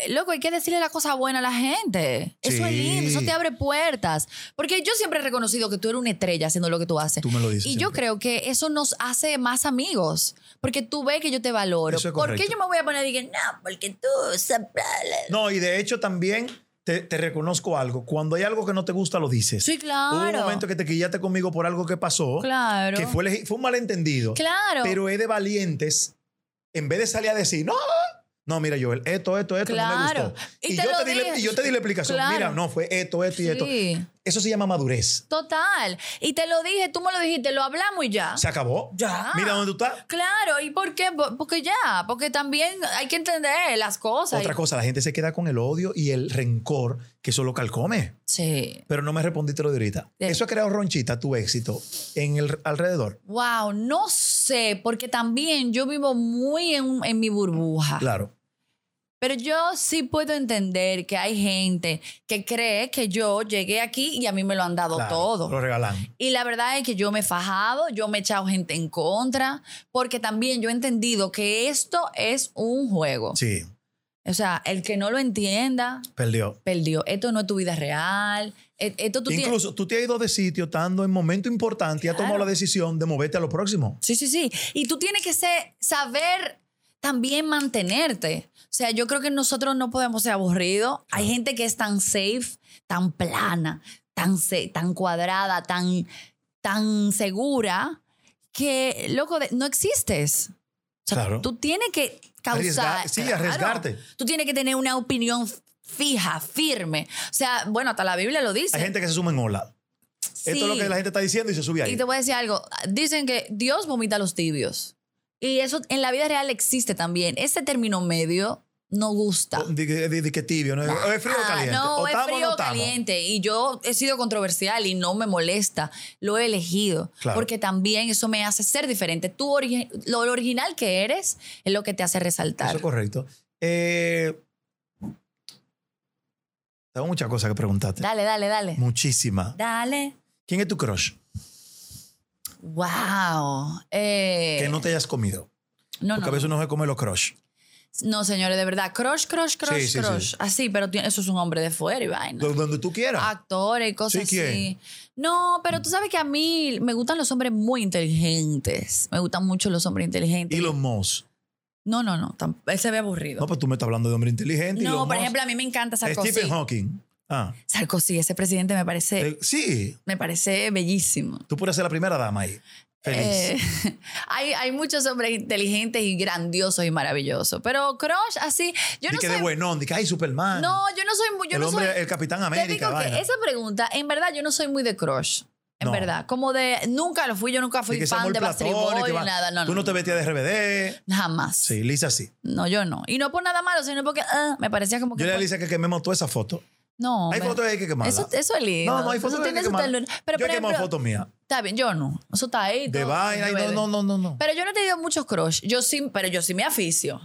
Speaker 2: eh, loco, hay que decirle la cosa buena a la gente. Eso es
Speaker 1: Sí.
Speaker 2: lindo, eso te abre puertas. Porque yo siempre he reconocido que tú eres una estrella haciendo lo que tú haces.
Speaker 1: Tú me lo dices.
Speaker 2: Y yo
Speaker 1: siempre.
Speaker 2: creo que eso nos hace más amigos, porque tú ves que yo te valoro.
Speaker 1: Eso es
Speaker 2: ¿Por qué
Speaker 1: correcto.
Speaker 2: yo me voy a poner y que no? Porque tú... siempre le-".
Speaker 1: No, y de hecho también te, te reconozco algo. Cuando hay algo que no te gusta, lo dices.
Speaker 2: Sí,
Speaker 1: Hubo un
Speaker 2: claro.
Speaker 1: momento que te quillaste conmigo por algo que pasó,
Speaker 2: Claro.
Speaker 1: que fue, legi- fue un malentendido.
Speaker 2: claro.
Speaker 1: Pero es de valientes, en vez de salir a decir, no, no, mira, Joel, esto, esto, esto no me
Speaker 2: Claro.
Speaker 1: gustó.
Speaker 2: Y
Speaker 1: Y,
Speaker 2: te
Speaker 1: yo,
Speaker 2: lo
Speaker 1: te di, la-
Speaker 2: dije.
Speaker 1: y yo te di la explicación.
Speaker 2: Claro.
Speaker 1: Mira, no, fue esto, esto y esto.
Speaker 2: Sí,
Speaker 1: Eso se llama madurez.
Speaker 2: total. Y te lo dije, tú me lo dijiste, lo hablamos y ya.
Speaker 1: Se acabó.
Speaker 2: Ah. Ya.
Speaker 1: Mira dónde tú estás.
Speaker 2: Claro, ¿y por qué? Por- Porque ya, porque también hay que entender las cosas.
Speaker 1: Otra
Speaker 2: Y-
Speaker 1: cosa, la gente se queda con el odio y el rencor que solo calcome.
Speaker 2: Sí.
Speaker 1: Pero no me respondiste lo de ahorita.
Speaker 2: Sí.
Speaker 1: Eso ha creado ronchita, tu éxito, en el alrededor.
Speaker 2: Wow, no sé, porque también yo vivo muy en, en mi burbuja.
Speaker 1: Claro.
Speaker 2: Pero yo sí puedo entender que hay gente que cree que yo llegué aquí y a mí me lo han dado
Speaker 1: claro,
Speaker 2: todo.
Speaker 1: Lo regalan.
Speaker 2: Y la verdad es que yo me he fajado, yo me he echado gente en contra, porque también yo he entendido que esto es un juego.
Speaker 1: Sí,
Speaker 2: O sea, el que no lo entienda,
Speaker 1: perdió.
Speaker 2: perdió. Esto no es tu vida real. E- Esto tú tienes.
Speaker 1: Incluso tú te has ido de sitio estando en momento importante y has tomado
Speaker 2: Claro.
Speaker 1: la decisión de moverte a lo próximo.
Speaker 2: Sí, sí, sí. Y tú tienes que ser- saber también mantenerte. O sea, yo creo que nosotros no podemos ser aburridos. Hay gente que es tan safe, tan plana, tan, se- tan cuadrada, tan, tan segura, que, loco, de- no existes. O sea,
Speaker 1: Claro.
Speaker 2: Tú tienes que causar.
Speaker 1: Arriesgar- sí, arriesgarte.
Speaker 2: Tú tienes que tener una opinión fija, firme. O sea, bueno, hasta la Biblia lo dice.
Speaker 1: Hay gente que se suma en ola. Esto es lo
Speaker 2: Sí.
Speaker 1: que la gente está diciendo y se sube ahí.
Speaker 2: Y te voy a decir algo. Dicen que Dios vomita a los tibios. Y eso en la vida real existe también. Ese término medio no gusta.
Speaker 1: Di, di- di que tibio, ¿no? es frío o
Speaker 2: Ah,
Speaker 1: caliente.
Speaker 2: No,
Speaker 1: o
Speaker 2: es
Speaker 1: estamos o
Speaker 2: frío
Speaker 1: no
Speaker 2: o
Speaker 1: estamos.
Speaker 2: caliente. Y yo he sido controversial y no me molesta. Lo he elegido.
Speaker 1: Claro.
Speaker 2: Porque también eso me hace ser diferente. Tú, origi- lo, lo original que eres, es lo que te hace
Speaker 1: Eso
Speaker 2: resaltar.
Speaker 1: es correcto. Eh, tengo muchas cosas que preguntarte.
Speaker 2: Dale, dale, dale.
Speaker 1: Muchísimas.
Speaker 2: Dale.
Speaker 1: ¿Quién es tu crush?
Speaker 2: Wow. Eh,
Speaker 1: que no te hayas comido.
Speaker 2: no,
Speaker 1: Porque
Speaker 2: no.
Speaker 1: a veces uno se come los crush.
Speaker 2: No, señores, de verdad. Crush, crush, crush,
Speaker 1: Sí, sí,
Speaker 2: crush.
Speaker 1: sí.
Speaker 2: Así, pero tiene- eso es un hombre de fuera y vaina.
Speaker 1: Do- Donde tú quieras.
Speaker 2: Ah, actores y cosas
Speaker 1: Sí, ¿quién?
Speaker 2: así. No, pero tú sabes que a mí me gustan los hombres muy inteligentes. Me gustan mucho los hombres inteligentes.
Speaker 1: y los Musk.
Speaker 2: No, no, no. tam- Él se ve aburrido.
Speaker 1: No, pues tú me estás hablando de hombre inteligente.
Speaker 2: No,
Speaker 1: Elon
Speaker 2: por
Speaker 1: Musk.
Speaker 2: ejemplo, a mí me encanta Sarkozy.
Speaker 1: Stephen Hawking. Ah,
Speaker 2: Sarkozy, ese presidente me parece,
Speaker 1: eh, sí.
Speaker 2: me parece bellísimo.
Speaker 1: Tú puedes ser la primera dama ahí. Feliz.
Speaker 2: Eh, hay, hay muchos hombres inteligentes y grandiosos y maravillosos. Pero crush, así. Yo
Speaker 1: Di
Speaker 2: no
Speaker 1: que
Speaker 2: soy.
Speaker 1: de buenón, di que hay Superman.
Speaker 2: No, yo no soy muy. Yo
Speaker 1: el
Speaker 2: no
Speaker 1: hombre,
Speaker 2: soy,
Speaker 1: el Capitán
Speaker 2: Te
Speaker 1: América.
Speaker 2: digo
Speaker 1: vaina.
Speaker 2: que esa pregunta, en verdad, yo no soy muy de crush. En
Speaker 1: No.
Speaker 2: verdad, como de nunca lo fui, yo nunca
Speaker 1: Di
Speaker 2: fui
Speaker 1: que ese
Speaker 2: fan
Speaker 1: amor
Speaker 2: de Backstreet
Speaker 1: platónico,
Speaker 2: Boy,
Speaker 1: que va-
Speaker 2: nada, no,
Speaker 1: Tú no te vestías de RBD.
Speaker 2: jamás.
Speaker 1: Sí, Lisa sí.
Speaker 2: No, yo no. Y no por nada malo, sino porque ah, me parecía como que
Speaker 1: Yo le dije que quememos toda esa foto.
Speaker 2: no.
Speaker 1: hay
Speaker 2: me-
Speaker 1: fotos ahí que quemarla.
Speaker 2: Eso, eso es lindo.
Speaker 1: no, no, hay
Speaker 2: Eso
Speaker 1: fotos ahí
Speaker 2: tiene
Speaker 1: que
Speaker 2: su
Speaker 1: quemarla.
Speaker 2: talón. Pero
Speaker 1: Yo
Speaker 2: por
Speaker 1: he quemado
Speaker 2: ejemplo,
Speaker 1: fotos mías.
Speaker 2: está bien, yo no. Eso está ahí.
Speaker 1: De
Speaker 2: todo,
Speaker 1: vaina. y
Speaker 2: bebé.
Speaker 1: No, no, no, no, no.
Speaker 2: Pero yo no he tenido muchos crush. Yo sí, pero yo sí me aficio.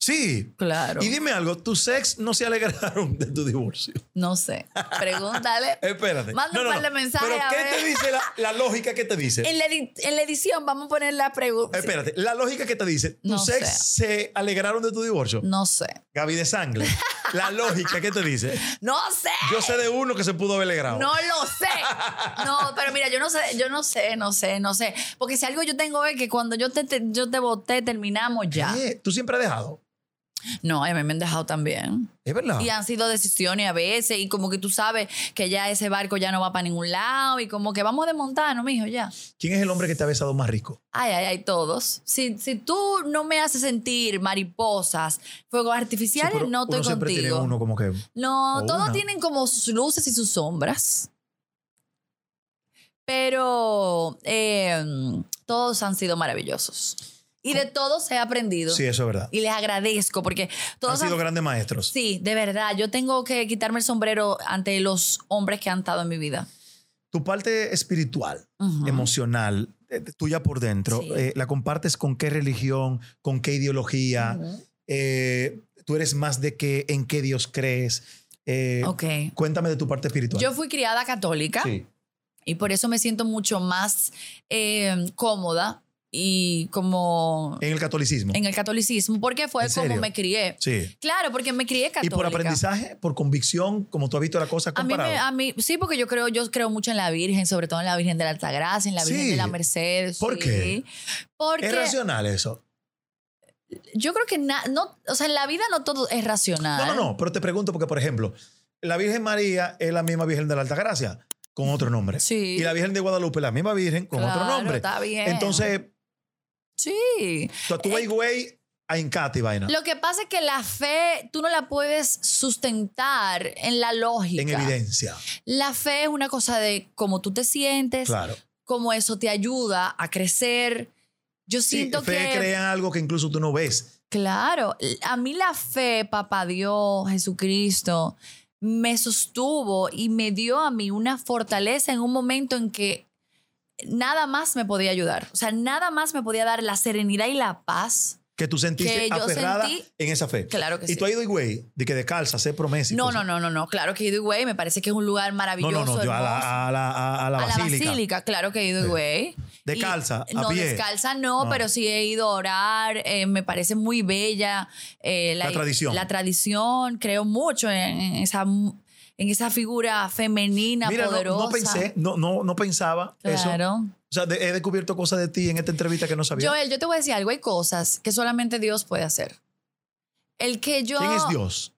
Speaker 1: Sí.
Speaker 2: Claro.
Speaker 1: Y dime algo, ¿tus sex no se alegraron de tu divorcio?
Speaker 2: No sé. Pregúntale.
Speaker 1: Eh, Espérate.
Speaker 2: Manda un par de mensajes,
Speaker 1: Pero
Speaker 2: a
Speaker 1: ¿qué
Speaker 2: ver.
Speaker 1: te dice la, la lógica que te dice?
Speaker 2: en, la edi- en la edición vamos a poner la pregunta.
Speaker 1: Espérate, la lógica que te dice,
Speaker 2: No
Speaker 1: ¿tus ex se alegraron de tu divorcio?
Speaker 2: No sé.
Speaker 1: Gaby de sangre. La lógica que te dice.
Speaker 2: No sé.
Speaker 1: Yo sé de uno que se pudo haber alegrado.
Speaker 2: No lo sé. No, pero mira, yo no sé, yo no sé, no sé, no sé. Porque si algo yo tengo es que cuando yo te, te- yo te voté, terminamos ya.
Speaker 1: Eh, Tú siempre has dejado.
Speaker 2: No, a mí me han dejado también.
Speaker 1: Es verdad.
Speaker 2: Y han sido decisiones a veces, y como que tú sabes que ya ese barco ya no va para ningún lado, y como que vamos de montarnos, mijo, ya.
Speaker 1: ¿Quién es el hombre que te ha besado más rico?
Speaker 2: Ay, ay, ay, todos. Si, si tú no me haces sentir mariposas, fuegos
Speaker 1: Sí,
Speaker 2: artificiales,
Speaker 1: pero
Speaker 2: no estoy
Speaker 1: uno siempre tiene
Speaker 2: contigo.
Speaker 1: uno como que.
Speaker 2: No,
Speaker 1: O
Speaker 2: todos
Speaker 1: una.
Speaker 2: tienen como sus luces y sus sombras. Pero eh, todos han sido maravillosos. Y de todos he aprendido.
Speaker 1: Sí, eso es verdad.
Speaker 2: Y les agradezco porque
Speaker 1: Han
Speaker 2: todos
Speaker 1: sido
Speaker 2: han-
Speaker 1: grandes maestros.
Speaker 2: Sí, de verdad. Yo tengo que quitarme el sombrero ante los hombres que han estado en mi vida.
Speaker 1: Tu parte espiritual,
Speaker 2: Ujú.
Speaker 1: emocional, eh, tuya por dentro,
Speaker 2: Sí.
Speaker 1: eh, ¿la compartes con qué religión, con qué ideología?
Speaker 2: Ujú.
Speaker 1: Eh, ¿Tú eres más de que en qué Dios crees? Eh,
Speaker 2: Ok.
Speaker 1: Cuéntame de tu parte espiritual.
Speaker 2: Yo fui criada católica.
Speaker 1: Sí.
Speaker 2: Y por eso me siento mucho más eh, cómoda y como
Speaker 1: En el catolicismo.
Speaker 2: en el catolicismo, porque fue
Speaker 1: ¿En
Speaker 2: como
Speaker 1: serio?
Speaker 2: me crié.
Speaker 1: sí.
Speaker 2: Claro, porque me crié
Speaker 1: Y
Speaker 2: católica.
Speaker 1: por aprendizaje, por convicción, como tú has visto la cosa
Speaker 2: A mí, me-
Speaker 1: comparado.
Speaker 2: a mí, sí, porque yo creo, yo creo mucho en la Virgen, sobre todo en la Virgen de la Altagracia, en la Virgen
Speaker 1: Sí.
Speaker 2: de la Mercedes.
Speaker 1: ¿Por
Speaker 2: sí.
Speaker 1: qué?
Speaker 2: Porque
Speaker 1: es racional eso.
Speaker 2: yo creo que na- no, o sea, en la vida no todo es racional.
Speaker 1: No, no, no, pero te pregunto porque, por ejemplo, la Virgen María es la misma Virgen de la Altagracia, con otro nombre.
Speaker 2: Sí.
Speaker 1: Y la Virgen de Guadalupe es la misma Virgen, con otro
Speaker 2: Claro,
Speaker 1: nombre.
Speaker 2: Está bien.
Speaker 1: Entonces,
Speaker 2: Sí.
Speaker 1: tú- tú vas güey a Incati, vaina.
Speaker 2: Lo que pasa es que la fe tú no la puedes sustentar en la lógica.
Speaker 1: En evidencia.
Speaker 2: La fe es una cosa de cómo tú te sientes,
Speaker 1: Claro.
Speaker 2: cómo eso te ayuda a crecer. Yo
Speaker 1: Sí,
Speaker 2: siento
Speaker 1: fe
Speaker 2: que
Speaker 1: crean algo que incluso tú no ves.
Speaker 2: Claro, a mí la fe, papá Dios, Jesucristo, me sostuvo y me dio a mí una fortaleza en un momento en que nada más me podía ayudar. O sea, nada más me podía dar la serenidad y la paz.
Speaker 1: Que tú sentiste
Speaker 2: Que yo
Speaker 1: aferrada
Speaker 2: sentí-
Speaker 1: en esa fe.
Speaker 2: Claro que
Speaker 1: y
Speaker 2: sí.
Speaker 1: tú has ido güey de que descalza, hacer promesas. y
Speaker 2: No,
Speaker 1: cosas.
Speaker 2: no, no, no, no. Claro que he ido güey, me parece que es un lugar
Speaker 1: No,
Speaker 2: maravilloso.
Speaker 1: no, no, yo a
Speaker 2: hermoso.
Speaker 1: la, a la- a- a la
Speaker 2: A la
Speaker 1: basílica.
Speaker 2: basílica, claro que he ido güey.
Speaker 1: De
Speaker 2: Y-
Speaker 1: calza, a
Speaker 2: no,
Speaker 1: pie.
Speaker 2: descalza no,
Speaker 1: No.
Speaker 2: pero sí he ido a orar. eh, me parece muy bella eh,
Speaker 1: La tradición.
Speaker 2: La tradición. Creo mucho en, en esa, en esa figura femenina,
Speaker 1: Mira, no-
Speaker 2: poderosa.
Speaker 1: No, pensé, no, no, no pensaba eso.
Speaker 2: Claro.
Speaker 1: O sea, de- he descubierto cosas de ti en esta entrevista que no sabía.
Speaker 2: Joel, yo te voy a decir algo. Hay cosas que solamente Dios puede hacer. El que yo.
Speaker 1: ¿Quién es Dios?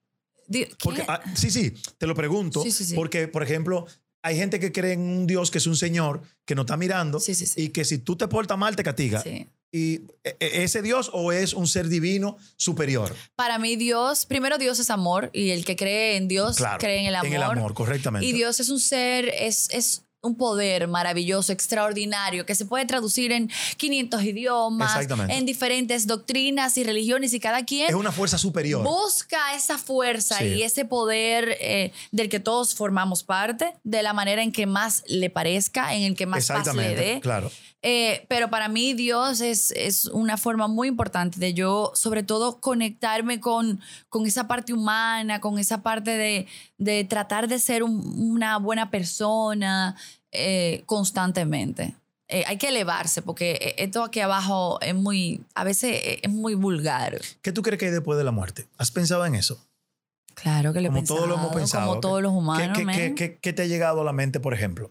Speaker 2: Di- ¿quién
Speaker 1: Porque,
Speaker 2: es-
Speaker 1: ah, sí, sí, te lo pregunto.
Speaker 2: Sí, sí, sí.
Speaker 1: Porque, por ejemplo, hay gente que cree en un Dios que es un Señor que nos está mirando
Speaker 2: Sí, sí, sí.
Speaker 1: y que si tú te portas mal te castiga.
Speaker 2: Sí.
Speaker 1: ¿Y e- e- ese Dios o es un ser divino superior?
Speaker 2: Para mí Dios, primero Dios es amor y el que cree en Dios
Speaker 1: Claro.
Speaker 2: cree en el amor.
Speaker 1: En el amor, correctamente.
Speaker 2: Y Dios es un ser, es, es un poder maravilloso, extraordinario, que se puede traducir en 500 idiomas,
Speaker 1: Exactamente.
Speaker 2: en diferentes doctrinas y religiones y cada quien
Speaker 1: es una fuerza superior.
Speaker 2: busca esa fuerza
Speaker 1: Sí.
Speaker 2: y ese poder eh, del que todos formamos parte, de la manera en que más le parezca, en el que más paz le
Speaker 1: Exactamente.
Speaker 2: dé.
Speaker 1: Claro.
Speaker 2: Eh, pero para mí Dios es, es una forma muy importante de yo, sobre todo, conectarme con, con esa parte humana, con esa parte de, de tratar de ser un- una buena persona eh, constantemente. Eh, hay que elevarse porque eh, esto aquí abajo es muy, a veces eh, es muy vulgar.
Speaker 1: ¿Qué tú crees que hay después de la muerte? ¿Has pensado en eso?
Speaker 2: Claro que lo he
Speaker 1: Como
Speaker 2: pensado,
Speaker 1: todos lo hemos pensado.
Speaker 2: Como todos los
Speaker 1: ¿Qué-
Speaker 2: humanos.
Speaker 1: qué-
Speaker 2: man.
Speaker 1: qué- qué- qué te ha llegado a la mente, por ejemplo?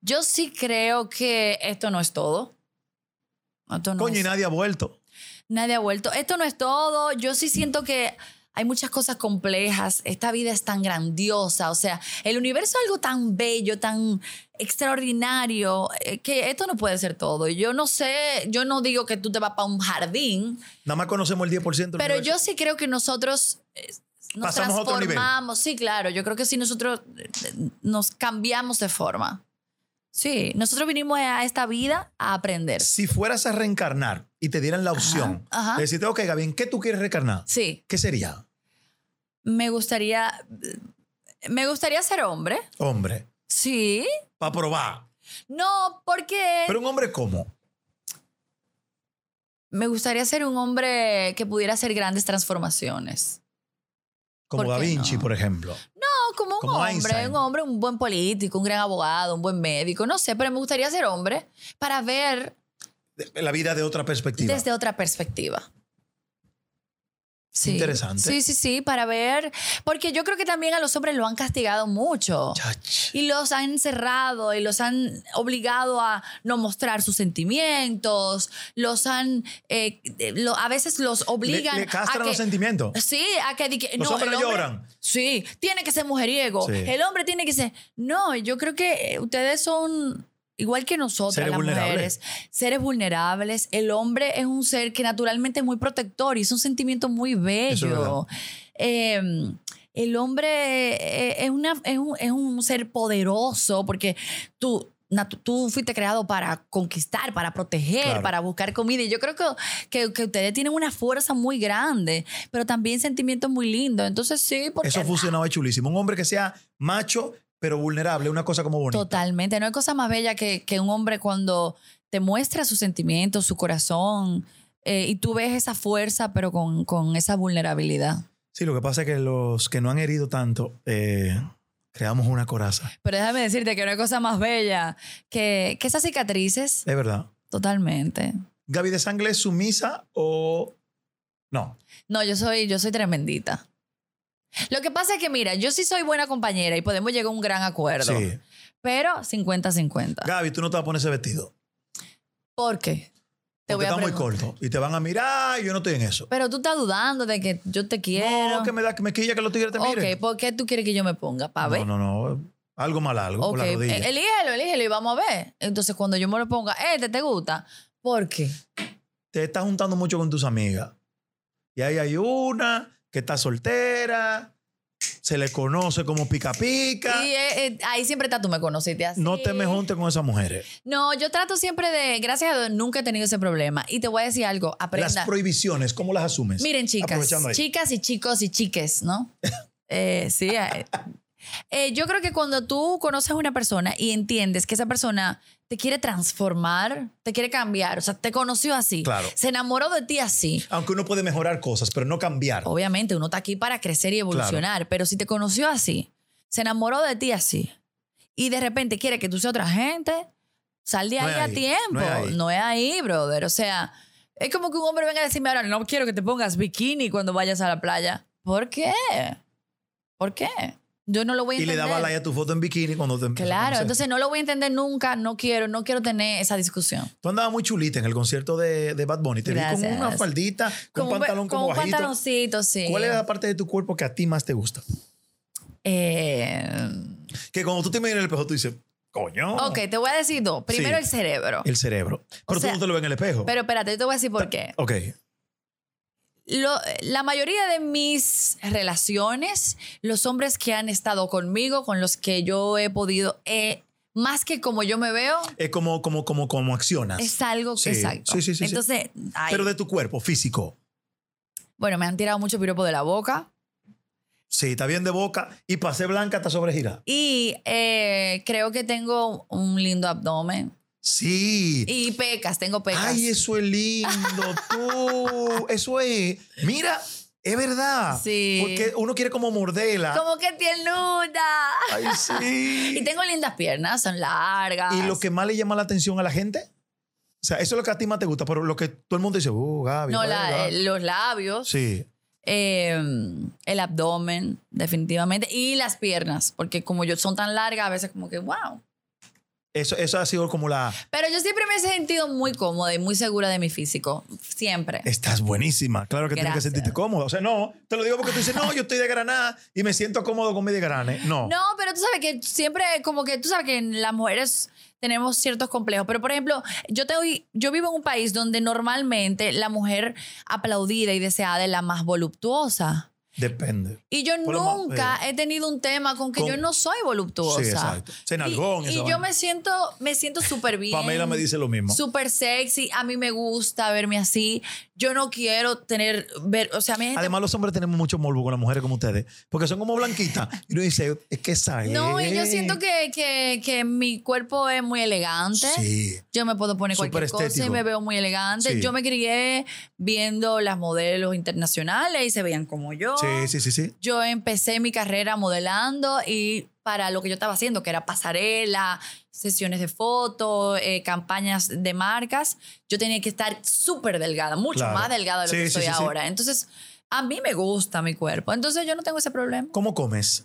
Speaker 2: Yo sí creo que esto no es todo. Esto no
Speaker 1: Coño, y
Speaker 2: es-
Speaker 1: nadie ha vuelto.
Speaker 2: Nadie ha vuelto. Esto no es todo. Yo sí siento que hay muchas cosas complejas. Esta vida es tan grandiosa. O sea, el universo es algo tan bello, tan extraordinario, eh, que esto no puede ser todo. Yo no sé, yo no digo que tú te vas para un jardín,
Speaker 1: Nada más conocemos el 10% del
Speaker 2: pero
Speaker 1: universo.
Speaker 2: yo sí creo que nosotros eh, nos
Speaker 1: Pasamos a otro nivel.
Speaker 2: transformamos. Sí, claro. Yo creo que sí nosotros eh, nos cambiamos de forma. Sí, nosotros vinimos a esta vida a aprender.
Speaker 1: Si fueras a reencarnar y te dieran la opción
Speaker 2: ajá.
Speaker 1: de decirte, ok, Gaby, ¿en qué tú quieres reencarnar?
Speaker 2: Sí,
Speaker 1: ¿Qué sería?
Speaker 2: me gustaría, me gustaría ser hombre.
Speaker 1: Hombre,
Speaker 2: Sí.
Speaker 1: para probar.
Speaker 2: No, porque
Speaker 1: Pero un hombre, ¿cómo?
Speaker 2: me gustaría ser un hombre que pudiera hacer grandes transformaciones.
Speaker 1: Como
Speaker 2: ¿Por
Speaker 1: Da
Speaker 2: qué
Speaker 1: Vinci,
Speaker 2: no?
Speaker 1: por ejemplo.
Speaker 2: No, como un
Speaker 1: Como
Speaker 2: hombre,
Speaker 1: Einstein.
Speaker 2: un hombre, un buen político, un gran abogado, un buen médico, no sé, pero me gustaría ser hombre para ver
Speaker 1: De- La vida de otra perspectiva.
Speaker 2: desde otra perspectiva. Sí.
Speaker 1: Interesante.
Speaker 2: Sí, sí, sí, para ver, porque yo creo que también a los hombres lo han castigado mucho.
Speaker 1: Chach.
Speaker 2: Y los han encerrado y los han obligado a no mostrar sus sentimientos, los han, eh, eh, lo- a veces los obligan
Speaker 1: Le, le
Speaker 2: a
Speaker 1: castran
Speaker 2: que...
Speaker 1: los sentimientos.
Speaker 2: Sí, a que, di que-
Speaker 1: Los
Speaker 2: no,
Speaker 1: hombres
Speaker 2: el
Speaker 1: no
Speaker 2: hombre-
Speaker 1: lloran.
Speaker 2: Sí, tiene que ser mujeriego.
Speaker 1: Sí.
Speaker 2: El hombre tiene que ser. No, yo creo que eh, ustedes son igual que nosotras,
Speaker 1: Seres
Speaker 2: las
Speaker 1: vulnerables.
Speaker 2: mujeres, seres vulnerables. El hombre es un ser que naturalmente es muy protector y es un sentimiento muy
Speaker 1: Eso es verdad.
Speaker 2: bello. Eh, el hombre eh, es, una, es, un, es un ser poderoso porque tú. natu- Tú fuiste creado para conquistar, para proteger,
Speaker 1: Claro.
Speaker 2: para buscar comida. Y yo creo que, que, que ustedes tienen una fuerza muy grande, pero también sentimientos muy lindos. Entonces, sí, porque
Speaker 1: Eso funcionaba chulísimo. Un hombre que sea macho, pero vulnerable. Una cosa como bonita.
Speaker 2: Totalmente. No hay cosa más bella que, que un hombre cuando te muestra sus sentimientos, su corazón, eh, y tú ves esa fuerza, pero con, con esa vulnerabilidad.
Speaker 1: Sí, lo que pasa es que los que no han herido tanto, eh, creamos una coraza.
Speaker 2: Pero déjame decirte que no hay cosa más bella que, que esas cicatrices.
Speaker 1: Es verdad.
Speaker 2: Totalmente.
Speaker 1: Gaby de Sangre es sumisa o... No.
Speaker 2: No, yo soy, yo soy tremendita. Lo que pasa es que, mira, yo sí soy buena compañera y podemos llegar a un gran acuerdo.
Speaker 1: Sí.
Speaker 2: Pero 50-50.
Speaker 1: Gaby, tú no te vas a poner ese vestido.
Speaker 2: ¿Por qué?
Speaker 1: porque
Speaker 2: Te voy a
Speaker 1: está muy
Speaker 2: preguntar.
Speaker 1: corto. Y te van a mirar y yo no estoy en eso.
Speaker 2: Pero tú estás dudando de que yo te quiero.
Speaker 1: No, que me da que me quilla que los tigres te
Speaker 2: Ok,
Speaker 1: miren.
Speaker 2: ¿por qué tú quieres que yo me ponga? ¿Para ver?
Speaker 1: No, no, no. Algo mal, algo
Speaker 2: ok,
Speaker 1: por la rodilla.
Speaker 2: eh, elígelo, elígelo y vamos a ver. Entonces, cuando yo me lo ponga, este te gusta. ¿Por qué?
Speaker 1: Te estás juntando mucho con tus amigas. Y ahí hay una que está soltera, se le conoce como pica pica.
Speaker 2: Y eh, eh, ahí siempre está, tú me conociste así.
Speaker 1: No te me juntes con esas mujeres.
Speaker 2: No, yo trato siempre de, gracias a Dios, nunca he tenido ese problema. Y te voy a decir algo, aprenda.
Speaker 1: Las prohibiciones, ¿cómo las asumes?
Speaker 2: Miren, chicas,
Speaker 1: Aprovechando ahí.
Speaker 2: chicas y chicos y chiques, ¿no? Eh, sí. eh, eh, yo creo que cuando tú conoces a una persona y entiendes que esa persona te quiere transformar, te quiere cambiar, o sea, te conoció así,
Speaker 1: Claro.
Speaker 2: se enamoró de ti así.
Speaker 1: Aunque uno puede mejorar cosas, pero no cambiar.
Speaker 2: Obviamente, uno está aquí para crecer y evolucionar, pero si te conoció así, se enamoró de ti así, y de repente quiere que tú seas otra gente, sal de
Speaker 1: No
Speaker 2: ahí
Speaker 1: es
Speaker 2: a
Speaker 1: ahí,
Speaker 2: tiempo.
Speaker 1: no
Speaker 2: No
Speaker 1: es
Speaker 2: es,
Speaker 1: ahí.
Speaker 2: ahí. brother. O sea, es como que un hombre venga a decirme ahora, no quiero que te pongas bikini cuando vayas a la playa. ¿Por qué? ¿Por qué? Yo no lo voy a
Speaker 1: Y le
Speaker 2: entender.
Speaker 1: daba like a tu foto en bikini cuando te empezó a
Speaker 2: Claro,
Speaker 1: conocer.
Speaker 2: entonces no lo voy a entender nunca, no quiero, no quiero tener esa discusión.
Speaker 1: Tú andabas muy chulita en el concierto de, de Bad Bunny. Te vi
Speaker 2: Gracias.
Speaker 1: con una faldita, con
Speaker 2: Como
Speaker 1: un pantalón
Speaker 2: con
Speaker 1: como
Speaker 2: un
Speaker 1: bajito.
Speaker 2: pantaloncito, sí.
Speaker 1: ¿Cuál es la parte de tu cuerpo que a ti más te gusta?
Speaker 2: Eh,
Speaker 1: Que cuando tú te miras en el espejo, tú dices, coño.
Speaker 2: Ok, te voy a decir dos. Primero
Speaker 1: Sí.
Speaker 2: el cerebro.
Speaker 1: El cerebro. Pero
Speaker 2: sea,
Speaker 1: tú no te lo ves en el espejo.
Speaker 2: Pero espérate, yo te voy a decir por qué.
Speaker 1: ok.
Speaker 2: Lo- la mayoría de mis relaciones, los hombres que han estado conmigo, con los que yo he podido, eh, más que como yo me veo,
Speaker 1: Es como, como, como, como accionas.
Speaker 2: es algo que
Speaker 1: Sí,
Speaker 2: exacto.
Speaker 1: sí, sí, sí, sí.
Speaker 2: Entonces, ay,
Speaker 1: Pero de tu cuerpo, físico.
Speaker 2: bueno, me han tirado mucho piropo de la boca.
Speaker 1: Sí, está bien de boca y pasé blanca hasta sobregira.
Speaker 2: Y eh, creo que tengo un lindo abdomen.
Speaker 1: Sí.
Speaker 2: Y pecas, tengo pecas.
Speaker 1: Ay, eso es lindo, tú. Eso es. Mira, es verdad.
Speaker 2: Sí.
Speaker 1: Porque uno quiere como morderla.
Speaker 2: Como que tiernuda.
Speaker 1: Ay, sí.
Speaker 2: Y tengo lindas piernas, son largas.
Speaker 1: ¿Y lo que más le llama la atención a la gente? O sea, eso es lo que a ti más te gusta, pero lo que todo el mundo dice, uh, Gaby.
Speaker 2: no,
Speaker 1: Gaby,
Speaker 2: la-
Speaker 1: Gaby".
Speaker 2: eh, los labios,
Speaker 1: Sí.
Speaker 2: eh, el abdomen, definitivamente, y las piernas, porque como yo son tan largas, a veces como que, wow.
Speaker 1: Eso, eso ha sido como la.
Speaker 2: Pero yo siempre me he sentido muy cómoda y muy segura de mi físico, siempre.
Speaker 1: Estás buenísima. Claro que tienes que
Speaker 2: Gracias.
Speaker 1: sentirte cómoda. O sea, no, te lo digo porque tú dices, no, yo estoy de Granada y me siento cómodo con mi de Granada. No.
Speaker 2: No, pero tú sabes que siempre, como que tú sabes que en las mujeres tenemos ciertos complejos. Pero, por ejemplo, yo, tengo, yo vivo en un país donde normalmente la mujer aplaudida y deseada es la más voluptuosa.
Speaker 1: Depende.
Speaker 2: Y yo
Speaker 1: Por lo más- eh,
Speaker 2: nunca he tenido un tema con que
Speaker 1: Con-
Speaker 2: yo no soy voluptuosa.
Speaker 1: Sí, exacto. Cenalgón,
Speaker 2: Y,
Speaker 1: esa
Speaker 2: y
Speaker 1: vaina.
Speaker 2: yo me siento me siento súper bien.
Speaker 1: Pamela me dice lo mismo.
Speaker 2: Súper sexy. A mí me gusta verme así. Yo no quiero tener... Ver, o sea, a mí hay gente
Speaker 1: Además, los hombres tenemos mucho morbo con las mujeres como ustedes, porque son como blanquitas. Y uno dice, es que esa
Speaker 2: No,
Speaker 1: es".
Speaker 2: y yo siento que, que- que mi cuerpo es muy elegante.
Speaker 1: Sí.
Speaker 2: Yo me puedo poner
Speaker 1: Súper
Speaker 2: cualquier cosa y
Speaker 1: estético.
Speaker 2: me veo muy elegante.
Speaker 1: Sí.
Speaker 2: Yo me crié viendo las modelos internacionales y se veían como yo.
Speaker 1: Sí, sí, sí, sí.
Speaker 2: Yo empecé mi carrera modelando y para lo que yo estaba haciendo, que era pasarela, sesiones de fotos, campañas de marcas, yo tenía que estar súper delgada, mucho
Speaker 1: Claro.
Speaker 2: más delgada de lo
Speaker 1: Sí,
Speaker 2: que
Speaker 1: sí,
Speaker 2: soy
Speaker 1: sí, sí.
Speaker 2: ahora. Entonces, a mí me gusta mi cuerpo. Entonces, yo no tengo ese problema.
Speaker 1: ¿Cómo comes?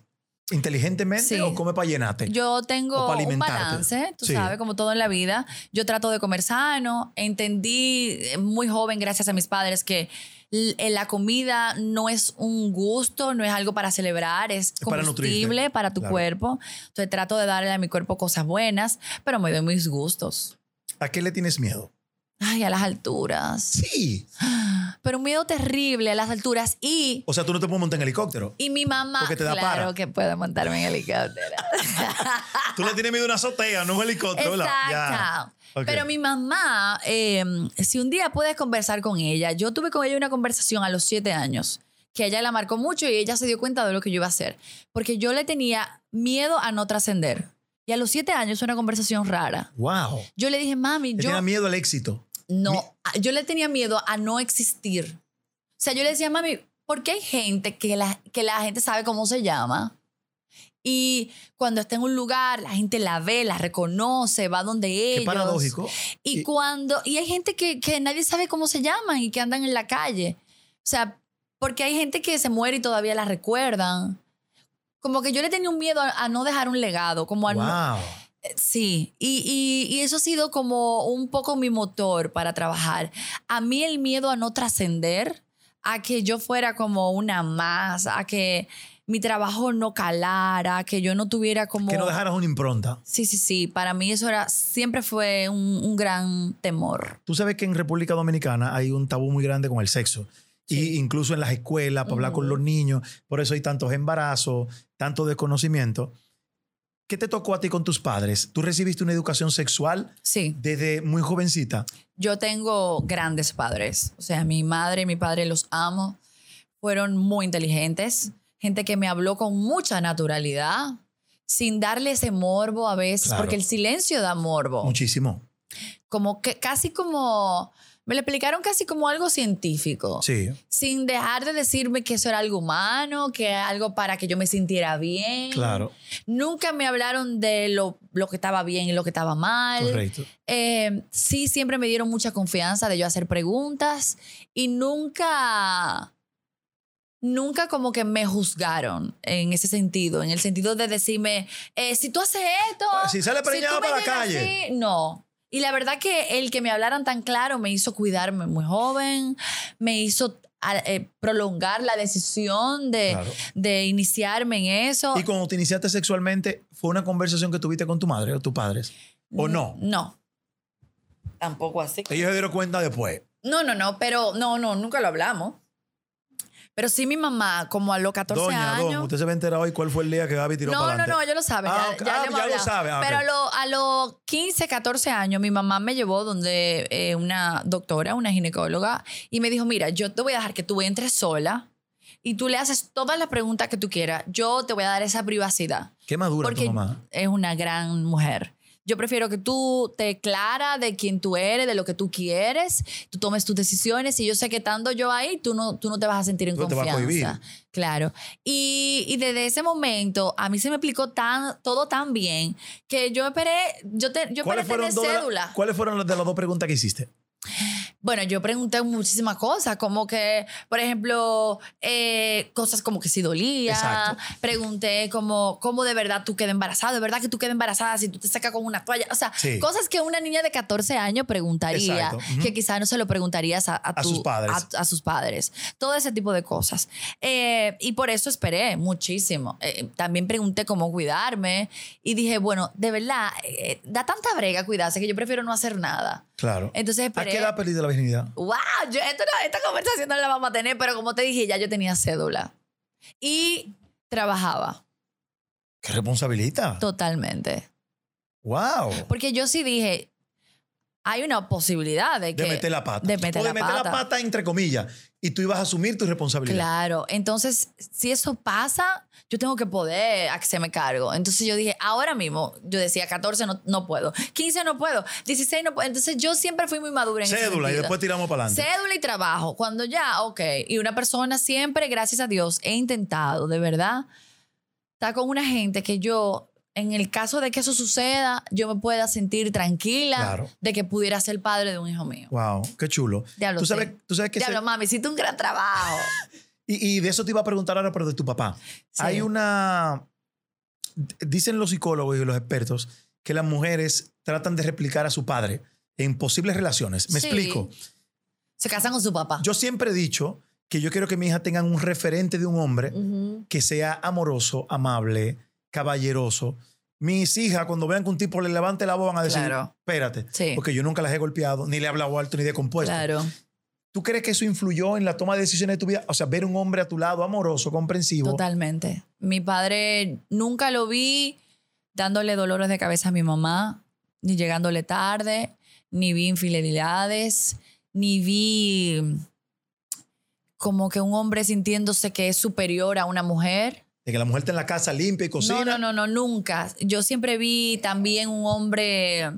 Speaker 1: ¿Inteligentemente
Speaker 2: Sí.
Speaker 1: o come para llenarte?
Speaker 2: Yo
Speaker 1: O
Speaker 2: tengo
Speaker 1: para
Speaker 2: un
Speaker 1: alimentarte.
Speaker 2: balance, tú
Speaker 1: Sí.
Speaker 2: sabes, como todo en la vida. Yo trato de comer sano. Entendí eh, muy joven, gracias a mis padres, que l- eh, la comida no es un gusto, no es algo para celebrar, es
Speaker 1: para nutrirte,
Speaker 2: combustible para, tu
Speaker 1: claro.
Speaker 2: cuerpo. Entonces trato de darle a mi cuerpo cosas buenas, pero me doy mis gustos.
Speaker 1: ¿A qué le tienes miedo?
Speaker 2: Ay, a las alturas.
Speaker 1: Sí.
Speaker 2: Pero un miedo terrible a las alturas y...
Speaker 1: O sea, tú no te puedes montar en helicóptero.
Speaker 2: Y mi mamá,
Speaker 1: Porque te da
Speaker 2: claro
Speaker 1: para.
Speaker 2: que puedo montarme en helicóptero.
Speaker 1: Tú le tienes miedo a una azotea, no a un helicóptero, ¿verdad? Ya.
Speaker 2: Exacto.
Speaker 1: Ok.
Speaker 2: Pero mi mamá, eh, si un día puedes conversar con ella, yo tuve con ella una conversación a los siete años que a ella la marcó mucho y ella se dio cuenta de lo que yo iba a hacer, porque yo le tenía miedo a no trascender. Y a los siete años una conversación rara.
Speaker 1: Wow.
Speaker 2: Yo le dije, mami,
Speaker 1: Le
Speaker 2: yo
Speaker 1: tienes miedo al éxito. mi-
Speaker 2: no, a- yo le tenía miedo a no existir. O sea, yo le decía, mami, ¿por qué hay gente que la, que la gente sabe cómo se llama? Y cuando está en un lugar, la gente la ve, la reconoce, va donde ellos.
Speaker 1: Qué paradójico.
Speaker 2: Y,
Speaker 1: Y-
Speaker 2: cuando. Y hay gente que, que nadie sabe cómo se llaman y que andan en la calle. O sea, porque hay gente que se muere y todavía la recuerdan. Como que yo le tenía un miedo a, a no dejar un legado, como a no-
Speaker 1: Wow.
Speaker 2: Sí, y, y- y eso ha sido como un poco mi motor para trabajar. A mí el miedo a no trascender, a que yo fuera como una más, a que mi trabajo no calara, a que yo no tuviera como...
Speaker 1: Que no dejaras una impronta.
Speaker 2: Sí, sí, sí, para mí eso era, siempre fue un, un gran temor.
Speaker 1: Tú sabes que en República Dominicana hay un tabú muy grande con el sexo. Y incluso en las escuelas, para hablar con
Speaker 2: Ujú.
Speaker 1: los niños. Por eso hay tantos embarazos, tanto desconocimiento. ¿Qué te tocó a ti con tus padres? ¿Tú recibiste una educación sexual
Speaker 2: Sí,
Speaker 1: desde muy jovencita?
Speaker 2: yo tengo grandes padres, o sea, mi madre y mi padre los amo, fueron muy inteligentes, gente que me habló con mucha naturalidad, sin darle ese morbo a veces,
Speaker 1: Claro.
Speaker 2: porque el silencio da morbo,
Speaker 1: Muchísimo.
Speaker 2: como que casi como, me lo explicaron casi como algo científico,
Speaker 1: Sí.
Speaker 2: sin dejar de decirme que eso era algo humano, que era algo para que yo me sintiera bien.
Speaker 1: Claro.
Speaker 2: Nunca me hablaron de lo, lo que estaba bien y lo que estaba mal.
Speaker 1: Correcto.
Speaker 2: Eh, sí, siempre me dieron mucha confianza de yo hacer preguntas y nunca, nunca como que me juzgaron en ese sentido, en el sentido de decirme, eh, si tú haces esto,
Speaker 1: Pues, Si sale preñada
Speaker 2: tú me
Speaker 1: para la
Speaker 2: llegas
Speaker 1: calle.
Speaker 2: así, no. Y la verdad que el que me hablaran tan claro me hizo cuidarme muy joven, me hizo a- eh, prolongar la decisión de,
Speaker 1: Claro.
Speaker 2: de iniciarme en eso.
Speaker 1: Y cuando te iniciaste sexualmente, ¿fue una conversación que tuviste con tu madre o tus padres? ¿O no?
Speaker 2: No. Tampoco así.
Speaker 1: Ellos se dieron cuenta después.
Speaker 2: No, no, no, pero no, no, nunca lo hablamos. Pero sí mi mamá, como a los 14
Speaker 1: Doña,
Speaker 2: años.
Speaker 1: don, usted se va a enterar hoy cuál fue el día que Gaby tiró
Speaker 2: No,
Speaker 1: para
Speaker 2: no, no,
Speaker 1: adelante.
Speaker 2: ellos lo saben.
Speaker 1: Ah,
Speaker 2: ya,
Speaker 1: ok.
Speaker 2: ya
Speaker 1: Ah,
Speaker 2: le hemos
Speaker 1: ya lo
Speaker 2: hablado.
Speaker 1: saben, ah,
Speaker 2: Pero
Speaker 1: ok.
Speaker 2: a lo- a los 15, 14 años, mi mamá me llevó donde eh, una doctora, una ginecóloga, y me dijo: Mira, yo te voy a dejar que tú entres sola y tú le haces todas las preguntas que tú quieras. Yo te voy a dar esa privacidad.
Speaker 1: Qué madura
Speaker 2: Porque
Speaker 1: tu mamá.
Speaker 2: es una gran mujer. Yo prefiero que tú te clara de quién tú eres, de lo que tú quieres, tú tomes tus decisiones y yo sé que estando yo ahí, tú no, tú no te vas a sentir en
Speaker 1: Tú te vas a
Speaker 2: confianza.
Speaker 1: cohibir.
Speaker 2: Claro. Y, y desde ese momento a mí se me explicó tan, todo tan bien que yo esperé, yo, te, yo esperé
Speaker 1: ¿Cuáles fueron,
Speaker 2: tener
Speaker 1: dos de la-
Speaker 2: cédula.
Speaker 1: ¿Cuáles fueron las de las dos preguntas que hiciste?
Speaker 2: Bueno, yo pregunté muchísimas cosas, como que, por ejemplo, eh, cosas como que si dolía.
Speaker 1: Exacto.
Speaker 2: Pregunté como, ¿cómo de verdad tú quedas embarazada? ¿De verdad que tú quedas embarazada si tú te sacas con una toalla? O sea,
Speaker 1: Sí.
Speaker 2: cosas que una niña de 14 años preguntaría,
Speaker 1: Exacto. Ujú.
Speaker 2: que quizás no se lo preguntarías a, a
Speaker 1: A
Speaker 2: tu-
Speaker 1: sus padres.
Speaker 2: A, a sus padres. Todo ese tipo de cosas. Eh, y por eso esperé muchísimo. Eh, también pregunté cómo cuidarme y dije, bueno, de verdad, eh, da tanta brega cuidarse que yo prefiero no hacer nada.
Speaker 1: Claro.
Speaker 2: Entonces
Speaker 1: ¿A
Speaker 2: esperé.
Speaker 1: qué edad perdiste la virginidad?
Speaker 2: ¡Wow! Yo, esto no- esta conversación no la vamos a tener, pero como te dije, ya yo tenía cédula. Y trabajaba
Speaker 1: ¡Qué responsabilidad!
Speaker 2: totalmente.
Speaker 1: ¡Wow!
Speaker 2: Porque yo sí dije, hay una posibilidad de que...
Speaker 1: De meter la pata.
Speaker 2: de meter
Speaker 1: o de
Speaker 2: la
Speaker 1: meter la
Speaker 2: pata.
Speaker 1: pata entre comillas. Y tú ibas a asumir tu responsabilidad.
Speaker 2: Claro, entonces si eso pasa, yo tengo que poder hacerme cargo. Entonces yo dije, ahora mismo, yo decía 14 no, no puedo, 15 no puedo, 16 no puedo. Entonces yo siempre fui muy madura en ese
Speaker 1: Cédula y
Speaker 2: sentido.
Speaker 1: después tiramos para adelante.
Speaker 2: Cédula y trabajo. Cuando ya, ok. Y una persona siempre, gracias a Dios, he intentado, de verdad, estar con una gente que yo, en el caso de que eso suceda, yo me pueda sentir tranquila
Speaker 1: Claro.
Speaker 2: de que pudiera ser padre de un hijo mío.
Speaker 1: Wow, qué chulo.
Speaker 2: Diablo,
Speaker 1: tú sabes,
Speaker 2: sí.
Speaker 1: tú sabes que se-
Speaker 2: Diablo, mami, hiciste un gran trabajo.
Speaker 1: y, y de eso te iba a preguntar ahora, pero de tu papá.
Speaker 2: Sí.
Speaker 1: Hay una. d- Dicen los psicólogos y los expertos que las mujeres tratan de replicar a su padre en posibles relaciones. Me
Speaker 2: Sí.
Speaker 1: explico.
Speaker 2: Se casan con su papá.
Speaker 1: Yo siempre he dicho que yo quiero que mi hija tenga un referente de un hombre
Speaker 2: Ujú.
Speaker 1: que sea amoroso, amable, caballeroso. Mis hijas, cuando vean que un tipo le levante la voz, van a decir:
Speaker 2: Claro.
Speaker 1: Espérate,
Speaker 2: Sí.
Speaker 1: porque yo nunca las he golpeado, ni le he hablado alto, ni descompuesto.
Speaker 2: Claro.
Speaker 1: ¿Tú crees que eso influyó en la toma de decisiones de tu vida? O sea, ver un hombre a tu lado, amoroso, comprensivo.
Speaker 2: Totalmente. Mi padre nunca lo vi dándole dolores de cabeza a mi mamá, ni llegándole tarde, ni vi infidelidades, ni vi como que un hombre sintiéndose que es superior a una mujer.
Speaker 1: De que la mujer está en la casa limpia y cocina.
Speaker 2: No, no, no, no, nunca. Yo siempre vi también un hombre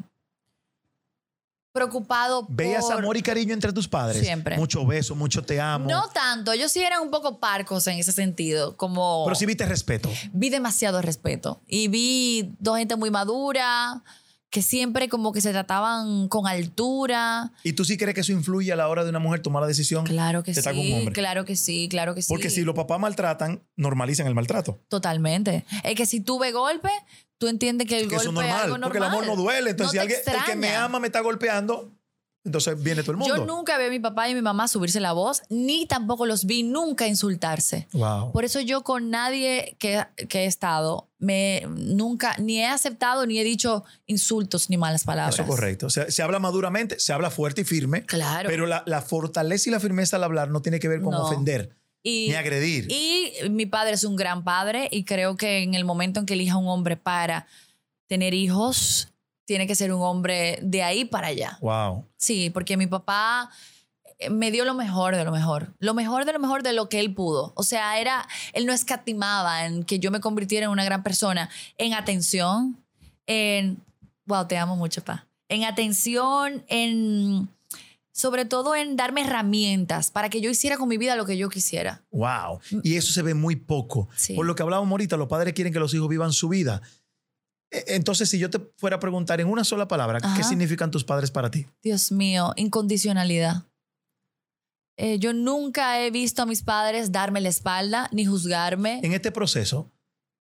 Speaker 2: preocupado
Speaker 1: Veas
Speaker 2: por...
Speaker 1: amor y cariño entre tus padres.
Speaker 2: Siempre.
Speaker 1: Mucho beso, mucho te amo.
Speaker 2: No tanto, ellos sí eran un poco parcos en ese sentido, como...
Speaker 1: Pero sí viste respeto.
Speaker 2: vi demasiado respeto y vi dos gente muy madura que siempre como que se trataban con altura.
Speaker 1: ¿Y tú sí crees que eso influye a la hora de una mujer tomar la decisión?
Speaker 2: Claro que
Speaker 1: Te está con un
Speaker 2: sí,
Speaker 1: hombre.
Speaker 2: claro que sí, claro que sí.
Speaker 1: Porque si los papás maltratan, normalizan el maltrato.
Speaker 2: Totalmente. Es que si tú ves golpe, tú entiendes que el
Speaker 1: Que
Speaker 2: golpe
Speaker 1: eso es
Speaker 2: es
Speaker 1: normal,
Speaker 2: algo normal.
Speaker 1: Porque el amor no duele. Entonces,
Speaker 2: No
Speaker 1: si
Speaker 2: te
Speaker 1: alguien el que me
Speaker 2: extraña.
Speaker 1: ama me está golpeando, entonces viene todo el mundo.
Speaker 2: Yo nunca vi a mi papá y mi mamá subirse la voz, ni tampoco los vi nunca insultarse.
Speaker 1: Wow.
Speaker 2: Por eso yo con nadie que, que he estado, me, nunca, ni he aceptado ni he dicho insultos ni malas palabras.
Speaker 1: Eso es correcto. O sea, se habla maduramente, se habla fuerte y firme.
Speaker 2: Claro.
Speaker 1: Pero la, la fortaleza y la firmeza al hablar no tiene que ver con
Speaker 2: No.
Speaker 1: ofender
Speaker 2: y,
Speaker 1: ni agredir.
Speaker 2: Y mi padre es un gran padre y creo que en el momento en que elija un hombre para tener hijos, tiene que ser un hombre de ahí para allá.
Speaker 1: Wow.
Speaker 2: Sí, porque mi papá eh, me dio lo mejor de lo mejor, lo mejor de lo mejor de lo que él pudo. O sea, era él no escatimaba en que yo me convirtiera en una gran persona, en atención, en wow, te amo mucho, pa. En atención, en sobre todo en darme herramientas para que yo hiciera con mi vida lo que yo quisiera.
Speaker 1: Wow. Y eso se ve muy poco.
Speaker 2: Mm. Sí.
Speaker 1: Por lo que hablábamos ahorita, los padres quieren que los hijos vivan su vida. E- Entonces, si yo te fuera a preguntar en una sola palabra, ¿qué
Speaker 2: Ajá.
Speaker 1: significan tus padres para ti?
Speaker 2: Dios mío, incondicionalidad. Eh, yo nunca he visto a mis padres darme la espalda ni juzgarme.
Speaker 1: En este proceso,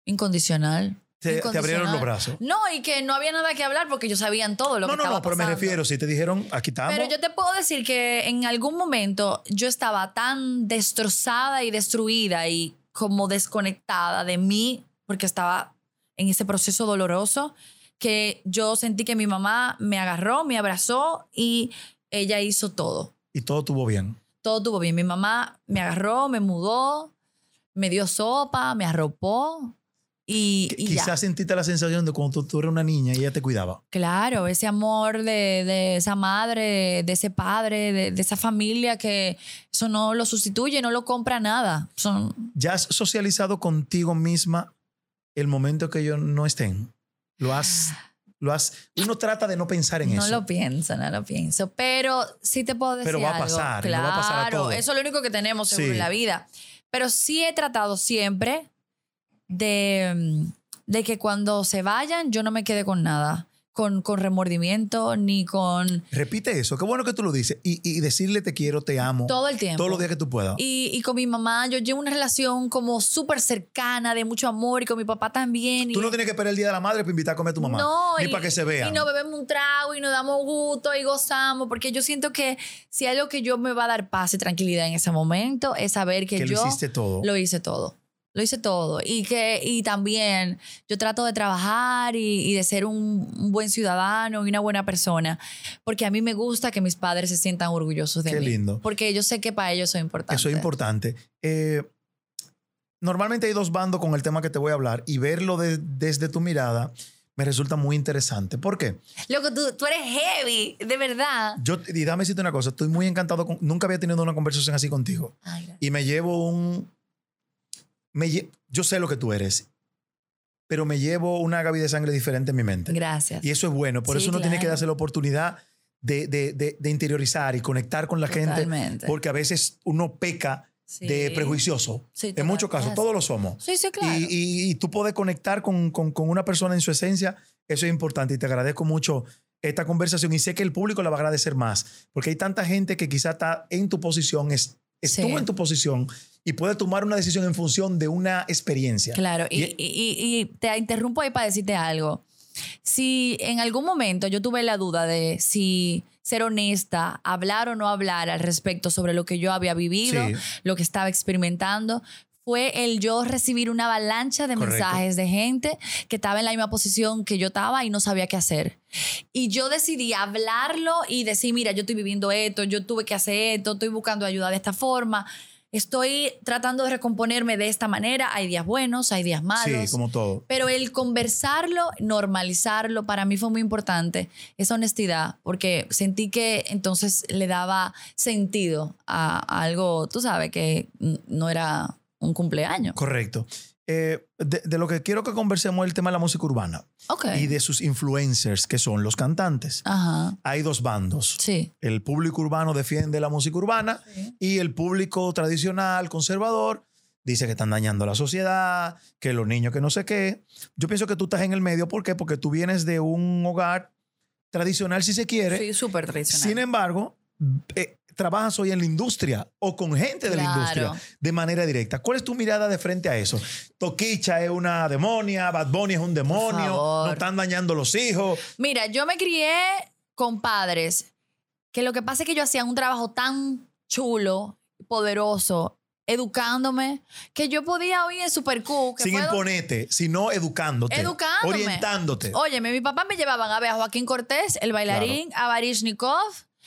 Speaker 2: Incondicional.
Speaker 1: ¿te- te, te abrieron los
Speaker 2: Incondicional.
Speaker 1: brazos.
Speaker 2: No, y que no había nada que hablar porque ellos sabían todo lo
Speaker 1: No,
Speaker 2: que
Speaker 1: no,
Speaker 2: estaba
Speaker 1: no, pero me
Speaker 2: pasando.
Speaker 1: refiero, si te dijeron, aquí estamos.
Speaker 2: Pero yo te puedo decir que en algún momento yo estaba tan destrozada y destruida y como desconectada de mí porque estaba en ese proceso doloroso que yo sentí que mi mamá me agarró, me abrazó y ella hizo todo.
Speaker 1: Y todo estuvo bien.
Speaker 2: Todo estuvo bien. Mi mamá me agarró, me mudó, me dio sopa, me arropó y,
Speaker 1: Qui-
Speaker 2: y ya.
Speaker 1: Quizás sentiste la sensación de cuando tú, tú eras una niña y ella te cuidaba.
Speaker 2: Claro, ese amor de, de esa madre, de ese padre, de, de esa familia que eso no lo sustituye, no lo compra nada. Son,
Speaker 1: ¿Ya has socializado contigo misma el momento que ellos no estén? Lo has, lo has, uno trata de no pensar en
Speaker 2: no
Speaker 1: eso.
Speaker 2: lo pienso, no lo pienso. Pero sí te puedo decir
Speaker 1: Pero va a
Speaker 2: algo.
Speaker 1: pasar, y
Speaker 2: claro,
Speaker 1: nos va a pasar a todos.
Speaker 2: eso es lo único que tenemos seguro
Speaker 1: Sí.
Speaker 2: en la vida. Pero sí he tratado siempre de, mm, de que cuando se vayan yo no me quede con nada, con, con remordimiento ni con
Speaker 1: Repite eso, qué bueno que tú lo dices. Y, y decirle te quiero, te amo,
Speaker 2: todo el tiempo.
Speaker 1: todos los días que tú puedas.
Speaker 2: Y, y con mi mamá yo llevo una relación como súper cercana, de mucho amor, y con mi papá también.
Speaker 1: Tú
Speaker 2: y
Speaker 1: no tienes que esperar el día de la madre para invitar a comer a tu mamá.
Speaker 2: No,
Speaker 1: ni
Speaker 2: y-
Speaker 1: para que se vea.
Speaker 2: Y nos bebemos un trago y nos damos gusto y gozamos, porque yo siento que si hay algo que yo me va a dar paz y tranquilidad en ese momento es saber que,
Speaker 1: que
Speaker 2: yo
Speaker 1: lo hiciste todo.
Speaker 2: lo hice todo. Lo hice todo. Y que y también yo trato de trabajar y, y de ser un, un buen ciudadano y una buena persona, porque a mí me gusta que mis padres se sientan orgullosos de
Speaker 1: Qué
Speaker 2: mí.
Speaker 1: lindo.
Speaker 2: Porque yo sé que para ellos soy importante.
Speaker 1: Eso es importante. Eh, normalmente hay dos bandos con el tema que te voy a hablar y verlo de- desde tu mirada me resulta muy interesante. ¿Por qué?
Speaker 2: Loco, tú, tú eres heavy, de verdad.
Speaker 1: Yo, y dame decirte una cosa, estoy muy encantado con... Nunca había tenido una conversación así contigo.
Speaker 2: Ay, gracias.
Speaker 1: Y me llevo un... Me lle- yo sé lo que tú eres, pero me llevo una Gaby de sangre diferente en mi mente.
Speaker 2: Gracias.
Speaker 1: Y eso es bueno, por
Speaker 2: Sí,
Speaker 1: eso uno tiene que
Speaker 2: claro.
Speaker 1: darse la oportunidad de, de- de- de interiorizar y conectar con la gente,
Speaker 2: Totalmente.
Speaker 1: porque a veces uno peca
Speaker 2: Sí.
Speaker 1: de prejuicioso.
Speaker 2: Sí,
Speaker 1: en
Speaker 2: total.
Speaker 1: muchos casos,
Speaker 2: Gracias.
Speaker 1: todos lo somos.
Speaker 2: Sí, sí,
Speaker 1: Y-
Speaker 2: claro.
Speaker 1: Y, y tú puedes conectar con, con- con una persona en su esencia, eso es importante y te agradezco mucho esta conversación y sé que el público la va a agradecer más, porque hay tanta gente que quizá está en tu posición, es, estuvo
Speaker 2: Sí.
Speaker 1: en tu posición y puede tomar una decisión en función de una experiencia.
Speaker 2: Claro, y,
Speaker 1: Y-
Speaker 2: y- y- y te interrumpo ahí para decirte algo. Si en algún momento yo tuve la duda de si ser honesta, hablar o no hablar al respecto sobre lo que yo había vivido,
Speaker 1: Sí.
Speaker 2: lo que estaba experimentando, fue el yo recibir una avalancha de
Speaker 1: Correcto.
Speaker 2: mensajes de gente que estaba en la misma posición que yo estaba y no sabía qué hacer. Y yo decidí hablarlo y decir, mira, yo estoy viviendo esto, yo tuve que hacer esto, estoy buscando ayuda de esta forma, estoy tratando de recomponerme de esta manera. Hay días buenos, hay días malos.
Speaker 1: Sí, como todo.
Speaker 2: Pero el conversarlo, normalizarlo, para mí fue muy importante, esa honestidad, porque sentí que entonces le daba sentido a, a algo, tú sabes, que n- no era un cumpleaños.
Speaker 1: Correcto. Eh, de, de lo que quiero que conversemos es el tema de la música urbana
Speaker 2: Ok.
Speaker 1: y de sus influencers, que son los cantantes.
Speaker 2: Ajá.
Speaker 1: Hay dos bandos.
Speaker 2: Ah. Sí.
Speaker 1: El público urbano defiende la música urbana y el público tradicional, conservador, dice que están dañando a la sociedad, que los niños que no sé qué. Yo pienso que tú estás en el medio. ¿Por qué? Porque tú vienes de un hogar tradicional, si se quiere.
Speaker 2: Sí, súper tradicional.
Speaker 1: Sin embargo, eh, trabajas hoy en la industria o con gente de la
Speaker 2: Claro.
Speaker 1: industria de manera directa. ¿Cuál es tu mirada de frente a eso? Toquicha es una demonia, Bad Bunny es un demonio,
Speaker 2: favor.
Speaker 1: no están dañando los hijos.
Speaker 2: Mira, yo me crié con padres que lo que pasa es que yo hacía un trabajo tan chulo, poderoso, educándome, que yo podía hoy en Super Q, que
Speaker 1: Sin
Speaker 2: fue donde-
Speaker 1: imponerte, sino educándote.
Speaker 2: Educándome.
Speaker 1: Orientándote.
Speaker 2: Óyeme, mi papá me llevaban a ver a Joaquín Cortés, el bailarín, a Barishnikov.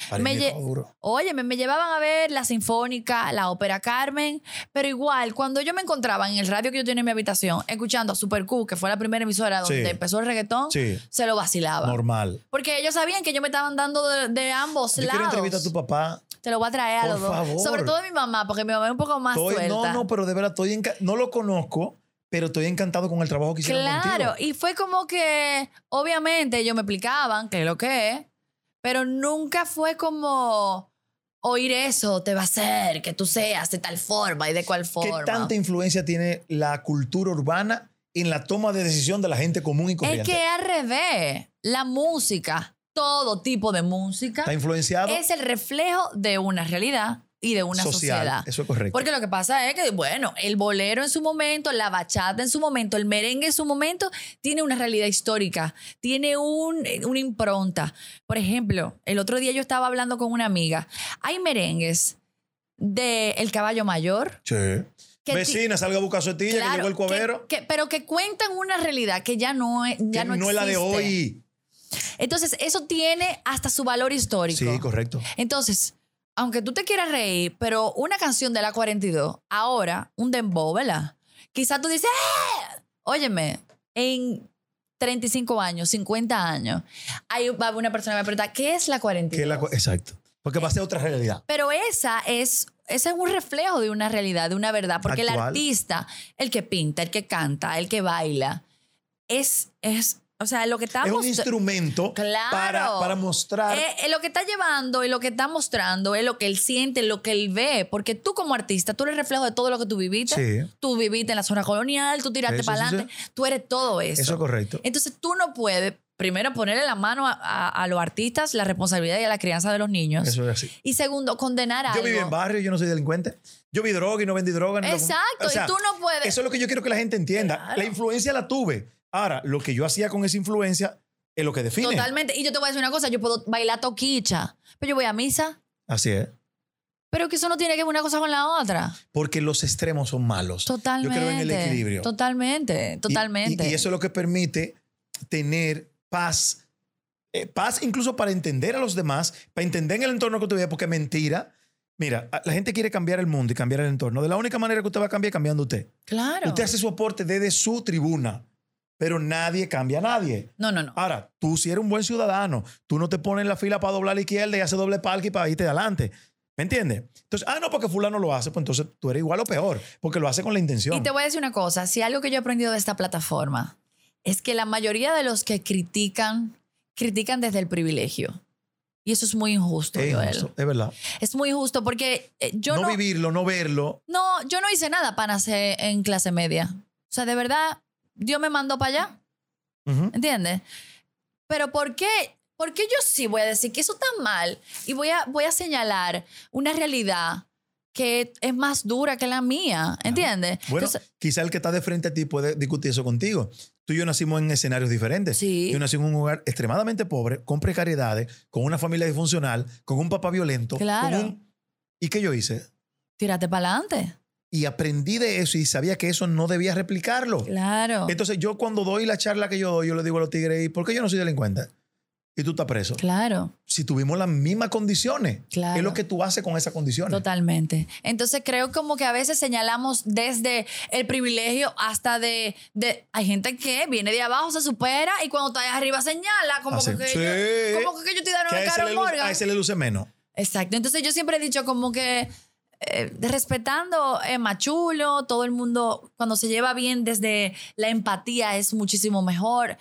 Speaker 1: Parece
Speaker 2: me lle-
Speaker 1: duro.
Speaker 2: Óyeme, me llevaban a ver la Sinfónica, la Ópera Carmen, pero igual, cuando yo me encontraba en el radio que yo tenía en mi habitación, escuchando a Super Q, que fue la primera emisora donde
Speaker 1: Sí.
Speaker 2: empezó el reggaetón,
Speaker 1: Sí,
Speaker 2: se lo vacilaba.
Speaker 1: normal.
Speaker 2: Porque ellos sabían que yo me estaban dando de, de ambos
Speaker 1: Yo quiero
Speaker 2: lados.
Speaker 1: entrevistar a tu papá.
Speaker 2: Te lo voy a traer a
Speaker 1: Por
Speaker 2: los dos.
Speaker 1: favor.
Speaker 2: Sobre todo a mi mamá, porque mi mamá es un poco más
Speaker 1: Estoy-
Speaker 2: Ah, suelta.
Speaker 1: no, no, pero de verdad, estoy enca- no lo conozco, pero estoy encantado con el trabajo que hicieron
Speaker 2: Claro,
Speaker 1: contigo.
Speaker 2: y fue como que, obviamente, ellos me explicaban que lo que es, pero nunca fue como oír eso te va a hacer que tú seas de tal forma y de cual
Speaker 1: ¿Qué
Speaker 2: forma.
Speaker 1: tanta influencia tiene la cultura urbana en la toma de decisión de la gente común y
Speaker 2: es
Speaker 1: corriente?
Speaker 2: que al revés, la música, todo tipo de música,
Speaker 1: ¿Está influenciado?
Speaker 2: es el reflejo de una realidad. y de una
Speaker 1: social.
Speaker 2: sociedad.
Speaker 1: Eso es correcto.
Speaker 2: Porque lo que pasa es que, bueno, el bolero en su momento, la bachata en su momento, el merengue en su momento, tiene una realidad histórica, tiene un, eh, una impronta. Por ejemplo, el otro día yo estaba hablando con una amiga. Hay merengues de El Caballo Mayor.
Speaker 1: Sí.
Speaker 2: que ti-
Speaker 1: Vecina, salga a buscar su etilla, que
Speaker 2: claro,
Speaker 1: llegó el cuavero.
Speaker 2: que- que- pero que cuentan una realidad que ya no, es- ya
Speaker 1: Que
Speaker 2: no,
Speaker 1: es la de
Speaker 2: existe.
Speaker 1: hoy.
Speaker 2: Entonces, eso tiene hasta su valor histórico.
Speaker 1: Sí, correcto.
Speaker 2: Entonces, aunque tú te quieras reír, pero una canción de la 42, ahora, un dembow, ¿verdad? Quizás tú dices, "Ah". óyeme, en 35 años, 50 años, ahí va una persona y me pregunta, ¿qué es la
Speaker 1: Que
Speaker 2: 42?
Speaker 1: la cu- exacto. Porque va a ser otra realidad.
Speaker 2: Pero esa es, ese es un reflejo de una realidad, de una verdad, porque el
Speaker 1: Actual.
Speaker 2: artista, el que pinta, el que canta, el que baila, es, es o sea, lo que
Speaker 1: es
Speaker 2: estamos...
Speaker 1: un instrumento
Speaker 2: Claro.
Speaker 1: para, para mostrar.
Speaker 2: Eh, eh, lo que está llevando y lo que está mostrando es lo que él siente, lo que él ve, porque tú como artista, tú eres reflejo de todo lo que tú viviste.
Speaker 1: sí,
Speaker 2: Tú viviste en la zona colonial, tú tiraste
Speaker 1: Sí, sí,
Speaker 2: para
Speaker 1: sí,
Speaker 2: adelante, tú eres todo eso.
Speaker 1: eso es correcto.
Speaker 2: Entonces tú no puedes, primero, ponerle la mano a, a- a los artistas la responsabilidad y a la crianza de los niños.
Speaker 1: Eso es así.
Speaker 2: Y segundo, condenar a
Speaker 1: Yo viví en barrio, yo no soy delincuente. Yo vi droga y no vendí droga. ni lo-
Speaker 2: Exacto,
Speaker 1: o sea,
Speaker 2: y tú no puedes.
Speaker 1: Eso es lo que yo quiero que la gente entienda.
Speaker 2: Claro.
Speaker 1: La influencia la tuve. Ahora, lo que yo hacía con esa influencia es lo que define.
Speaker 2: Totalmente. Y yo te voy a decir una cosa, yo puedo bailar toquicha, pero yo voy a misa,
Speaker 1: Así es.
Speaker 2: pero que eso no tiene que ver una cosa con la otra.
Speaker 1: Porque los extremos son malos.
Speaker 2: Totalmente.
Speaker 1: Yo creo en el equilibrio.
Speaker 2: Totalmente,
Speaker 1: Y-
Speaker 2: totalmente.
Speaker 1: Y, y eso es lo que permite tener paz. Eh, paz incluso para entender a los demás, para entender el entorno que tú vives, porque mentira. Mira, a- la gente quiere cambiar el mundo y cambiar el entorno. De la única manera que usted va a cambiar es cambiando usted.
Speaker 2: Claro.
Speaker 1: Usted hace su aporte desde su tribuna, pero nadie cambia a nadie.
Speaker 2: No, no, no.
Speaker 1: Ahora, tú si eres un buen ciudadano, tú no te pones en la fila para doblar a la izquierda y haces doble parque para irte de adelante. ¿Me entiendes? Entonces, ah, no, porque fulano lo hace, pues entonces tú eres igual o peor, porque lo hace con la
Speaker 2: Y
Speaker 1: intención.
Speaker 2: te voy a decir una cosa, si algo que yo he aprendido de esta plataforma es que la mayoría de los que critican, critican desde el privilegio. Y eso es muy injusto,
Speaker 1: es,
Speaker 2: Joel.
Speaker 1: injusto, es verdad.
Speaker 2: Es muy injusto porque eh, yo
Speaker 1: no,
Speaker 2: no,
Speaker 1: vivirlo, no verlo.
Speaker 2: no, yo no hice nada para nacer en clase media. O sea, de verdad, Dios me mandó para allá,
Speaker 1: Ujú.
Speaker 2: ¿entiendes? Pero ¿por qué? ¿Por qué yo sí voy a decir que eso está mal y voy a, voy a señalar una realidad que es más dura que la mía, ¿entiendes?
Speaker 1: Bueno,
Speaker 2: Entonces-
Speaker 1: quizá el que está de frente a ti puede discutir eso contigo. Tú y yo nacimos en escenarios diferentes.
Speaker 2: Sí.
Speaker 1: Yo nací en un hogar extremadamente pobre, con precariedades, con una familia disfuncional, con un papá violento. con
Speaker 2: Claro.
Speaker 1: un- ¿Y qué yo hice?
Speaker 2: Tírate para adelante.
Speaker 1: Y aprendí de eso y sabía que eso no debía replicarlo.
Speaker 2: Claro.
Speaker 1: Entonces yo cuando doy la charla que yo doy, yo le digo a los tigres, ¿y por qué yo no soy delincuente? Y tú estás preso.
Speaker 2: Claro,
Speaker 1: Si tuvimos las mismas condiciones,
Speaker 2: Claro.
Speaker 1: es lo que tú haces con esas condiciones.
Speaker 2: totalmente. Entonces creo como que a veces señalamos desde el privilegio hasta de, de- hay gente que viene de abajo, se supera y cuando está ahí arriba señala como
Speaker 1: Así.
Speaker 2: que,
Speaker 1: Sí.
Speaker 2: yo, como que yo estoy dando
Speaker 1: Que a
Speaker 2: una
Speaker 1: ese
Speaker 2: cara
Speaker 1: le
Speaker 2: a
Speaker 1: luce-
Speaker 2: Morgan.
Speaker 1: a ese le luce menos.
Speaker 2: Exacto. Entonces yo siempre he dicho como que eh, respetando eh, machulo, todo el mundo cuando se lleva bien desde la empatía es muchísimo mejor.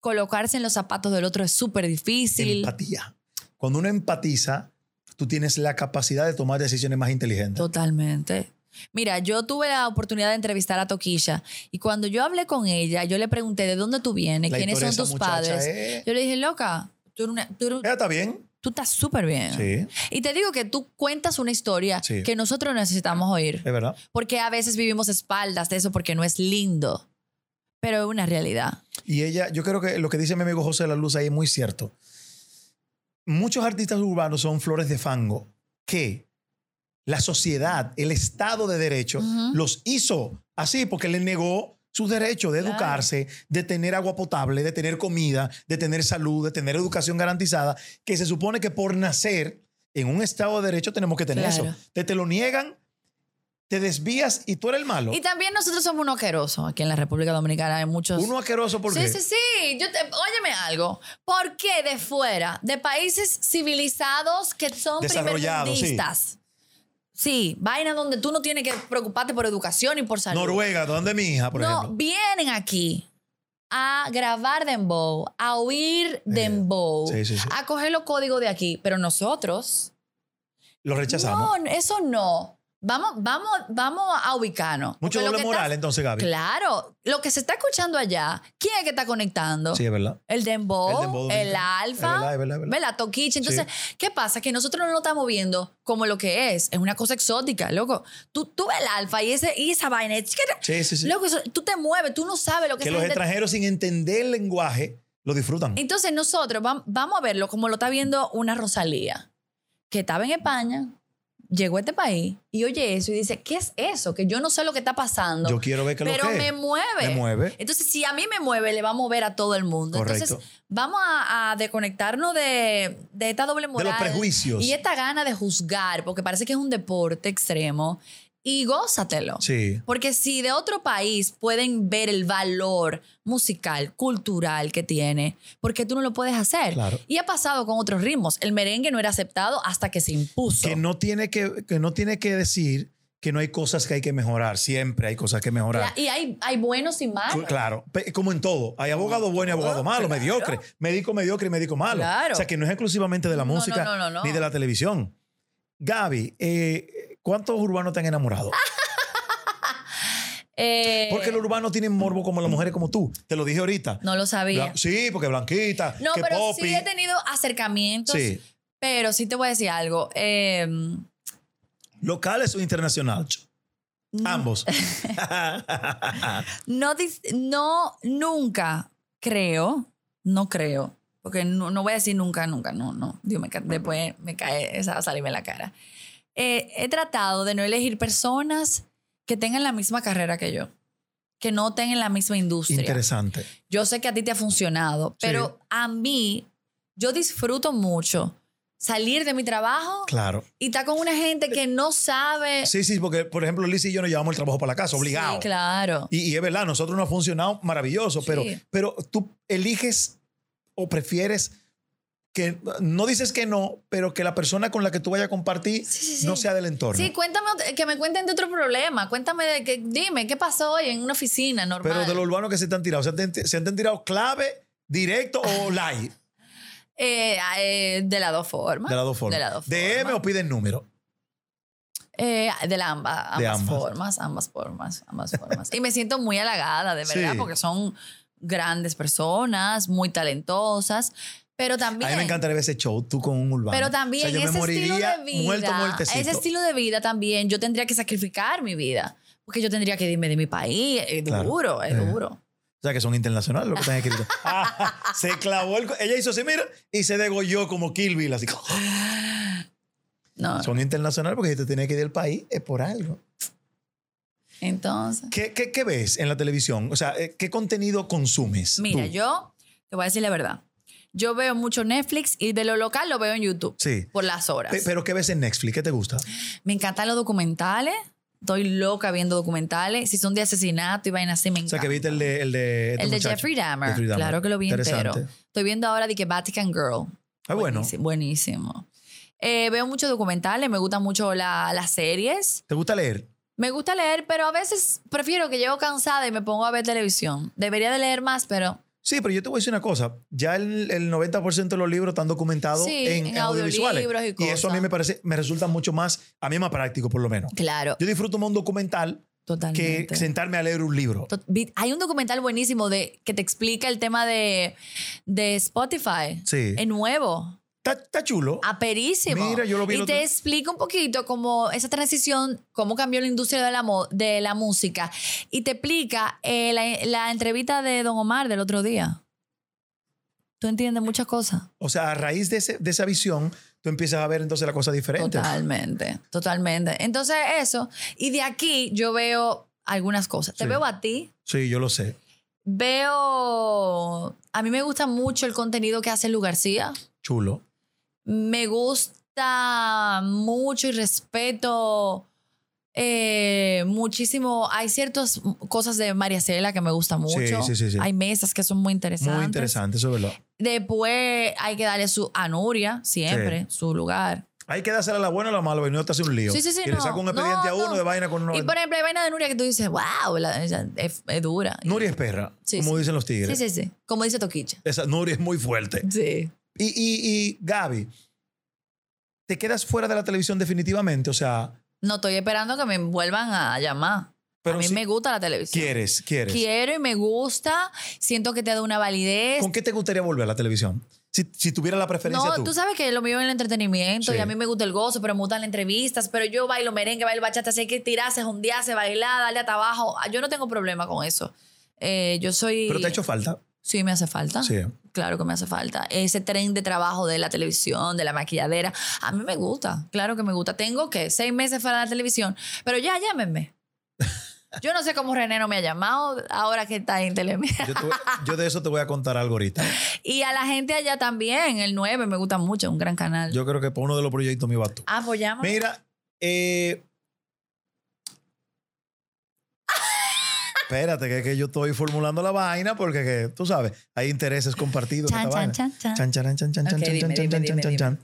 Speaker 2: Colocarse en los zapatos del otro es súper difícil.
Speaker 1: Empatía. Cuando uno empatiza, tú tienes la capacidad de tomar decisiones más inteligentes.
Speaker 2: Totalmente. Mira, yo tuve la oportunidad de entrevistar a Toquilla y cuando yo hablé con ella, yo le pregunté de dónde tú vienes,
Speaker 1: La
Speaker 2: quiénes
Speaker 1: historia
Speaker 2: son
Speaker 1: de esa
Speaker 2: tus
Speaker 1: muchacha
Speaker 2: padres.
Speaker 1: es-
Speaker 2: Yo le dije, loca, tú, eres una- tú eres-
Speaker 1: Ella está bien.
Speaker 2: tú estás súper bien.
Speaker 1: Sí,
Speaker 2: Y te digo que tú cuentas una historia
Speaker 1: Sí. Eh.
Speaker 2: que nosotros necesitamos oír,
Speaker 1: es verdad.
Speaker 2: porque a veces vivimos espaldas de eso porque no es lindo, pero es una realidad.
Speaker 1: Y ella, yo creo que lo que dice mi amigo José de la Luz ahí es muy cierto. Muchos artistas urbanos son flores de fango que la sociedad, el Estado de Derecho,
Speaker 2: Ujú.
Speaker 1: los hizo así porque les negó sus derechos de
Speaker 2: Claro.
Speaker 1: educarse, de tener agua potable, de tener comida, de tener salud, de tener educación garantizada, que se supone que por nacer en un Estado de Derecho tenemos que tener
Speaker 2: Claro.
Speaker 1: eso. Te, te lo niegan, te desvías y tú eres el malo.
Speaker 2: Y también nosotros somos unos asquerosos aquí en la República Dominicana, hay muchos...
Speaker 1: Uno asqueroso porque...
Speaker 2: Sí, sí, sí. Yo te- óyeme algo. ¿Por qué de fuera, de países civilizados que son
Speaker 1: Desarrollados,
Speaker 2: primermundistas? Sí. vaina donde tú no tienes que preocuparte por educación y por salud.
Speaker 1: Noruega, ¿dónde mi hija, por
Speaker 2: no,
Speaker 1: ejemplo?
Speaker 2: vienen aquí a grabar dembow, a oír dembow,
Speaker 1: Eh, sí, sí, sí.
Speaker 2: a coger los códigos de aquí. Pero nosotros,
Speaker 1: Lo rechazamos.
Speaker 2: no, eso no. Vamos, vamos, vamos a ubicarnos.
Speaker 1: Mucho
Speaker 2: Porque lo
Speaker 1: doble
Speaker 2: que
Speaker 1: moral, ¿eh?
Speaker 2: está-
Speaker 1: entonces, Gaby.
Speaker 2: Claro, lo que se está escuchando allá, ¿quién es que está conectando?
Speaker 1: Sí, es verdad.
Speaker 2: El dembow,
Speaker 1: El
Speaker 2: el,
Speaker 1: dembow dominicano.
Speaker 2: alfa,
Speaker 1: Es verdad, es verdad, es verdad.
Speaker 2: Toquiche. Entonces, ¿qué pasa? Que nosotros no lo estamos viendo como lo que es. Es una cosa exótica, loco. Tú, tú ves el alfa y, ese, y esa vaina. es-
Speaker 1: Sí, sí, sí.
Speaker 2: Loco, eso- tú te mueves, tú no sabes lo que,
Speaker 1: que
Speaker 2: esa
Speaker 1: los
Speaker 2: gente-
Speaker 1: extranjeros sin entender el lenguaje lo disfrutan.
Speaker 2: Entonces, nosotros vam- vamos a verlo como lo está viendo una Rosalía, que estaba en España, llegó a este país y oye eso y dice: ¿Qué es eso? Que yo no sé lo que está pasando.
Speaker 1: Yo quiero ver que
Speaker 2: pero
Speaker 1: lo que
Speaker 2: me
Speaker 1: es.
Speaker 2: mueve.
Speaker 1: Me mueve.
Speaker 2: Entonces, si a mí me mueve, le va a mover a todo el mundo.
Speaker 1: Correcto.
Speaker 2: Entonces, vamos a, a desconectarnos de, de esta doble moral.
Speaker 1: prejuicios.
Speaker 2: Y esta gana de juzgar, porque parece que es un deporte extremo. Y gózatelo.
Speaker 1: Sí.
Speaker 2: Porque si de otro país pueden ver el valor musical, cultural que tiene, porque tú no lo puedes hacer.
Speaker 1: Claro.
Speaker 2: Y ha pasado con otros ritmos. El merengue no era aceptado hasta que se impuso.
Speaker 1: Que no, tiene que, que no tiene que decir que no hay cosas que hay que mejorar. Siempre hay cosas que mejorar.
Speaker 2: y hay, hay buenos y malos.
Speaker 1: Claro, pe- como en todo. Hay abogado bueno y abogado malo,
Speaker 2: claro.
Speaker 1: mediocre, médico mediocre y médico malo.
Speaker 2: Claro.
Speaker 1: O sea, que no es exclusivamente de la
Speaker 2: No,
Speaker 1: música
Speaker 2: no, no, no, no.
Speaker 1: ni de la televisión. Gaby, eh, ¿cuántos urbanos te han enamorado?
Speaker 2: Eh,
Speaker 1: Porque los urbanos tienen morbo como las mujeres como tú. Te lo dije ahorita.
Speaker 2: no lo sabía.
Speaker 1: Bla- sí, porque Blanquita,
Speaker 2: No,
Speaker 1: que
Speaker 2: pero
Speaker 1: Poppy.
Speaker 2: sí he tenido acercamientos.
Speaker 1: Sí.
Speaker 2: Pero sí te voy a decir algo. eh,
Speaker 1: ¿Locales o internacionales?
Speaker 2: Mm,
Speaker 1: Ambos.
Speaker 2: no, dis- no, nunca creo, no creo, porque no, no voy a decir nunca, nunca, no, no. Dios, me ca- después me cae esa saliva en la cara. Eh, he tratado de no elegir personas que tengan la misma carrera que yo, que no estén en la misma industria.
Speaker 1: Interesante.
Speaker 2: Yo sé que a ti te ha funcionado, pero a mí, yo disfruto mucho salir de mi trabajo
Speaker 1: Claro.
Speaker 2: y estar con una gente que no sabe.
Speaker 1: Sí, sí, porque por ejemplo, Liz y yo nos llevamos el trabajo para la casa, obligado.
Speaker 2: Sí, claro.
Speaker 1: Y, y es verdad, nosotros nos ha funcionado maravilloso, pero,
Speaker 2: Sí.
Speaker 1: pero tú eliges o prefieres que no dices que no, pero que la persona con la que tú vayas a compartir
Speaker 2: Sí, sí,
Speaker 1: no
Speaker 2: sí.
Speaker 1: sea del entorno.
Speaker 2: Sí, cuéntame, ot- que me cuenten de otro problema. Cuéntame, de que, dime, ¿qué pasó hoy en una oficina normal?
Speaker 1: pero de los urbanos que se te han tirado, se te han- se te han tirado clave, directo o live.
Speaker 2: Eh, ah, eh, de las dos formas.
Speaker 1: De las dos formas.
Speaker 2: De las dos
Speaker 1: DM
Speaker 2: formas.
Speaker 1: o piden número.
Speaker 2: Eh, de la amba- ambas,
Speaker 1: De ambas.
Speaker 2: formas, ambas formas, ambas formas. y me siento muy halagada, de verdad,
Speaker 1: Sí.
Speaker 2: porque son grandes personas, muy talentosas, pero también...
Speaker 1: A mí me encantaría ver ese show, tú con un urbano.
Speaker 2: Pero
Speaker 1: O
Speaker 2: también
Speaker 1: sea, yo me
Speaker 2: ese estilo
Speaker 1: moriría
Speaker 2: de vida,
Speaker 1: muerto, muertecito.
Speaker 2: ese estilo de vida también, yo tendría que sacrificar mi vida, porque yo tendría que irme de mi país, es
Speaker 1: Claro.
Speaker 2: duro, es
Speaker 1: Eh.
Speaker 2: duro.
Speaker 1: O sea, que son internacionales lo que están escrito. Ah, se clavó el... co- Ella hizo así, mira, y se degolló como Kill Bill, así.
Speaker 2: No,
Speaker 1: Son internacionales porque si te tienes que ir del país es por algo.
Speaker 2: entonces...
Speaker 1: ¿Qué, qué, qué ves en la televisión? O sea, eh, ¿qué contenido consumes?
Speaker 2: Mira,
Speaker 1: tú?
Speaker 2: yo te voy a decir la verdad. Yo veo mucho Netflix y de lo local lo veo en YouTube.
Speaker 1: Sí.
Speaker 2: Por las horas.
Speaker 1: Pe- pero ¿qué ves en Netflix? ¿Qué te gusta?
Speaker 2: me encantan los documentales. Estoy loca viendo documentales. Si son de asesinato y vainas así, me
Speaker 1: O
Speaker 2: encanta.
Speaker 1: sea, que viste el de... El de, este
Speaker 2: el de
Speaker 1: muchacho.
Speaker 2: Jeffrey Dahmer.
Speaker 1: Jeffrey Dahmer.
Speaker 2: Claro que lo vi
Speaker 1: Interesante.
Speaker 2: entero. Estoy viendo ahora de que Vatican Girl.
Speaker 1: Ah, bueno.
Speaker 2: Buenísimo. buenísimo. Eh, veo muchos documentales. Me gustan mucho la- las series.
Speaker 1: ¿Te gusta leer?
Speaker 2: Me gusta leer, pero a veces prefiero que llego cansada y me pongo a ver televisión. Debería de leer más, pero
Speaker 1: Sí, pero yo te voy a decir una cosa. Ya el, el 90% de los libros están documentados
Speaker 2: Sí,
Speaker 1: en,
Speaker 2: en
Speaker 1: en audiovisuales.
Speaker 2: audiolibros y
Speaker 1: eso a
Speaker 2: cosas.
Speaker 1: mí me parece, me resulta mucho más, a mí más práctico por lo menos.
Speaker 2: claro,
Speaker 1: Yo disfruto más un documental que
Speaker 2: totalmente.
Speaker 1: sentarme a leer un libro.
Speaker 2: To- vi- Hay un documental buenísimo de, que te explica el tema de, de Spotify.
Speaker 1: Sí.
Speaker 2: Es nuevo.
Speaker 1: Está, está chulo.
Speaker 2: Ah. Aperísimo.
Speaker 1: Mira, yo lo vi el
Speaker 2: Y
Speaker 1: otro-
Speaker 2: te explica un poquito cómo esa transición, cómo cambió la industria de la, mo- de la música. Y te explica eh, la, la entrevista de Don Omar del otro día. Tú entiendes muchas cosas.
Speaker 1: O sea, a raíz de, ese- de esa visión, tú empiezas a ver entonces la cosa diferente.
Speaker 2: Totalmente, totalmente. Entonces, eso. Y de aquí yo veo algunas cosas. Te
Speaker 1: Sí.
Speaker 2: veo a ti,
Speaker 1: Sí, yo lo sé.
Speaker 2: Veo. A mí me gusta mucho el contenido que hace Lu García.
Speaker 1: Chulo.
Speaker 2: Me gusta mucho y respeto eh, muchísimo. Hay ciertas cosas de María Cela que me gusta mucho.
Speaker 1: sí, sí, sí.
Speaker 2: Hay mesas que son muy interesantes.
Speaker 1: Muy interesante, eso es verdad.
Speaker 2: Después hay que darle su a Nuria, siempre, su lugar.
Speaker 1: Hay que dársela a la buena o a la mala, venir te hace un lío.
Speaker 2: Sí, sí, sí,
Speaker 1: Y le
Speaker 2: no.
Speaker 1: saca un
Speaker 2: No,
Speaker 1: expediente a uno
Speaker 2: no.
Speaker 1: de vaina con uno.
Speaker 2: Y por ejemplo, hay vaina de Nuria que tú dices, wow, la- ella es, es dura.
Speaker 1: Nuria es perra,
Speaker 2: Sí,
Speaker 1: como
Speaker 2: sí.
Speaker 1: dicen los tigres.
Speaker 2: Sí, sí, sí. Como dice Toquicha.
Speaker 1: Esa Nuria es muy fuerte.
Speaker 2: Sí.
Speaker 1: Y, y, y Gaby, ¿te quedas fuera de la televisión definitivamente? O sea,
Speaker 2: No estoy esperando que me vuelvan a llamar.
Speaker 1: Pero
Speaker 2: a mí
Speaker 1: sí
Speaker 2: me gusta la televisión.
Speaker 1: quieres, quieres.
Speaker 2: Quiero y me gusta. Siento que te da una validez.
Speaker 1: ¿Con qué te gustaría volver a la televisión? Si, si tuviera la preferencia
Speaker 2: No,
Speaker 1: tú.
Speaker 2: tú sabes que lo mío es el entretenimiento
Speaker 1: Sí.
Speaker 2: y a mí me gusta el gozo, pero me gustan las entrevistas, pero yo bailo merengue, bailo bachata, sé que tirarse, jondearse, bailar, darle hasta abajo. Ah, Yo no tengo problema con eso. Eh, yo soy...
Speaker 1: Pero te ha hecho falta.
Speaker 2: Sí, me hace falta.
Speaker 1: Sí.
Speaker 2: Claro que me hace falta. Ese tren de trabajo de la televisión, de la maquilladera, a mí me gusta. Claro que me gusta. Tengo que seis meses fuera de la televisión, pero ya llámenme. Yo no sé cómo René no me ha llamado ahora que está en Telemedia.
Speaker 1: Yo, te- yo de eso te voy a contar algo ahorita.
Speaker 2: Y a la gente allá también, el 9 me gusta mucho, un gran canal.
Speaker 1: Yo creo que por uno de los proyectos me va tú.
Speaker 2: Ah, pues llámame.
Speaker 1: Mira, eh... Espérate, que, que yo estoy formulando la vaina porque que, tú sabes, hay intereses compartidos. en
Speaker 2: Chan,
Speaker 1: esta
Speaker 2: chan,
Speaker 1: vaina.
Speaker 2: chan, chan.
Speaker 1: Chan, chan, chan, chan,
Speaker 2: Ok,
Speaker 1: chan,
Speaker 2: dime,
Speaker 1: chan,
Speaker 2: dime,
Speaker 1: chan,
Speaker 2: dime,
Speaker 1: chan,
Speaker 2: dime.
Speaker 1: chan.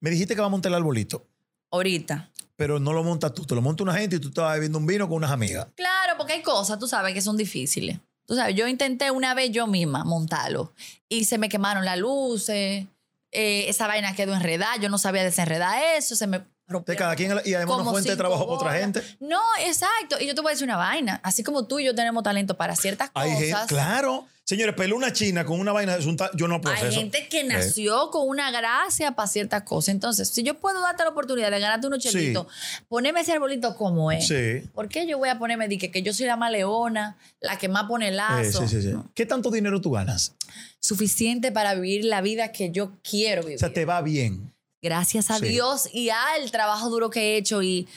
Speaker 1: Me dijiste que va a montar el arbolito,
Speaker 2: Ahorita.
Speaker 1: pero no lo montas tú, te lo monta una gente y tú estabas bebiendo un vino con unas amigas.
Speaker 2: Claro, porque hay cosas, tú sabes, que son difíciles. Tú sabes, yo intenté una vez yo misma montarlo y se me quemaron las luces, eh, esa vaina quedó enredada, yo no sabía desenredar eso, se me rompió.
Speaker 1: Entonces, cada quien y además una
Speaker 2: Como
Speaker 1: fuente de
Speaker 2: cinco
Speaker 1: trabajo para otra
Speaker 2: bolas.
Speaker 1: gente.
Speaker 2: No, exacto. Y yo te voy a decir una vaina. Así como tú y yo tenemos talento para ciertas
Speaker 1: Hay gente,
Speaker 2: cosas.
Speaker 1: claro. Señores, peló una china con una vaina, es un ta- yo no puedo hacer
Speaker 2: Hay
Speaker 1: pues eso. Eh.
Speaker 2: gente que nació con una gracia para ciertas cosas. Entonces, si yo puedo darte la oportunidad de ganarte unos
Speaker 1: Sí.
Speaker 2: chelitos, poneme ese arbolito como es.
Speaker 1: Sí. Eh,
Speaker 2: ¿Por qué yo voy a ponerme di que, que yo soy la maleona, la que más pone
Speaker 1: Eh,
Speaker 2: lazo?
Speaker 1: sí, sí, sí. ¿Qué tanto dinero tú ganas?
Speaker 2: Suficiente para vivir la vida que yo quiero vivir.
Speaker 1: O sea, te va bien.
Speaker 2: Gracias a
Speaker 1: Sí.
Speaker 2: Dios y al trabajo duro que he hecho y,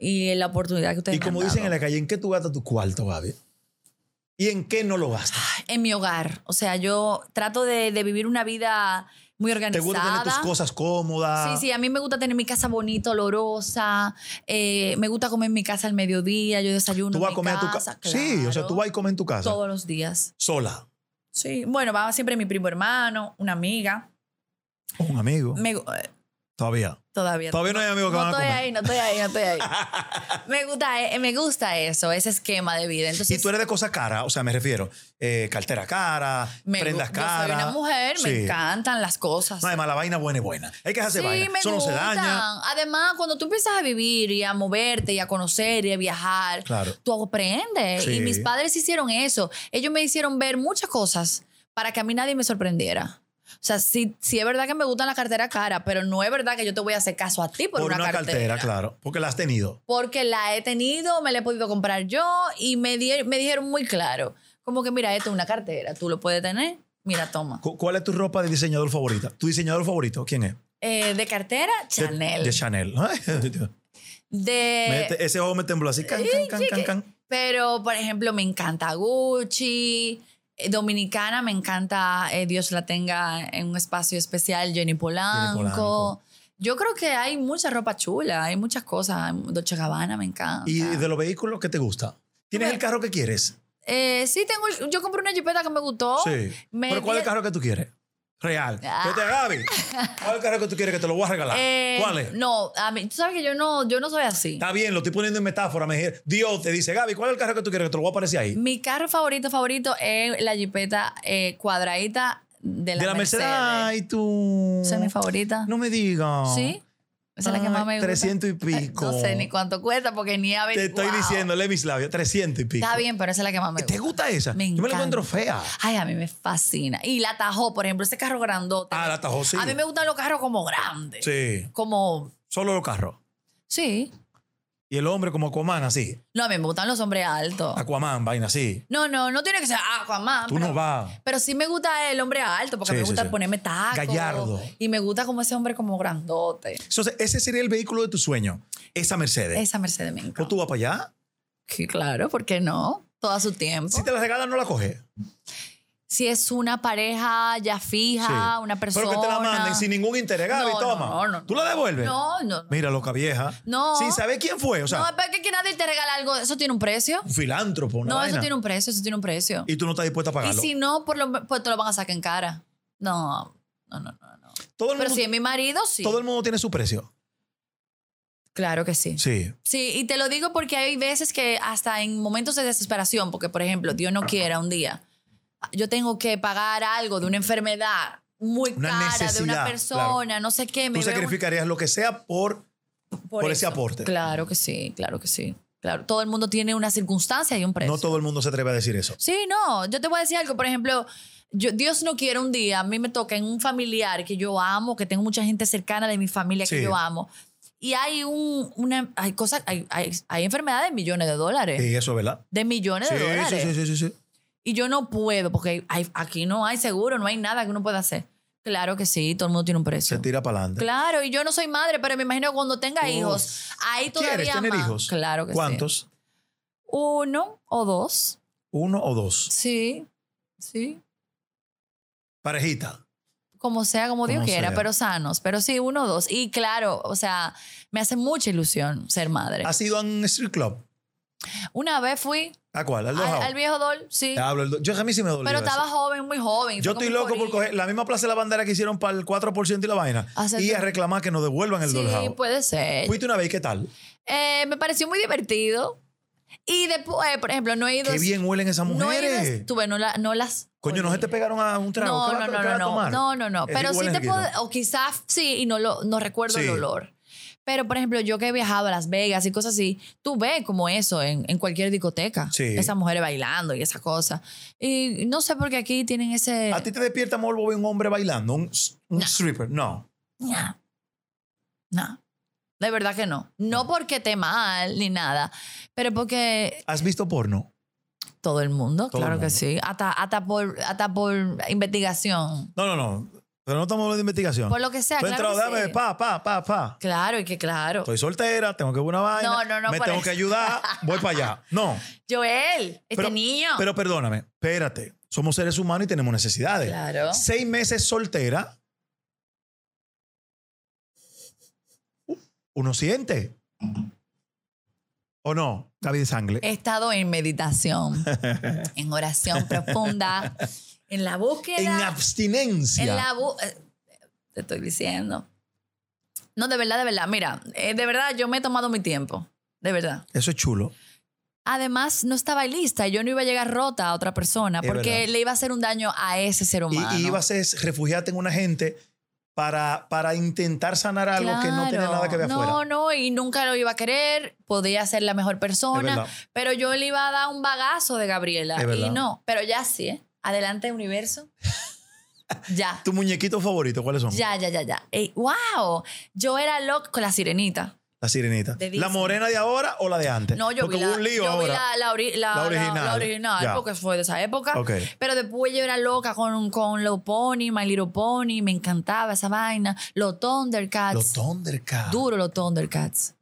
Speaker 2: y la oportunidad que ustedes
Speaker 1: Y
Speaker 2: me
Speaker 1: como
Speaker 2: han
Speaker 1: dicen en
Speaker 2: dado.
Speaker 1: la calle, ¿en qué tú gastas tu cuarto, Gaby? ¿Y en qué no lo gastas?
Speaker 2: en mi hogar. O sea, yo trato de, de vivir una vida muy
Speaker 1: ¿Te
Speaker 2: organizada.
Speaker 1: gusta tener tus cosas cómodas?
Speaker 2: Sí, sí, a mí me gusta tener mi casa bonita, olorosa. eh, me gusta comer en mi casa al mediodía. Yo desayuno.
Speaker 1: Tú
Speaker 2: en
Speaker 1: vas
Speaker 2: mi
Speaker 1: a comer a tu casa. Sí, o sea,
Speaker 2: claro,
Speaker 1: tú vas y comes en tu casa.
Speaker 2: Todos los días.
Speaker 1: Sola.
Speaker 2: Sí. Bueno, va siempre mi primo hermano, una amiga.
Speaker 1: O un amigo.
Speaker 2: Me gu- eh,
Speaker 1: Todavía.
Speaker 2: todavía.
Speaker 1: Todavía no hay amigos que
Speaker 2: No
Speaker 1: van a
Speaker 2: estoy
Speaker 1: comer.
Speaker 2: ahí, no estoy ahí, no estoy ahí. me, gusta, eh, me gusta eso, ese esquema de vida. Entonces,
Speaker 1: Y tú eres de cosas caras, o sea, me refiero, eh, cartera cara,
Speaker 2: me gu-
Speaker 1: prendas
Speaker 2: yo
Speaker 1: caras.
Speaker 2: Soy una mujer,
Speaker 1: Sí.
Speaker 2: me encantan las cosas.
Speaker 1: No, además, la vaina buena es buena. Hay que hacer
Speaker 2: Sí,
Speaker 1: vaina.
Speaker 2: me
Speaker 1: Eso no se
Speaker 2: gustan.
Speaker 1: daña.
Speaker 2: Además, cuando tú empiezas a vivir y a moverte y a conocer y a viajar,
Speaker 1: Claro.
Speaker 2: tú aprendes.
Speaker 1: Sí.
Speaker 2: Y mis padres hicieron eso. Ellos me hicieron ver muchas cosas para que a mí nadie me sorprendiera. O sea, sí, sí es verdad que me gustan las carteras caras, pero no es verdad que yo te voy a hacer caso a ti por,
Speaker 1: Por, una, cartera. claro. Porque la has tenido.
Speaker 2: Porque la he tenido, me la he podido comprar yo y me, di- me dijeron muy claro, como que mira, esto es una cartera, tú lo puedes tener, mira, toma.
Speaker 1: Cu- ¿Cuál es tu ropa de diseñador favorita? ¿Tu diseñador favorito? ¿Quién es?
Speaker 2: Eh, de cartera,
Speaker 1: De-
Speaker 2: Chanel.
Speaker 1: De,
Speaker 2: De,
Speaker 1: Chanel.
Speaker 2: Eh,
Speaker 1: Me- ese ojo me tembló así. Can, can, can, can, can.
Speaker 2: Pero, por ejemplo, me encanta Gucci. eh, Dominicana, me encanta, eh, Dios la tenga en un espacio especial, Jenny Polanco.
Speaker 1: Polanco.
Speaker 2: Yo creo que hay mucha ropa chula, hay muchas cosas. Dolce Gabbana me encanta.
Speaker 1: ¿Y de los vehículos qué te gusta? ¿Tienes
Speaker 2: Bueno.
Speaker 1: el carro que quieres?
Speaker 2: Eh, sí, tengo, el- yo compré una jipeta que me gustó.
Speaker 1: Sí.
Speaker 2: Oh, me
Speaker 1: ¿Pero cuál es el
Speaker 2: di-
Speaker 1: carro que tú quieres? Real. ¿Qué
Speaker 2: Ah.
Speaker 1: te Gaby? ¿Cuál es el carro que tú quieres que te lo voy a regalar?
Speaker 2: Eh,
Speaker 1: ¿Cuál es?
Speaker 2: No, a mí, tú sabes que yo no, yo no soy así.
Speaker 1: Está bien, lo estoy poniendo en metáfora. Me dije, Dios te dice, Gaby, ¿cuál es el carro que tú quieres que te lo voy a aparecer ahí?
Speaker 2: Mi carro favorito, favorito es la jipeta eh, cuadradita de la,
Speaker 1: de la Mercedes.
Speaker 2: Mercedes.
Speaker 1: Ay, tú.
Speaker 2: Esa es mi favorita.
Speaker 1: No me digas.
Speaker 2: ¿Sí? Esa es la que más me gusta.
Speaker 1: 300 y pico.
Speaker 2: No sé ni cuánto cuesta porque ni a ver.
Speaker 1: Te estoy
Speaker 2: wow.
Speaker 1: diciendo, lee mis labios, 300 y pico.
Speaker 2: Está bien, pero esa es la que más me gusta.
Speaker 1: ¿Te gusta esa?
Speaker 2: Me
Speaker 1: Yo me la
Speaker 2: encanta.
Speaker 1: encuentro fea.
Speaker 2: Ay, a mí me fascina. Y la Tajó, por ejemplo, ese carro grandote.
Speaker 1: Ah, la Tajo, sí.
Speaker 2: A mí me gustan los carros como grandes.
Speaker 1: Sí,
Speaker 2: Como,
Speaker 1: solo los carros.
Speaker 2: sí.
Speaker 1: Y el hombre como Aquaman, así.
Speaker 2: No, a mí me gustan los hombres altos.
Speaker 1: Aquaman, vaina así.
Speaker 2: No, no, no tiene que ser Aquaman.
Speaker 1: Ah. Tú
Speaker 2: Ah, pero,
Speaker 1: no vas.
Speaker 2: Pero sí me gusta el hombre alto porque
Speaker 1: Sí,
Speaker 2: me
Speaker 1: sí,
Speaker 2: gusta
Speaker 1: sí.
Speaker 2: ponerme tacos.
Speaker 1: Gallardo.
Speaker 2: Y me gusta como ese hombre como grandote.
Speaker 1: Entonces, ese sería el vehículo de tu sueño. Esa Mercedes.
Speaker 2: Esa Mercedes me encanta.
Speaker 1: ¿O tú vas para allá?
Speaker 2: Sí, claro, ¿por qué no? Todo a su tiempo.
Speaker 1: Si te la regalan, no la coges.
Speaker 2: si es una pareja ya fija,
Speaker 1: Sí.
Speaker 2: una persona.
Speaker 1: Pero que te la manden sin ningún interés. Gaby,
Speaker 2: No,
Speaker 1: toma.
Speaker 2: no, no, no.
Speaker 1: ¿Tú la devuelves?
Speaker 2: No, no, no.
Speaker 1: Mira, loca vieja.
Speaker 2: No.
Speaker 1: Sin saber quién fue. O sea,
Speaker 2: no, pero es que nadie te regala algo. Eso tiene un precio.
Speaker 1: un filántropo, una
Speaker 2: No,
Speaker 1: vaina.
Speaker 2: eso tiene un precio, eso tiene un precio. Y,
Speaker 1: Y tú no estás dispuesta a pagarlo.
Speaker 2: si no, por lo, pues te lo van a sacar en cara. No, no, no, no. no.
Speaker 1: todo, el
Speaker 2: Pero
Speaker 1: mundo,
Speaker 2: si es mi marido, sí.
Speaker 1: todo el mundo tiene su precio.
Speaker 2: Claro que sí.
Speaker 1: Sí.
Speaker 2: Sí, y te lo digo porque hay veces que hasta en momentos de desesperación, porque por ejemplo, Dios no quiera un día, yo tengo que pagar algo de una enfermedad, muy
Speaker 1: Una
Speaker 2: cara de una
Speaker 1: necesidad,
Speaker 2: persona, no sé qué. Me
Speaker 1: Tú
Speaker 2: veo muy-
Speaker 1: sacrificarías lo que sea por... por ese
Speaker 2: eso.
Speaker 1: aporte.
Speaker 2: Claro que sí, claro que sí. Claro, todo el mundo tiene una circunstancia y un precio.
Speaker 1: No todo el mundo se atreve a decir eso.
Speaker 2: Sí, no, yo te voy a decir algo, por ejemplo, yo, Dios no quiere un día, a mí me toca en un familiar que yo amo, que tengo mucha gente cercana de mi familia que
Speaker 1: Sí.
Speaker 2: yo amo, y hay un, una, hay cosas, hay, hay, hay enfermedades de millones de dólares,
Speaker 1: Y eso, ¿verdad?
Speaker 2: de millones
Speaker 1: Sí,
Speaker 2: de dólares,
Speaker 1: sí, sí, sí, sí, sí.
Speaker 2: y yo no puedo, porque hay- aquí no hay seguro, no hay nada que uno pueda hacer. Claro que sí, todo el mundo tiene un
Speaker 1: Se
Speaker 2: precio.
Speaker 1: tira para adelante.
Speaker 2: Claro, y yo no soy madre, pero me imagino que cuando tenga
Speaker 1: Oh.
Speaker 2: hijos, ahí todavía
Speaker 1: ¿Quieres tener
Speaker 2: más.
Speaker 1: hijos?
Speaker 2: Claro que sí.
Speaker 1: ¿Cuántos?
Speaker 2: Uno o dos.
Speaker 1: ¿Uno o dos?
Speaker 2: Sí, sí.
Speaker 1: Parejita.
Speaker 2: Como sea, como Dios
Speaker 1: Como
Speaker 2: quiera,
Speaker 1: sea.
Speaker 2: pero sanos. Pero sí, uno o dos. Y claro, o sea, me hace mucha ilusión ser madre.
Speaker 1: ¿Has ido a un street club?
Speaker 2: Una vez fui
Speaker 1: ¿A cuál? ¿Al
Speaker 2: al,
Speaker 1: Dojao?
Speaker 2: al viejo Dol, sí.
Speaker 1: Hablo, el do- yo a mí sí me dolió
Speaker 2: pero
Speaker 1: eso.
Speaker 2: estaba joven, muy joven.
Speaker 1: Yo
Speaker 2: fue como
Speaker 1: estoy
Speaker 2: un
Speaker 1: loco por
Speaker 2: corillo.
Speaker 1: coger la misma plaza de la bandera que hicieron para el 4% y la vaina
Speaker 2: Hacer
Speaker 1: y a
Speaker 2: todo.
Speaker 1: reclamar que nos devuelvan el
Speaker 2: Sí, pues,
Speaker 1: Dollhouse.
Speaker 2: puede ser.
Speaker 1: Fuiste una vez, y ¿qué tal?
Speaker 2: Eh, me pareció muy divertido. Y después, por ejemplo, no he ido.
Speaker 1: Qué bien huelen esas
Speaker 2: no he ido-
Speaker 1: mujeres.
Speaker 2: Tuve, no, la- no las.
Speaker 1: Coño, no se
Speaker 2: olí.
Speaker 1: te pegaron a un trago.
Speaker 2: No,
Speaker 1: ¿Qué
Speaker 2: no,
Speaker 1: va-
Speaker 2: no,
Speaker 1: qué va
Speaker 2: no,
Speaker 1: a
Speaker 2: no,
Speaker 1: tomar?
Speaker 2: no, no, no.
Speaker 1: Es
Speaker 2: Pero
Speaker 1: igual
Speaker 2: sí
Speaker 1: en
Speaker 2: te
Speaker 1: el
Speaker 2: puedo,
Speaker 1: guiso.
Speaker 2: o quizás sí, y no lo, no recuerdo
Speaker 1: Sí.
Speaker 2: el olor. Pero, por ejemplo, yo que he viajado a Las Vegas y cosas así, tú ves como eso en, en cualquier discoteca.
Speaker 1: Sí.
Speaker 2: Esas mujeres bailando y esas cosas. Y no sé por qué aquí tienen ese...
Speaker 1: ¿A ti te despierta morbo ver un hombre bailando? ¿Un, s- un stripper? No.
Speaker 2: No. No. De verdad que no.
Speaker 1: Ah.
Speaker 2: No porque esté mal ni nada, pero porque
Speaker 1: ¿Has visto porno?
Speaker 2: todo el mundo,
Speaker 1: Todo el
Speaker 2: claro que
Speaker 1: mundo.
Speaker 2: sí. Hasta, hasta, por, hasta por investigación.
Speaker 1: No, no, no. Pero no estamos hablando de investigación.
Speaker 2: Por lo que sea.
Speaker 1: Tú entra,
Speaker 2: claro, que
Speaker 1: Ah. Pues dame,
Speaker 2: sí.
Speaker 1: pa, Pues pa, pa, pa.
Speaker 2: claro, y que claro.
Speaker 1: Estoy soltera, tengo que ver una vaina.
Speaker 2: No, no, no,
Speaker 1: Me
Speaker 2: por
Speaker 1: tengo
Speaker 2: eso.
Speaker 1: que ayudar, voy para allá. No.
Speaker 2: Joel, este
Speaker 1: Pero-
Speaker 2: niño.
Speaker 1: Pero eh, perdóname, espérate. Somos seres humanos y tenemos necesidades.
Speaker 2: claro.
Speaker 1: Seis meses soltera. Uh, Uno siente. ¿O no? David Sangle.
Speaker 2: He estado en meditación, en oración profunda, en la
Speaker 1: en
Speaker 2: búsqueda.
Speaker 1: abstinencia.
Speaker 2: En la bu- eh, Te estoy diciendo. No, de verdad, de verdad. Mira, eh, de verdad, yo me he tomado mi tiempo. De verdad.
Speaker 1: Eso es chulo.
Speaker 2: Además, no estaba lista. Yo no iba a llegar rota a otra persona
Speaker 1: Es
Speaker 2: porque
Speaker 1: verdad.
Speaker 2: le iba a hacer un daño a ese ser
Speaker 1: Y,
Speaker 2: humano.
Speaker 1: y ibas a es- refugiarte en una gente para, para intentar sanar algo que no tiene
Speaker 2: Claro.
Speaker 1: nada que ver
Speaker 2: No,
Speaker 1: afuera.
Speaker 2: no, y nunca lo iba a querer. Podía ser la mejor
Speaker 1: Es
Speaker 2: persona.
Speaker 1: verdad.
Speaker 2: Pero yo le iba a dar un bagazo de Gabriela.
Speaker 1: Es verdad.
Speaker 2: Y no, pero ya sí, ¿eh? Adelante, universo. ya.
Speaker 1: ¿Tus muñequitos favoritos cuáles son?
Speaker 2: Ya, ya, ya, ya. Ey, ¡Wow! Yo era loca con la sirenita.
Speaker 1: La sirenita.
Speaker 2: De
Speaker 1: ¿La
Speaker 2: Disney.
Speaker 1: morena de ahora o la de antes?
Speaker 2: No, yo
Speaker 1: Porque
Speaker 2: vi
Speaker 1: hubo
Speaker 2: la,
Speaker 1: un lío
Speaker 2: yo vi
Speaker 1: ahora.
Speaker 2: la, la ori- la-
Speaker 1: La
Speaker 2: la-
Speaker 1: original.
Speaker 2: la original,
Speaker 1: Ya.
Speaker 2: porque fue de esa época.
Speaker 1: Ok.
Speaker 2: Pero después yo era loca con, con los Pony, My Little Pony. Me encantaba esa vaina. Los Thundercats.
Speaker 1: Los Thundercats.
Speaker 2: Duro los Thundercats.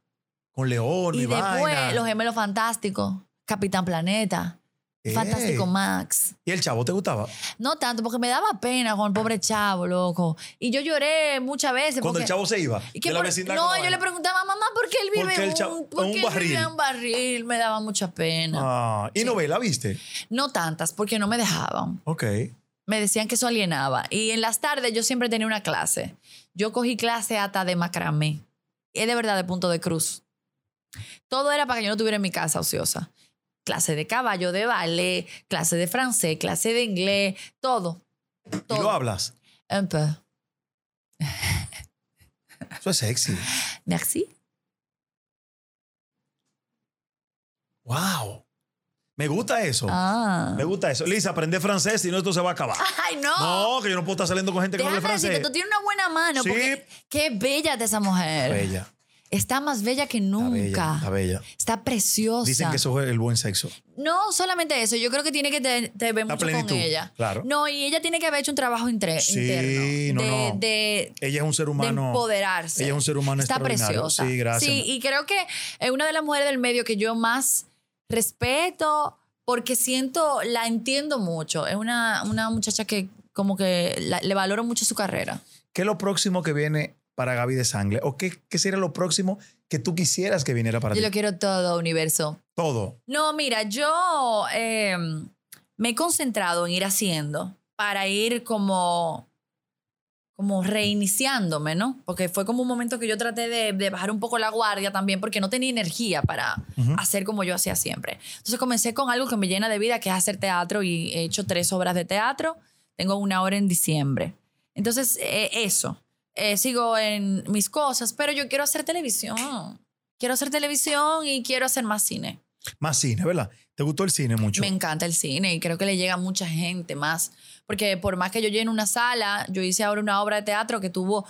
Speaker 1: Con León y,
Speaker 2: y después
Speaker 1: vaina.
Speaker 2: los gemelos fantásticos. Capitán Planeta.
Speaker 1: Ey.
Speaker 2: Fantástico Max.
Speaker 1: ¿Y el chavo te gustaba?
Speaker 2: No tanto, porque me daba pena con el pobre chavo, loco. Y yo lloré muchas veces.
Speaker 1: Cuando
Speaker 2: porque-
Speaker 1: el chavo se iba.
Speaker 2: ¿Y qué
Speaker 1: de la
Speaker 2: por-
Speaker 1: vecindad
Speaker 2: No,
Speaker 1: con
Speaker 2: yo
Speaker 1: vaina.
Speaker 2: le preguntaba, mamá, ¿por qué él vive
Speaker 1: Porque
Speaker 2: en
Speaker 1: el chavo-
Speaker 2: un, por
Speaker 1: en
Speaker 2: qué
Speaker 1: un
Speaker 2: él vive
Speaker 1: barril.
Speaker 2: en un barril? Me daba mucha pena.
Speaker 1: Ah, y novela, ¿viste?
Speaker 2: No tantas, porque no me dejaban.
Speaker 1: Ok.
Speaker 2: Me decían que eso alienaba. Y en las tardes yo siempre tenía una clase. Yo cogí clase hasta de macramé. Es de verdad de punto de cruz. Todo era para que yo no estuviera en mi casa ociosa. Clase de caballo, de ballet, clase de francés, clase de inglés, todo.
Speaker 1: Y lo
Speaker 2: Todo.
Speaker 1: hablas.
Speaker 2: Un peu.
Speaker 1: Eso es sexy.
Speaker 2: Merci.
Speaker 1: Wow. Me gusta eso.
Speaker 2: Ah.
Speaker 1: Oh. Me gusta eso. Lisa, aprende francés, si no esto se va a acabar.
Speaker 2: Ay,
Speaker 1: No, que yo no puedo estar saliendo con gente que no hable
Speaker 2: Déjame
Speaker 1: francés.
Speaker 2: decirte, Ah. tú tienes una buena mano.
Speaker 1: Sí.
Speaker 2: Porque qué bella de esa
Speaker 1: Está
Speaker 2: mujer.
Speaker 1: bella.
Speaker 2: Está más bella que
Speaker 1: Está
Speaker 2: nunca.
Speaker 1: bella.
Speaker 2: Está,
Speaker 1: Está bella.
Speaker 2: preciosa.
Speaker 1: Dicen que eso es el buen sexo.
Speaker 2: No solamente eso, yo creo que tiene que te, te ver
Speaker 1: La
Speaker 2: mucho
Speaker 1: plenitud.
Speaker 2: con ella.
Speaker 1: Claro.
Speaker 2: No, y ella tiene que haber hecho un trabajo intre-
Speaker 1: Sí,
Speaker 2: interno.
Speaker 1: no,
Speaker 2: de,
Speaker 1: no.
Speaker 2: de-
Speaker 1: Ella es un ser
Speaker 2: de
Speaker 1: humano.
Speaker 2: empoderarse.
Speaker 1: Ella es un ser humano
Speaker 2: Está
Speaker 1: extraordinario.
Speaker 2: preciosa.
Speaker 1: Sí, gracias.
Speaker 2: Sí, y creo que es una de las mujeres del medio que yo más respeto porque siento, la entiendo mucho. Es una, una muchacha que como que la- le valoro mucho su carrera.
Speaker 1: ¿Qué es lo próximo que viene para Gaby de Sangle? ¿O qué, qué sería lo próximo que tú quisieras que viniera para
Speaker 2: Yo
Speaker 1: ti?
Speaker 2: lo quiero todo, universo.
Speaker 1: Todo.
Speaker 2: No, mira, yo eh, me he concentrado en ir haciendo para ir como, como reiniciándome, ¿no? Porque fue como un momento que yo traté de, de bajar un poco la guardia también porque no tenía energía para
Speaker 1: Ujú.
Speaker 2: hacer como yo hacía siempre. Entonces comencé con algo que me llena de vida, que es hacer teatro y he hecho tres obras de teatro. Tengo una hora en diciembre. Entonces, eh, eso. Eh, sigo en mis cosas, pero yo quiero hacer televisión. Quiero hacer televisión y quiero hacer más cine.
Speaker 1: Más cine, ¿verdad? ¿Te gustó el cine mucho?
Speaker 2: Me encanta el cine y creo que le llega a mucha gente más. Porque por más que yo llene una sala, yo hice ahora una obra de teatro que tuvo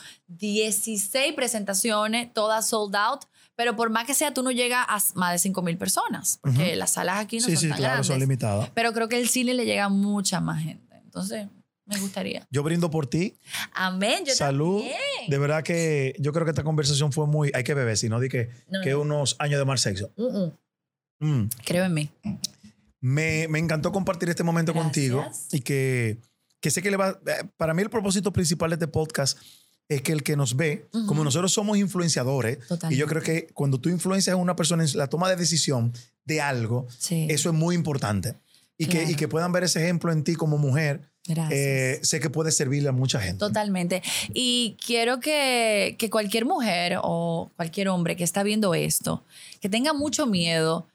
Speaker 2: 16 presentaciones, todas sold out. Pero por más que sea, tú no llegas a más de 5 mil personas. Porque
Speaker 1: Ujú.
Speaker 2: las salas aquí no
Speaker 1: sí,
Speaker 2: son
Speaker 1: sí,
Speaker 2: tan
Speaker 1: claro,
Speaker 2: grandes.
Speaker 1: son limitadas.
Speaker 2: pero creo que el cine le llega a mucha más gente. Entonces, me gustaría.
Speaker 1: Yo brindo por ti.
Speaker 2: Amén. Yo
Speaker 1: Salud.
Speaker 2: también.
Speaker 1: De verdad que yo creo que esta conversación fue muy. Hay que beber, si no, di que,
Speaker 2: No,
Speaker 1: que
Speaker 2: no.
Speaker 1: unos años de mal sexo.
Speaker 2: Mm, mm.
Speaker 1: Mm.
Speaker 2: Creo en mí.
Speaker 1: Me, me encantó compartir este momento
Speaker 2: Gracias.
Speaker 1: contigo y que, que sé que le va. eh, Para mí, el propósito principal de este podcast es que el que nos ve,
Speaker 2: Ujú.
Speaker 1: como nosotros somos influenciadores,
Speaker 2: Totalmente.
Speaker 1: y yo creo que cuando tú influencias a una persona en la toma de decisión de algo,
Speaker 2: Sí.
Speaker 1: eso es muy importante. Y, que,
Speaker 2: Claro.
Speaker 1: y que puedan ver ese ejemplo en ti como mujer,
Speaker 2: Gracias.
Speaker 1: eh, sé que puede servirle a mucha gente.
Speaker 2: Totalmente. Y quiero que, que cualquier mujer o cualquier hombre que está viendo esto, que tenga mucho miedo,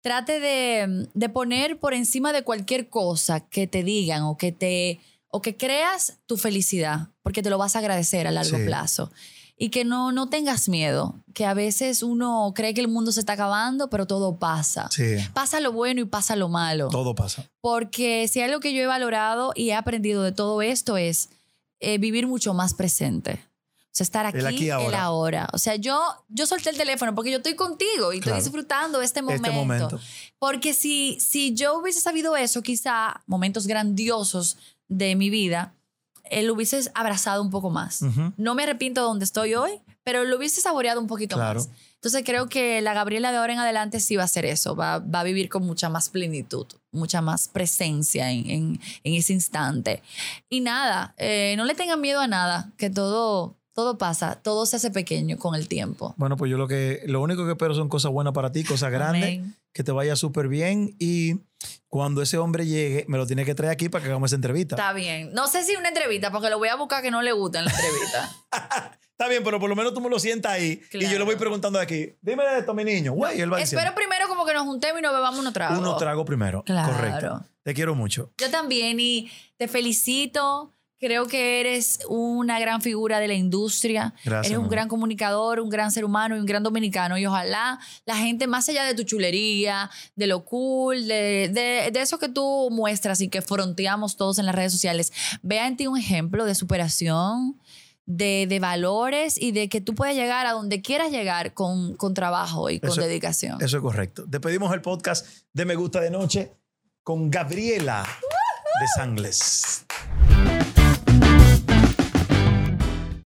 Speaker 2: trate de, de poner por encima de cualquier cosa que te digan o que te o que creas tu felicidad, porque te lo vas a agradecer a largo
Speaker 1: Sí.
Speaker 2: plazo. Y que no, no tengas miedo, que a veces uno cree que el mundo se está acabando, pero todo pasa.
Speaker 1: Sí,
Speaker 2: Pasa lo bueno y pasa lo malo.
Speaker 1: todo pasa.
Speaker 2: Porque si hay algo que yo he valorado y he aprendido de todo esto es eh, vivir mucho más presente. O sea, estar aquí,
Speaker 1: El aquí y ahora.
Speaker 2: el ahora. O sea, yo, yo solté el teléfono porque yo estoy contigo y
Speaker 1: Claro.
Speaker 2: estoy disfrutando este momento.
Speaker 1: Este momento.
Speaker 2: Porque si, si yo hubiese sabido eso, quizá momentos grandiosos de mi vida, eh, lo hubieses abrazado un poco más.
Speaker 1: Ujú.
Speaker 2: No me arrepiento de donde estoy hoy, pero lo hubiese saboreado un poquito
Speaker 1: Claro.
Speaker 2: más. Entonces creo que la Gabriela de ahora en adelante sí va a hacer eso, va, va a vivir con mucha más plenitud, mucha más presencia en, en- en ese instante. Y nada, eh, no le tengan miedo a nada, que todo, todo pasa, todo se hace pequeño con el tiempo.
Speaker 1: Bueno, pues yo lo que lo único que espero son cosas buenas para ti, cosas grandes,
Speaker 2: Amén.
Speaker 1: que te vaya súper bien y cuando ese hombre llegue, me lo tiene que traer aquí para que hagamos esa entrevista. Está,
Speaker 2: Está bien. No sé si una entrevista, porque lo voy a buscar que no le gusta en la entrevista.
Speaker 1: bien, pero por lo menos tú me lo sientas ahí y yo
Speaker 2: Claro.
Speaker 1: le voy preguntando de aquí. Dime de esto, mi niño. Güey, él va
Speaker 2: Espero
Speaker 1: diciendo.
Speaker 2: primero como que nos juntemos y nos bebamos unos tragos.
Speaker 1: Uno trago primero.
Speaker 2: Claro.
Speaker 1: Correcto. Te quiero mucho.
Speaker 2: Yo también y te felicito. Creo que eres una gran figura de la industria.
Speaker 1: Gracias,
Speaker 2: eres un
Speaker 1: mamá.
Speaker 2: gran comunicador, un gran ser humano y un gran dominicano. Y ojalá la gente, más allá de tu chulería, de lo cool, de, de- de eso que tú muestras y que fronteamos todos en las redes sociales, vea en ti un ejemplo de superación, de, de valores y de que tú puedes llegar a donde quieras llegar con, con trabajo y con
Speaker 1: Eso-
Speaker 2: dedicación.
Speaker 1: Eso es correcto. Despedimos el podcast de Me Gusta de Noche con Gabriela de Sangles.